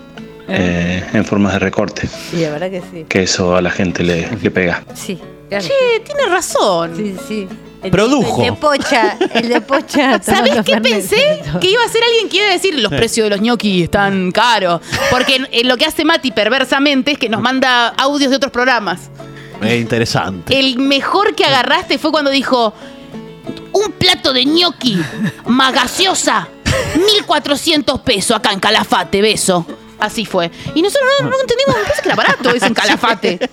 S11: eh, en formas de recorte?
S4: Sí, la verdad que sí.
S11: Que eso a la gente le, le pega.
S4: Sí.
S3: Che, Eh, tiene razón.
S4: Sí, sí. El
S11: Produjo.
S4: tipo, El de pocha, el de pocha.
S3: ¿Sabes
S4: tomando
S3: qué
S4: Fernet.
S3: pensé? Que iba a ser alguien que iba a decir los
S4: Sí.
S3: precios de los ñoquis están caros. Porque eh, lo que hace Mati perversamente es que nos manda audios de otros programas.
S6: Es interesante.
S3: El mejor que agarraste fue cuando dijo: Un plato de ñoqui, más gaseosa, 1400 pesos acá en Calafate, beso. Así fue. Y nosotros no, no entendimos, me parece que era barato eso en Calafate.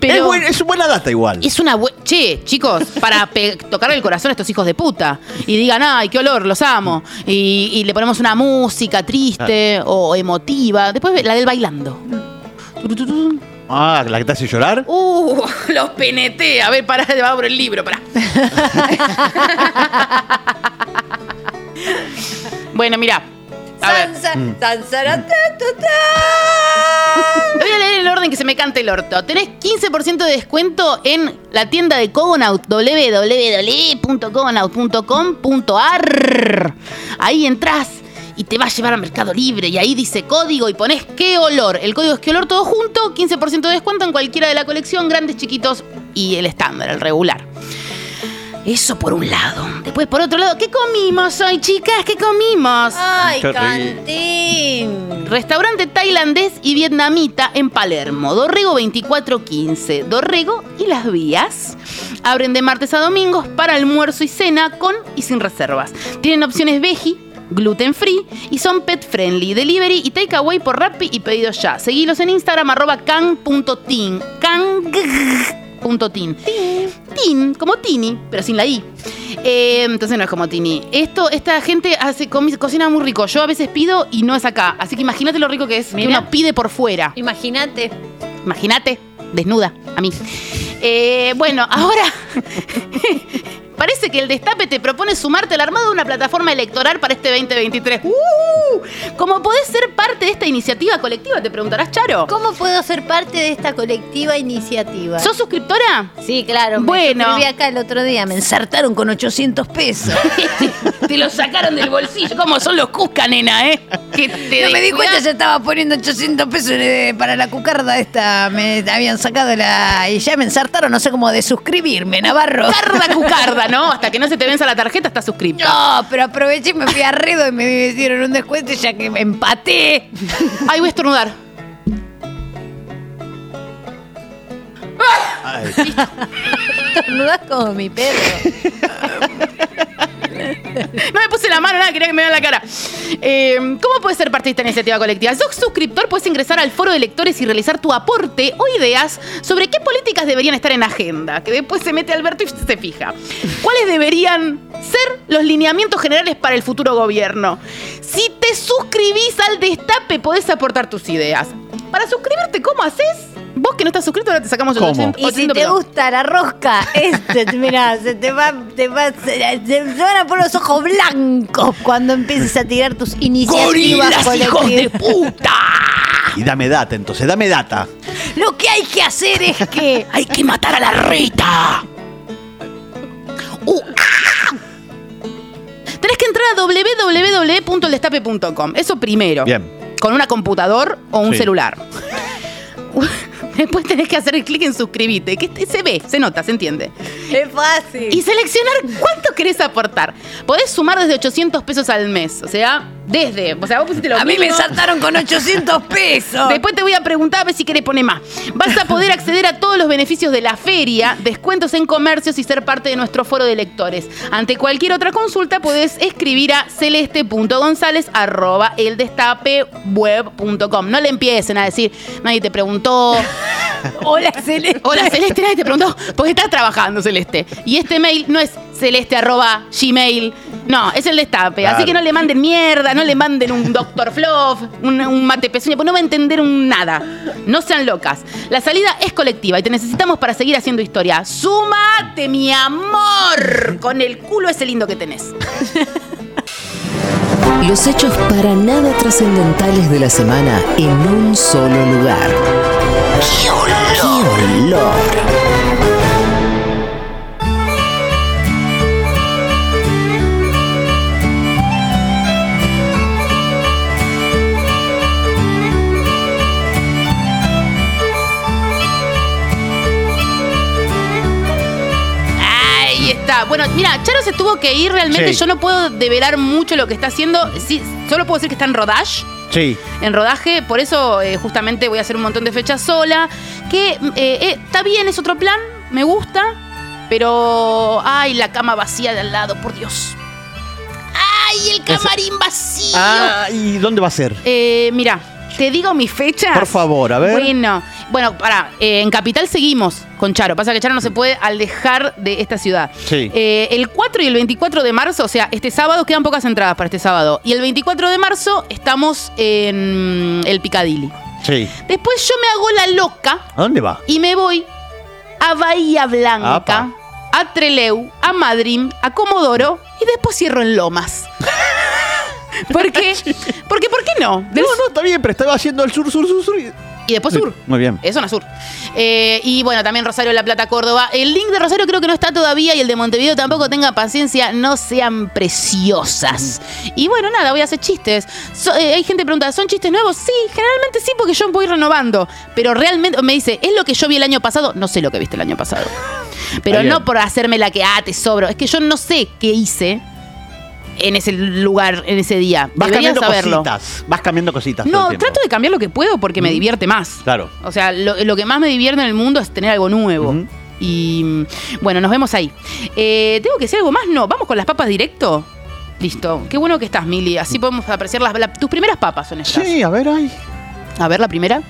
S3: Pero
S6: es, buen- es buena data igual.
S3: es una buena. Che, chicos, para pe- tocarle el corazón a estos hijos de puta. Y digan, ay, qué olor, los amo. Y, y le ponemos una música triste o emotiva. Después la del bailando. Turututun.
S6: Ah, la que te hace llorar.
S3: Uh, los peneté. A ver, pará, le abro el libro, pará. bueno, mira. A ver.
S4: Sansa- Sansara- ta, ta, ta.
S3: Lo voy a leer en el orden que se me cante el orto. Tenés 15% de descuento en la tienda de Cogonaut, www.cogonaut.com.ar. Ahí entras y te va a llevar a Mercado Libre. Y ahí dice código y pones qué olor. El código es qué olor todo junto, 15% de descuento en cualquiera de la colección, grandes, chiquitos y el estándar, el regular. Eso por un lado. Después, por otro lado, ¿qué comimos hoy, chicas? ¿Qué comimos?
S4: Ay,
S3: Qué rico.
S4: Cantín.
S3: Restaurante tailandés y vietnamita en Palermo. Dorrego 2415. Dorrego y las vías. Abren de martes a domingos para almuerzo y cena con y sin reservas. Tienen opciones veggie, gluten free y son pet friendly, delivery y takeaway por Rappi y pedidos ya. Seguilos en Instagram arroba can.tin. Can.tin. Tin, como Tini, pero sin la I. Eh, entonces no es como Tini. Esto, esta gente hace, comi- cocina muy rico. Yo a veces pido y no es acá. Así que imagínate lo rico que es. Que
S4: Mira.
S3: uno pide por fuera.
S4: Imagínate.
S3: Imagínate, desnuda, a mí. Eh, bueno, ahora parece que el Destape te propone sumarte al armado de una plataforma electoral para este 2023. ¡Uh! ¿Cómo podés ser parte de esta iniciativa colectiva? Te preguntarás, Charo.
S4: ¿Cómo puedo ser parte de esta colectiva iniciativa?
S3: ¿Sos suscriptora?
S4: Sí, claro.
S3: Bueno.
S4: Me suscribí acá el otro día, me ensartaron con 800 pesos.
S3: Te lo sacaron del bolsillo. ¿Cómo son los Cusca, nena, eh? Que te
S4: No me di
S3: descuidas.
S4: cuenta, ya estaba poniendo 800 pesos eh, para la cucarda esta. Me habían sacado la. Y ya me ensartaron, no sé cómo de suscribirme, Navarro.
S3: Carda cucarda, ¿no? Hasta que no se te venza la tarjeta, estás suscripto.
S4: No, pero aproveché y me fui a Redo y me hicieron un descuento y ya que me empaté.
S3: Ay, voy a estornudar.
S4: Estornudás como mi perro.
S3: No me puse la mano, nada, quería que me vean la cara. Eh, ¿Cómo puedes ser parte de esta iniciativa colectiva? Sos suscriptor, puedes ingresar al foro de lectores y realizar tu aporte o ideas sobre qué políticas deberían estar en agenda. Que después se mete Alberto y se fija. ¿Cuáles deberían ser los lineamientos generales para el futuro gobierno? Si te suscribís al Destape, podés aportar tus ideas. Para suscribirte, ¿cómo haces? Vos que no estás suscrito, ahora te sacamos el
S4: ¿Cómo?
S3: 800,
S4: Y si
S3: 800,
S4: te
S3: perdón.
S4: gusta la rosca, este, mirá, se te va, te va, se, se- se van a poner los ojos blancos cuando empieces a tirar tus iniciativas
S5: ¡Gorilas, hijos de
S4: colectivas.
S3: Ah.
S5: Y dame data, entonces, dame data.
S4: Lo que hay que hacer es que
S3: hay que matar a la Rita. Tenés que entrar a www.eldestape.com. Eso primero.
S5: Bien.
S3: Con una computador o un
S5: Sí.
S3: celular. Después tenés que hacer clic en suscribirte, que se ve, se nota, se entiende.
S4: Es fácil.
S3: Y seleccionar cuánto querés aportar. Podés sumar desde 800 pesos al mes, o sea, desde, o sea, vos pusiste lo
S4: A mí me
S3: mínimo.
S4: saltaron con 800 pesos.
S3: Después te voy a preguntar a ver si querés poner más. Vas a poder acceder a todos los beneficios de la feria, descuentos en comercios y ser parte de nuestro foro de lectores. Ante cualquier otra consulta podés escribir a celeste.gonzález.eldestapeweb.com. No le empiecen a decir, nadie te preguntó.
S4: Hola, Celeste.
S3: Hola Celeste, nadie te preguntó, porque estás trabajando Celeste. Y este mail no es celeste arroba gmail, no, es el destape.
S5: Claro.
S3: Así que no le manden mierda, no le manden un Dr. Flof, un, un mate pezuña, porque no va a entender un nada. No sean locas. La salida es colectiva y te necesitamos para seguir haciendo historia. ¡Súmate, mi amor! Con el culo ese lindo que tenés.
S1: Los hechos para nada trascendentales de la semana en un solo lugar. ¡Qué olor!
S3: Ahí está. Bueno, mira, Charo se tuvo que ir realmente.
S5: Sí.
S3: Yo no puedo develar mucho lo que está haciendo. Sí, solo puedo decir que está en Rodash.
S5: Sí.
S3: en rodaje. Por eso eh, justamente voy a hacer un montón de fechas sola. Que eh, eh, está bien, es otro plan, me gusta. Pero, ay, la cama vacía de al lado, por Dios. Ay, el camarín vacío.
S5: Ah, ¿y dónde va a ser?
S3: Eh, mira, te digo mi fecha.
S5: Por favor, a ver.
S3: Ah. Bueno, bueno, para, en Capital seguimos con Charo. Pasa que Charo no se puede alejar de esta ciudad.
S5: Mm. Sí.
S3: Eh, el 4 y el 24 de marzo, o sea, este sábado quedan pocas entradas para este sábado. Y el 24 de marzo estamos en mm, el Picadilly.
S5: Sí.
S3: Después yo me hago la loca
S5: ¿A dónde va?
S3: y me voy a Bahía Blanca,
S5: Apa.
S3: a Treleu, a Madrid, a Comodoro y después cierro en Lomas. ¿Por qué? Porque, ¿por qué no? Del-
S5: No, no, está bien, pero estaba haciendo el sur, sur, sur, sur. y-
S3: Y después sur.
S5: Muy bien.
S3: Es zona sur. Eh, y bueno, también Rosario La Plata, Córdoba. El link de Rosario creo que no está todavía y el de Montevideo tampoco. Tengan paciencia, no sean preciosas. Y bueno, nada, voy a hacer chistes. So- eh, hay gente que pregunta, ¿son chistes nuevos? Sí, generalmente sí, porque yo voy renovando. Pero realmente, me dice, ¿es lo que yo vi el año pasado? No sé lo que viste el año pasado. Pero
S5: Está bien.
S3: no por hacerme la que, ah, te sobro. Es que yo no sé qué hice en ese lugar, en ese día.
S5: Vas
S3: Debería
S5: cambiando
S3: saberlo.
S5: cositas. Mm. Vas cambiando cositas. todo
S3: No,
S5: el tiempo.
S3: trato de cambiar lo que puedo porque me divierte más.
S5: Claro.
S3: O sea, lo, lo que más me divierte en el mundo es tener algo nuevo. Y mm, bueno, nos vemos ahí. Eh, ¿Tengo que decir algo más? No, vamos con las papas directo. Listo. Qué bueno que estás, Mili. Así podemos apreciar las, la- tus primeras papas son estas.
S6: Mm. Sí, a ver, ay.
S3: A ver, la primera.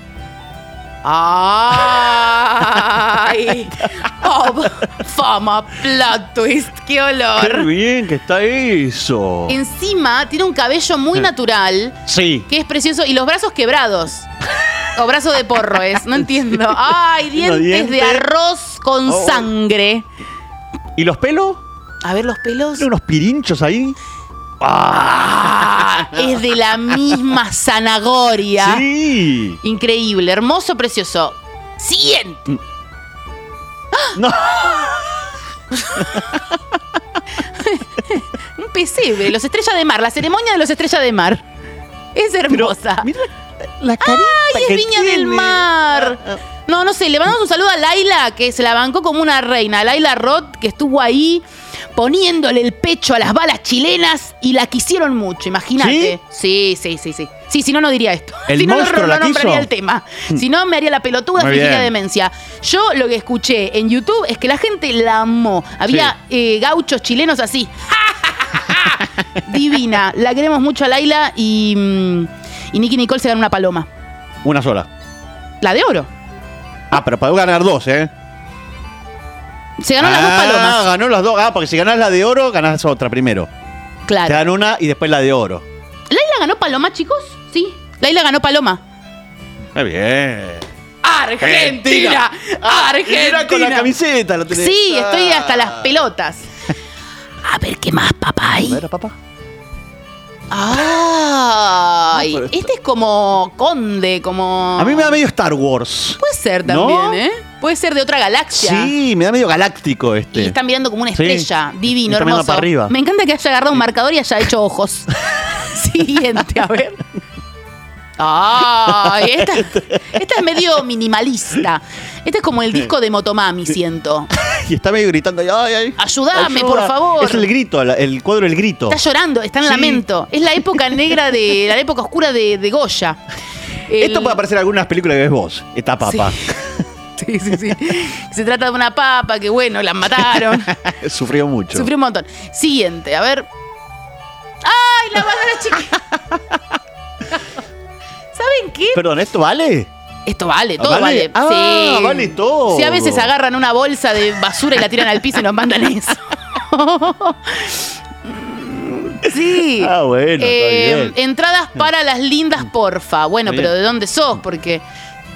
S3: ¡Ay! Pop, fama, plot twist, qué
S6: Qué
S3: olor.
S6: bien que está eso.
S3: Encima tiene un cabello muy
S6: Eh.
S3: natural,
S6: Sí.
S3: que es precioso, y los brazos quebrados. O brazo de porro es, no entiendo. ¡Ay, dientes,
S6: Los
S3: de
S6: dientes.
S3: arroz con
S6: Oh.
S3: sangre!
S6: ¿Y los pelos?
S3: A ver los pelos.
S6: Tiene unos pirinchos ahí. Ah.
S3: Es de la misma zanahoria.
S6: Sí.
S3: Increíble, hermoso, precioso. Siguiente.
S6: No.
S3: Un pesebre, los estrellas de mar, la ceremonia de los estrellas de mar. Es hermosa.
S6: la carita
S3: ¡Ay, es
S17: que
S3: Viña
S17: tiene.
S3: del Mar! No, no sé, le mandamos un saludo a Laila, que se la bancó como una reina. Laila Roth, que estuvo ahí poniéndole el pecho a las balas chilenas y la quisieron mucho, imagínate. ¿Sí? sí, sí, sí, sí. Sí, si no, no diría esto.
S6: ¿El
S3: si no, no,
S6: monstruo
S3: no
S6: la quiso?
S3: nombraría el tema. Si no, me haría la pelotuda
S6: Muy
S3: fingiría
S6: bien.
S3: demencia. Yo lo que escuché en YouTube es que la gente la amó. Había eh, gauchos chilenos así. Divina. La queremos mucho a Laila y, mm, y Nicky Nicole se gana una paloma.
S6: Una sola.
S3: La de oro.
S6: Ah, pero para ganar dos, ¿eh?
S3: Se ganó las dos
S6: Ah,
S3: palomas.
S6: ganó las dos. Ah, porque si ganás la de oro, ganás otra primero.
S3: Claro.
S6: Te dan una y después la de oro.
S3: ¿Laila ganó paloma, chicos? Sí. Laila ganó paloma.
S6: Muy bien.
S3: ¡Argentina!
S6: Mirá Con la
S3: ¡Argentina!
S6: camiseta lo tenés.
S3: Sí,
S6: Ah.
S3: estoy hasta las pelotas. A ver qué más, papá. hay?
S6: A ver, papá.
S3: Ay, este es como conde, como...
S6: A mí me da medio Star Wars.
S3: Puede ser
S6: ¿No?
S3: también, ¿eh? Puede ser de otra galaxia.
S6: Sí, me da medio galáctico este.
S3: Y están mirando como una
S6: Sí.
S3: estrella. Divino,
S6: Está mirando
S3: hermoso.
S6: para arriba.
S3: Me encanta que haya agarrado un marcador y haya hecho ojos. Siguiente, a ver. Ay, esta, esta es medio minimalista. Este es como el disco de Motomami, siento.
S6: Y está medio gritando. Ay, ay.
S3: Ayúdame,
S6: ayuda.
S3: por favor.
S6: Es el grito, la- el cuadro El Grito.
S3: Está llorando, está en
S6: Sí.
S3: lamento. Es la época negra de. la época oscura de, de Goya. El-
S6: Esto puede aparecer en algunas películas que ves vos. Está papá.
S3: Sí, sí, sí. Se trata de una papa que, bueno, la mataron.
S6: Sufrió mucho.
S3: Sufrió un montón. Siguiente, a ver. ¡Ay, la banana chica! ¿Saben qué?
S6: Perdón, ¿esto vale?
S3: Esto vale, todo vale.
S6: ¿Vale? Ah,
S3: sí.
S6: vale todo.
S3: Si a veces agarran una bolsa de basura y la tiran al piso y nos mandan eso. sí.
S6: Ah, bueno,
S3: Eh,
S6: está bien.
S3: entradas para las lindas, porfa. Bueno,
S6: Bien.
S3: pero ¿de dónde sos? Porque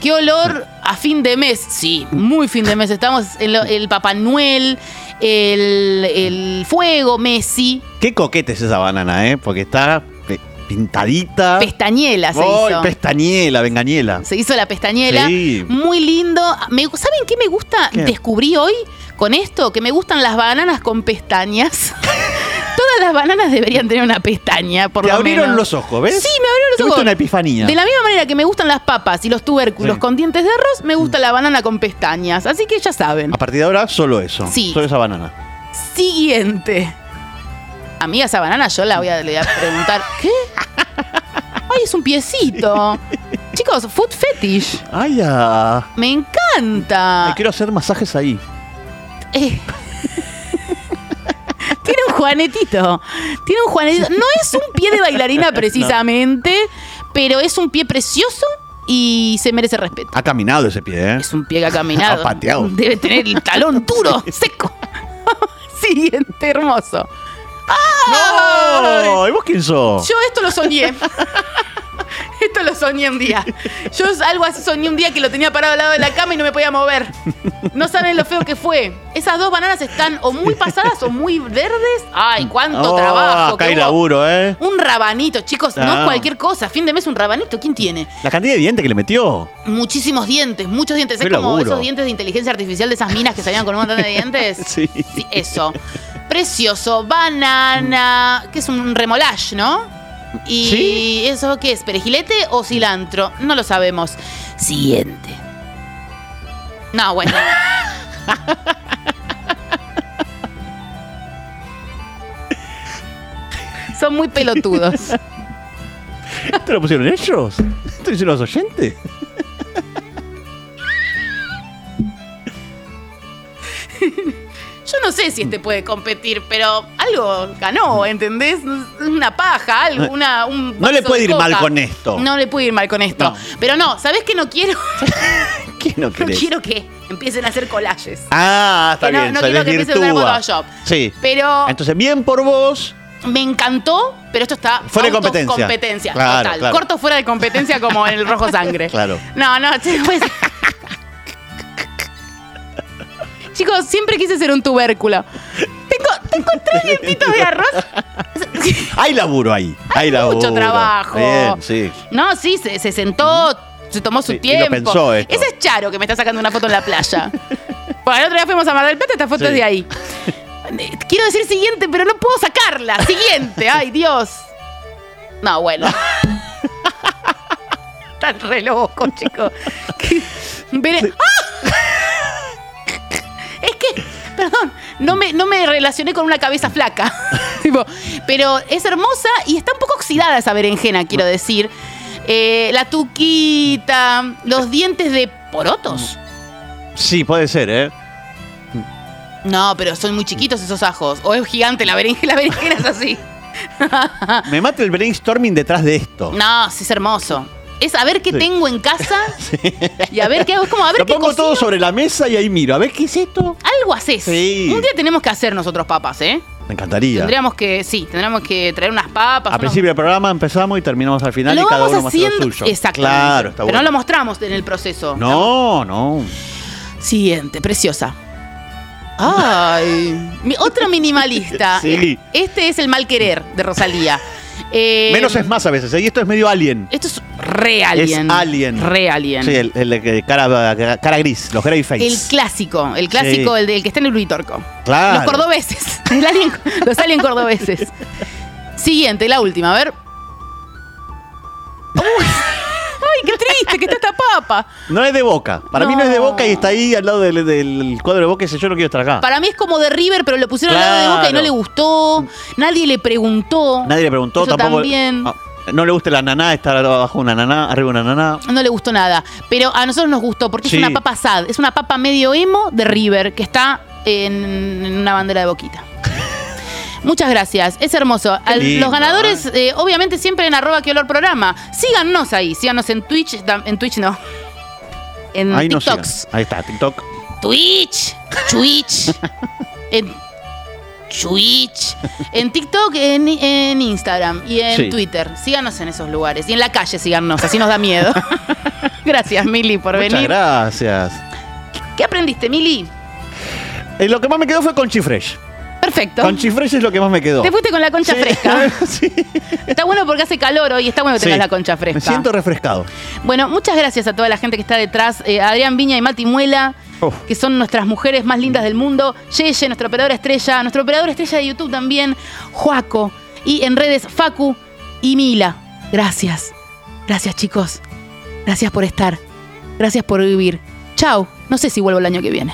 S3: qué olor a fin de mes. Sí, muy fin de mes. Estamos en lo- el Papá Noel, el, el fuego, Messi,
S6: Qué coquete es esa banana, ¿eh? Porque está pe- pintadita.
S3: pestañela se
S6: Ah. Ay,
S3: hizo.
S6: pestañela, vengañela.
S3: Se hizo la pestañela.
S6: Sí.
S3: Muy lindo. Me, ¿Saben qué me gusta?
S6: ¿Qué?
S3: Descubrí hoy con esto que me gustan las bananas con pestañas. Todas las bananas deberían tener una pestaña, por
S6: Te
S3: lo
S6: abrieron
S3: menos.
S6: los ojos, ¿ves?
S3: Sí, me abrieron los
S6: Tuviste
S3: ojos.
S6: una epifanía.
S3: De la misma manera que me gustan las papas y los tubérculos
S6: Sí. Mm.
S3: con dientes de arroz, me gusta la banana con pestañas. Así que ya saben.
S6: A partir de ahora, solo eso.
S3: Sí.
S6: Solo esa banana.
S3: Siguiente. Amiga, esa banana yo la voy a, le voy a preguntar. ¿Qué? Ay, es un piecito. Chicos, food fetish.
S6: Ay, ah.
S3: Me encanta.
S6: Ay, quiero hacer masajes ahí.
S3: Eh. Tiene un Juanetito. Tiene un Juanetito. No es un pie de bailarina precisamente, pero es un pie precioso y se merece respeto.
S6: Ha caminado ese pie, ¿eh? Es
S3: un pie que ha caminado.
S6: Ha pateado.
S3: Debe tener el talón duro, seco. Siguiente, hermoso.
S6: ¡No! ¿Y vos quién sos?
S3: Yo esto lo soñé. Esto lo soñé un día. Yo algo así soñé un día que lo tenía parado al lado de la cama y no me podía mover. No saben lo feo que fue. Esas dos bananas están o muy pasadas o muy verdes. Ay, cuánto
S6: Oh,
S3: trabajo.
S6: Acá
S3: que
S6: hay
S3: hubo.
S6: laburo, ¿eh?
S3: Un rabanito, chicos, no
S6: Ah.
S3: cualquier cosa. Fin de mes un rabanito, ¿quién tiene?
S6: La cantidad de dientes que le metió.
S3: Muchísimos dientes, muchos dientes.
S6: Qué
S3: es como
S6: laburo.
S3: esos dientes de inteligencia artificial de esas minas que salían con un montón de dientes.
S6: Sí.
S3: Sí, eso. Precioso, banana, que es un remolache, ¿no? Y eso qué es, perejilete o cilantro, no lo sabemos. Siguiente. No, bueno. Son muy pelotudos.
S6: ¿Esto lo pusieron ellos? ¿Esto lo hicieron los oyentes?
S3: Yo no sé si este puede competir, pero algo ganó, ¿entendés? Una paja, algo, una, un
S6: No le
S3: vaso
S6: puede
S3: de
S6: ir
S3: coca.
S6: mal con esto.
S3: No le puede ir mal con esto. Pero no, ¿sabés qué no quiero?
S6: ¿Qué no
S3: no
S6: querés?
S3: quiero que empiecen a hacer collages.
S6: Ah, está
S3: Que no-
S6: bien,
S3: no
S6: se
S3: quiero que empiece a usar
S6: desvirtúa.
S3: Photoshop.
S6: Sí.
S3: Pero
S6: Entonces, bien por vos.
S3: me encantó, pero esto está
S6: Fuera de
S3: auto-
S6: competencia.
S3: competencia,
S6: Claro,
S3: total.
S6: claro.
S3: Corto fuera de competencia como en el rojo sangre.
S6: Claro.
S3: No, no, chicos. pues. Chicos, siempre quise ser un tubérculo. Tengo, tengo tres dientitos de arroz.
S6: Hay laburo ahí. Hay, laburo.
S3: mucho trabajo.
S6: Bien, sí.
S3: No, sí, se, se sentó, se tomó su
S6: Sí, y lo
S3: tiempo.
S6: pensó esto.
S3: Ese es Charo que me está sacando una foto en la playa. Bueno, el otro día fuimos a Mar del Plata, esta foto
S6: Sí.
S3: es de ahí. Eh, Quiero decir siguiente, pero no puedo sacarla. Siguiente, ay Dios. No, bueno. Están re loco, chicos. Que- Veré- ¡Ah! Es que, perdón, no me, no me relacioné con una cabeza flaca. Tipo, pero es hermosa y está un poco oxidada esa berenjena, quiero decir. Eh, la tuquita, los dientes de porotos.
S6: Sí, puede ser, ¿eh?
S3: No, pero son muy chiquitos esos ajos. O es gigante la berenjena, la berenjena es así.
S6: Me mata el brainstorming detrás de esto.
S3: Ah. No, sí es hermoso. Es a ver qué
S6: Sí.
S3: tengo en casa y a ver qué hago. Es como a ver
S6: Lo
S3: qué
S6: pongo
S3: cocino.
S6: todo sobre la mesa y ahí miro. A ver qué es esto.
S3: Algo haces.
S6: Sí.
S3: Un día tenemos que hacer nosotros papas, ¿eh?
S6: Me encantaría.
S3: Tendríamos que, sí, tendríamos que traer unas papas.
S6: A
S3: unos-
S6: principio del programa empezamos y terminamos al final
S3: lo
S6: y cada
S3: vamos
S6: uno más lo
S3: haciendo.
S6: suyo.
S3: Exactamente.
S6: Claro, está
S3: Pero no lo
S6: bueno.
S3: mostramos en el proceso.
S6: No, no.
S3: Siguiente, preciosa. Ay. Mi- Otro minimalista.
S6: Sí.
S3: Este es el mal querer de Rosalía. Eh,
S6: Menos es más a veces. ¿eh? Y esto es medio alien.
S3: Esto es re alien.
S6: Es alien.
S3: Re alien.
S6: Sí, el, el de cara, cara gris, los grey face.
S3: El clásico, el clásico,
S6: Sí.
S3: el del que está en el Uritorco.
S6: Claro.
S3: Los cordobeses. El alien- los alien cordobeses. Siguiente, la última, a ver. Uy. ¡Ay, qué triste que está esta papa!
S6: No es de boca. Para mí no es de boca y está ahí al lado del, del cuadro de boca y dice, yo no quiero estar acá.
S3: Para mí es como de River, pero lo pusieron al lado de Boca y no
S6: Claro.
S3: le gustó. Nadie le preguntó.
S6: Nadie le preguntó
S3: Eso
S6: tampoco.
S3: también.
S6: Ah, No le gusta la naná, estar abajo una naná, arriba una naná.
S3: No le gustó nada. Pero a nosotros nos gustó porque
S6: Sí.
S3: es una papa sad. Es una papa medio emo de River que está en, en una bandera de boquita. Muchas gracias, es hermoso. Al-
S6: lindo,
S3: los ganadores, eh, obviamente, siempre en arroba que olor programa. Síganos ahí, síganos en Twitch, tam- en Twitch no. En
S6: ahí no
S3: Mm, TikToks.
S6: sigan. Ahí está, TikTok.
S3: Twitch, Twitch, en Twitch, en TikTok, en, en Instagram y en
S6: Sí.
S3: Twitter. Síganos en esos lugares. Y en la calle síganos, así nos da miedo. gracias, Mili, por
S6: Muchas
S3: venir.
S6: gracias.
S3: ¿Qué aprendiste, Mili?
S6: Eh, lo que más me quedó fue con Chifresh.
S3: Perfecto.
S6: Con Chifresh es lo que más me quedó.
S3: Te fuiste con la concha
S6: Sí.
S3: fresca. Está bueno porque hace calor hoy, está bueno que
S6: Sí.
S3: tengas la concha fresca.
S6: Me siento refrescado.
S3: Bueno, muchas gracias a toda la gente que está detrás. Eh, Adrián Viña y Mati Muela,
S6: Uf.
S3: que son nuestras mujeres más lindas del mundo. Yeye, nuestra operadora estrella. Nuestro operador estrella de YouTube también. Juaco. Y en redes, Facu y Mila. Gracias. Gracias, chicos. Gracias por estar. Gracias por vivir. Chao. No sé si vuelvo el año que viene.